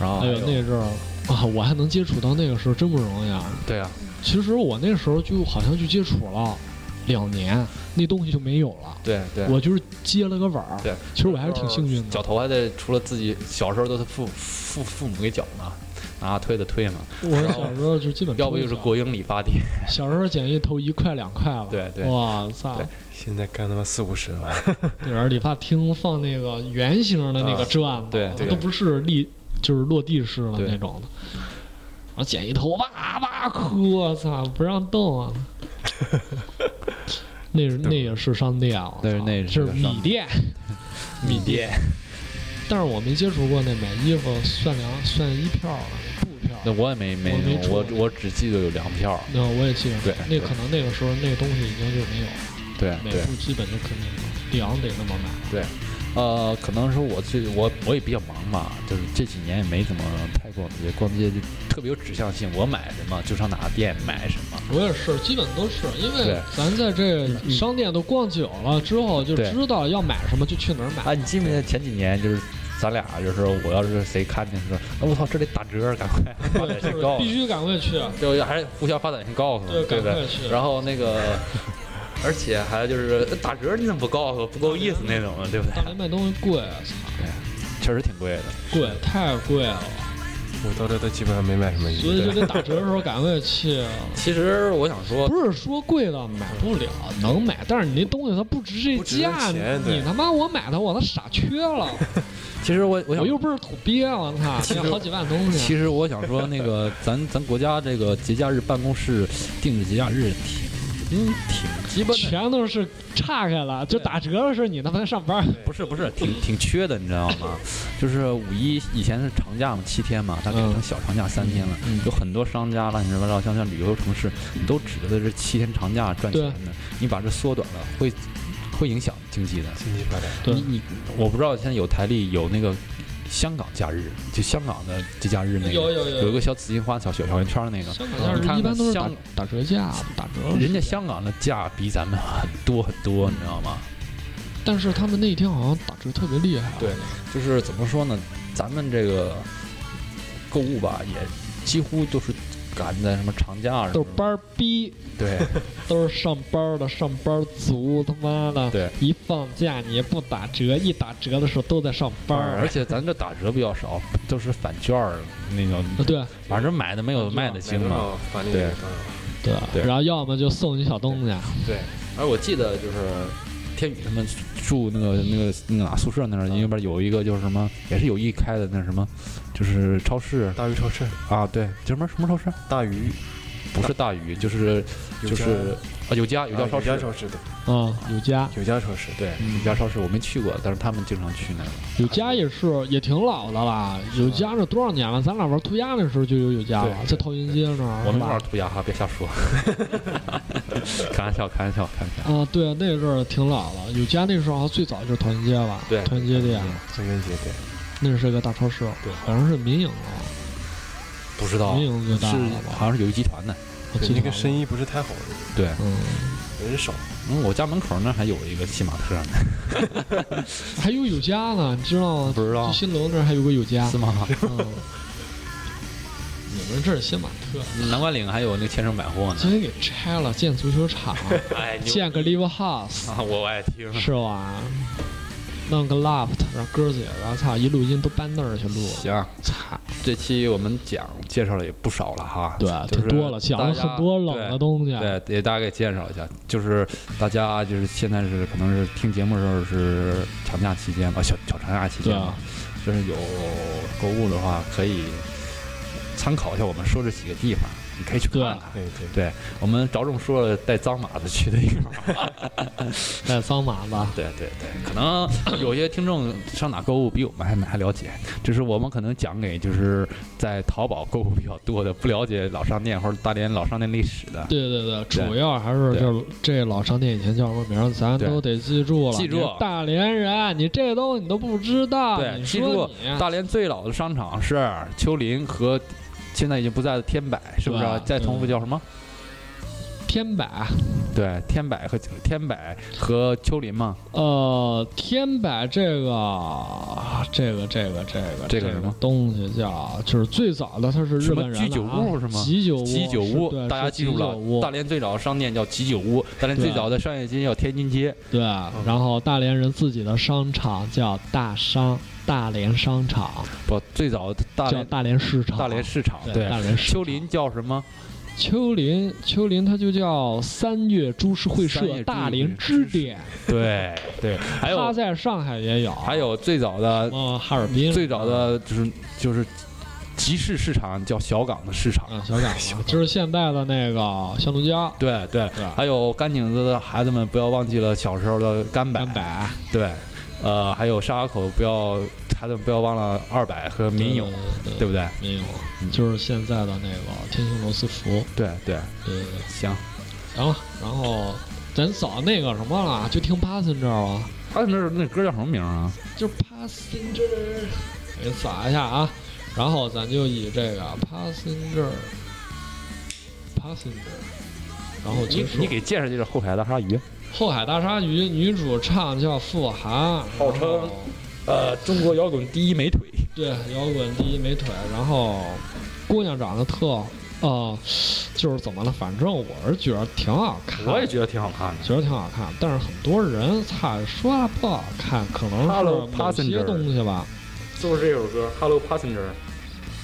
Speaker 2: 然后
Speaker 1: 哎
Speaker 2: 还
Speaker 1: 呦，那阵儿啊，我还能接触到那个时候真不容易啊。
Speaker 2: 对啊，
Speaker 1: 其实我那时候就好像就接触了两年，那东西就没有了。
Speaker 2: 对对。
Speaker 1: 我就是接了个碗儿，
Speaker 2: 对，
Speaker 1: 其实我还是挺幸运
Speaker 2: 绞
Speaker 1: 的。
Speaker 2: 头还得除了自己小时候都是父父父母给绞嘛，拿推的推嘛，
Speaker 1: 我小时候就基本
Speaker 2: 要不就是
Speaker 1: 国
Speaker 2: 国营理发店。
Speaker 1: 小时候捡一头一块两块了。
Speaker 2: 对对
Speaker 1: 哇操！
Speaker 2: 对
Speaker 3: 现在干他妈四五十万，
Speaker 1: 那边儿理发厅放那个圆形的那个转子，
Speaker 2: 啊对对
Speaker 1: 都不是立，就是落地式的
Speaker 2: 对
Speaker 1: 那种的。然后剪一头，哇哇哭，我操，不让动啊！那 是那也是商店啊，我
Speaker 2: 对
Speaker 1: 操
Speaker 2: 那是
Speaker 1: 是
Speaker 2: 个商
Speaker 1: 米店，
Speaker 2: 米店，
Speaker 1: 但是我没接触过那买衣服算粮算衣票啊布票啊，
Speaker 2: 那我也没没
Speaker 1: 我没
Speaker 2: 有
Speaker 1: 出
Speaker 2: 我
Speaker 1: 过
Speaker 2: 我只记得有粮票。
Speaker 1: 那我也记得，
Speaker 2: 对
Speaker 1: 那可能那个时候那个东西已经就没有了，
Speaker 2: 对
Speaker 1: 美
Speaker 2: 对
Speaker 1: 术基本就肯定粮得那么买。
Speaker 2: 对，呃，可能是我最我我也比较忙嘛，就是这几年也没怎么太逛街，逛街就特别有指向性，我买什么就上哪个店买什么。
Speaker 1: 我也是，基本都是，因为
Speaker 2: 对嗯
Speaker 1: 咱在这商店都逛久了之后，就
Speaker 2: 对
Speaker 1: 知道要买什么就去哪儿买。
Speaker 2: 啊，你记不记得前几年就是咱俩就是我要是谁看见说，啊我操这里打折，赶 快发短信告诉
Speaker 1: 必
Speaker 2: 我，
Speaker 1: 须赶快去，啊
Speaker 2: 就还是互相发短信告诉我，
Speaker 1: 对，赶
Speaker 2: 对不
Speaker 1: 快？
Speaker 2: 对
Speaker 1: 去。
Speaker 2: 然后那个，而且还就是呃打折你怎么不告诉我，不够意思那种的，对不对
Speaker 1: 大？连卖东西贵，啊
Speaker 2: 确实挺贵的。
Speaker 1: 贵太贵了，
Speaker 3: 我到这都基本上没买什么衣
Speaker 1: 所以就
Speaker 3: 服。
Speaker 1: 得打折的时候赶快 去。
Speaker 2: 其实我想说，
Speaker 1: 不是说贵到买不了，能买，但是你那东西它不值这
Speaker 3: 不值这
Speaker 1: 价，
Speaker 3: 钱对
Speaker 1: 你他妈我买它我都傻缺了，
Speaker 2: 其实我我想
Speaker 1: 我又不是土鳖，我操，
Speaker 2: 其实
Speaker 1: 现在好几万东西。
Speaker 2: 其实我想说，那个咱咱国家这个节假日办公室定制节假日挺嗯挺鸡巴的，
Speaker 1: 全都是岔开了，就
Speaker 2: 对
Speaker 1: 打折的时候你他妈上班，
Speaker 2: 不是不是挺挺缺的，你知道吗？就是五一以前是长假嘛，七天嘛，它改成
Speaker 1: 嗯
Speaker 2: 小长假三天了。
Speaker 1: 嗯
Speaker 2: 有很多商家了，你知道吧？像像旅游城市，你都指着这七天长假赚钱的，你把这缩短了，会会影响经济的。
Speaker 3: 经济发展，
Speaker 1: 对
Speaker 2: 你你我不知道现在有台历有那个香港假日，就香港的节假日那个，
Speaker 1: 有有有
Speaker 2: 有一个小紫金花小小小圆圈儿那个，
Speaker 1: 香港
Speaker 2: 啊你
Speaker 1: 价
Speaker 2: 看
Speaker 1: 是一般都是
Speaker 2: 香
Speaker 1: 打打折价，打折。
Speaker 2: 人家香港的价比咱们很多很多，你知道吗？
Speaker 1: 但是他们那一天好像打折特别厉害、啊。
Speaker 2: 对就是怎么说呢，咱们这个购物吧，也几乎都是赶在什么长假什
Speaker 1: 都
Speaker 2: 么
Speaker 1: 是班儿逼，
Speaker 2: 对
Speaker 1: 都是上班儿的，上班儿族，他妈的，
Speaker 2: 对，
Speaker 1: 一放假你也不打折，一打折的时候都在上班
Speaker 2: 嗯而
Speaker 1: 儿。啊
Speaker 2: 且咱这打折比较少，都是返券儿那种，
Speaker 1: 啊对
Speaker 2: 反正买的没有卖的精嘛。
Speaker 3: 嘛，反正
Speaker 2: 对
Speaker 3: 也是
Speaker 1: 对
Speaker 2: 对
Speaker 1: 然后要么就送你小东西，
Speaker 2: 对，而我记得就是天宇他们住那个那个那个哪宿舍那儿，那边有一个就是什么，也是有意开的那什么，就是超市
Speaker 3: 大鱼超市，
Speaker 2: 啊，对，叫什么什么超市？啊
Speaker 3: 大鱼
Speaker 2: 不是大宇，就是就是啊有家有
Speaker 3: 有
Speaker 2: 家
Speaker 3: 家
Speaker 2: 超
Speaker 3: 有
Speaker 2: 市
Speaker 3: 家，超市对，
Speaker 1: 嗯，有家，
Speaker 3: 有家超市对，
Speaker 2: 对
Speaker 1: 嗯
Speaker 2: 有家超市我没去过，但是他们经常去那儿。
Speaker 1: 有家也是也挺老的啦，有家这多少年了？咱俩玩涂鸦那时候就有有家了，
Speaker 2: 对
Speaker 1: 在陶云街那儿。
Speaker 2: 我
Speaker 1: 是
Speaker 2: 们那
Speaker 1: 吧
Speaker 2: 儿涂鸦哈，别瞎说， 开玩笑，开玩笑，开玩笑。
Speaker 1: 啊，对，那阵儿挺老了。有家那时候好像最早就是陶云街吧？
Speaker 2: 对
Speaker 1: 陶云街店，
Speaker 3: 中元节对，
Speaker 1: 那是个大超市，
Speaker 2: 对
Speaker 1: 好像是民营的，
Speaker 2: 不知道
Speaker 1: 民营最
Speaker 2: 是
Speaker 1: 大了吧？
Speaker 2: 好像是游击团的。
Speaker 1: 我记
Speaker 3: 对
Speaker 1: 得
Speaker 3: 那个
Speaker 1: 好像
Speaker 3: 生意不是太好，
Speaker 2: 对，
Speaker 1: 嗯，
Speaker 3: 人少，
Speaker 2: 嗯，我家门口那儿还有一个骑马特呢，
Speaker 1: 还有有家呢，你知道吗？
Speaker 2: 不知
Speaker 1: 就
Speaker 2: 道
Speaker 1: 新楼那儿还有个有家
Speaker 2: 是。吗？
Speaker 1: 嗯，你们这是新玛特，
Speaker 2: 南关岭还有那个千盛百货呢
Speaker 1: 今。啊天给拆了，建足球 场，
Speaker 2: 哎，牛
Speaker 1: 建个 live house。
Speaker 2: 啊，我爱听。
Speaker 1: 是吧？弄个 loft，让哥几个，操，一录音都搬那儿去录，
Speaker 2: 行，
Speaker 1: 操，
Speaker 2: 这期我们讲介绍了也不少了哈，
Speaker 1: 对，
Speaker 2: 就是
Speaker 1: 挺多了，讲了
Speaker 2: 大家
Speaker 1: 很多冷的东西，啊
Speaker 2: 对，也大概介绍一下，就是大家就是现在是可能是听节目的时候是长假期间吧，哦小小长假期间
Speaker 1: 啊
Speaker 2: 吧，就是有购物的话可以参考一下我们说这几个地方，你可以去
Speaker 1: 对
Speaker 2: 看看。
Speaker 3: 对对
Speaker 2: 我们着重说了带脏马子去的地方。
Speaker 1: 带桑麻子，
Speaker 2: 对对对，可能有些听众上哪购物比我们还还了解，就是我们可能讲给就是在淘宝购物比较多的，不了解老商店或者大连老商店历史的，
Speaker 1: 对对对，
Speaker 2: 对
Speaker 1: 主要还是
Speaker 2: 对
Speaker 1: 就是这老商店以前叫什么名儿，咱
Speaker 2: 对
Speaker 1: 都得记住了。
Speaker 2: 记住
Speaker 1: 你是大连人，你这东西你都不知道，
Speaker 2: 对
Speaker 1: 你
Speaker 2: 记
Speaker 1: 说
Speaker 2: 住
Speaker 1: 你啊
Speaker 2: 大连最老的商场是秋林和现在已经不在的天百，是不是啊
Speaker 1: 对？
Speaker 2: 再重复叫什么？
Speaker 1: 天百，
Speaker 2: 对，天百和天百和秋林嘛，
Speaker 1: 呃，天百这个这个这个这个
Speaker 2: 这个什么
Speaker 1: 东西叫，就是最早的它是日本人
Speaker 2: 什么居酒屋是吗
Speaker 1: 急酒屋，
Speaker 2: 鸡酒
Speaker 1: 哦是
Speaker 2: 屋，
Speaker 1: 对
Speaker 2: 大家
Speaker 1: 是
Speaker 2: 记住
Speaker 1: 鸡酒屋
Speaker 2: 了，大连最早的商店叫鸡酒屋，大连最
Speaker 1: 对
Speaker 2: 早的商业街叫天津街，
Speaker 1: 对，
Speaker 2: 嗯
Speaker 1: 然后大连人自己的商场叫大商，大连商场
Speaker 2: 不，最早的大
Speaker 1: 叫
Speaker 2: 连
Speaker 1: 大连市场，
Speaker 2: 大连市场，
Speaker 1: 对
Speaker 2: 对
Speaker 1: 大，连市场
Speaker 2: 秋林叫什么？
Speaker 1: 秋林秋林，它就叫三月株式会
Speaker 2: 三月株
Speaker 1: 社
Speaker 2: 式
Speaker 1: 大连支店，
Speaker 2: 对对，还
Speaker 1: 它
Speaker 2: 有
Speaker 1: 在上海也有，
Speaker 2: 还有最早的
Speaker 1: 嗯哈尔滨
Speaker 2: 最早的就是就是集市市场叫小港的市场，
Speaker 1: 啊小港嘛，就是现在的那个香炉江，
Speaker 2: 对对
Speaker 1: 对吧，
Speaker 2: 还有干井子的孩子们不要忘记了小时候的干百，
Speaker 1: 三百。
Speaker 2: 对，呃，还有沙河口不要孩子们不要忘了二百和民勇，
Speaker 1: 对
Speaker 2: 对不对？
Speaker 1: 民勇
Speaker 2: 嗯
Speaker 1: 就是现在的那个天星罗斯福，
Speaker 2: 对对，
Speaker 1: 对对对。
Speaker 2: 行，
Speaker 1: 然后然后咱扫那个什么了，就听 Passenger 了，
Speaker 2: 他那那歌叫什么名啊？
Speaker 1: 就是 Passenger，给扫一下啊。然后咱就以这个 Passenger Passenger，然后
Speaker 2: 你
Speaker 1: 结束
Speaker 2: 你。给介绍介绍后海大鲨鱼，
Speaker 1: 后海大鲨鱼女主唱叫傅涵，
Speaker 2: 号称
Speaker 1: 然后
Speaker 2: 呃，中国摇滚第一美腿，
Speaker 1: 对，摇滚第一美腿，然后姑娘长得特，呃，就是怎么了？反正我是觉得挺好看，
Speaker 2: 我也觉得挺好看的。
Speaker 1: 觉得挺好看，但是很多人操说她不好看，可能是某
Speaker 2: Hello,
Speaker 1: 些
Speaker 2: passenger
Speaker 1: 东西吧。
Speaker 2: 就是这首歌《Hello Passenger》，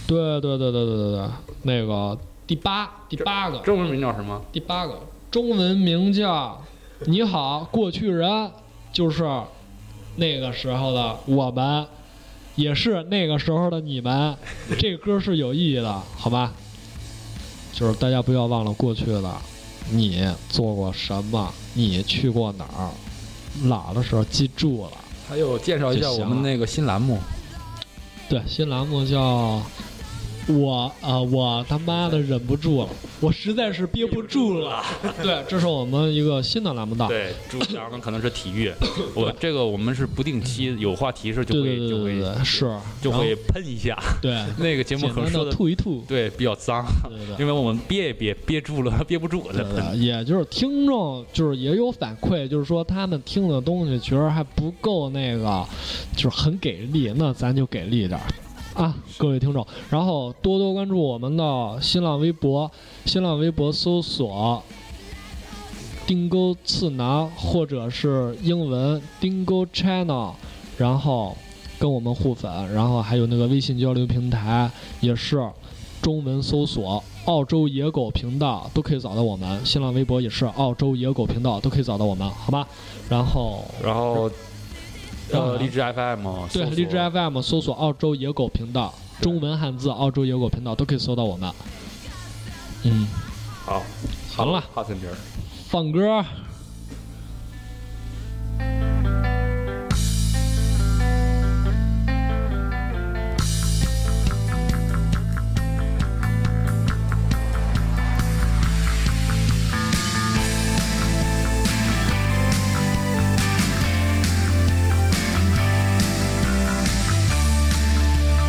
Speaker 1: 对对对对对对对，那个第八第八个
Speaker 2: 中文名叫什么？
Speaker 1: 第八个中文名叫《你好过去人》，就是那个时候的我们，也是那个时候的你们。这个歌是有意义的，好吧？就是大家不要忘了过去的你做过什么，你去过哪儿。老的时候记住了。
Speaker 2: 还有介绍一下我
Speaker 1: 就行了
Speaker 2: 们那个新栏目，
Speaker 1: 对，新栏目叫“我呃我他妈的忍不住了”，我实在是憋不住了。对，这是我们一个新的栏目档。
Speaker 2: 对，啊主讲的可能是体 育，我这个我们是不定期有话题时就
Speaker 1: 对
Speaker 2: 会
Speaker 1: 对对
Speaker 2: 就
Speaker 1: 对
Speaker 2: 会
Speaker 1: 对，是
Speaker 2: 就
Speaker 1: 然后
Speaker 2: 会喷一下，
Speaker 1: 对，
Speaker 2: 那个节目
Speaker 1: 简
Speaker 2: 可能
Speaker 1: 单
Speaker 2: 说
Speaker 1: 的
Speaker 2: 的
Speaker 1: 吐一吐。
Speaker 2: 对比较脏，
Speaker 1: 对对对。
Speaker 2: 因为我们憋一憋憋住了， 憋不住了再
Speaker 1: 对对，
Speaker 2: 喷。
Speaker 1: 也就是听众就是也有反馈，就是说他们听的东西其实还不够那个，就是很给力，那咱就给力一点儿啊，各位听众，然后多多关注我们的新浪微博，新浪微博搜索。丁沟次男，或者是英文丁沟 China，然后跟我们互粉，然后还有那个微信交流平台也是，中文搜索“澳洲野狗频道”都可以找到我们，新浪微博也是“澳洲野狗频道”都可以找到我们，好吧？然后
Speaker 2: 然后，
Speaker 1: 然后
Speaker 2: 呃，荔枝 FM
Speaker 1: 对
Speaker 2: 搜索
Speaker 1: 荔枝 FM 搜索“澳洲野狗频道”，
Speaker 2: 对
Speaker 1: 中文汉字“澳洲野狗频道”都可以搜到我们。嗯，
Speaker 2: 好，
Speaker 1: 好了，
Speaker 2: 哈森这儿。
Speaker 1: 放歌。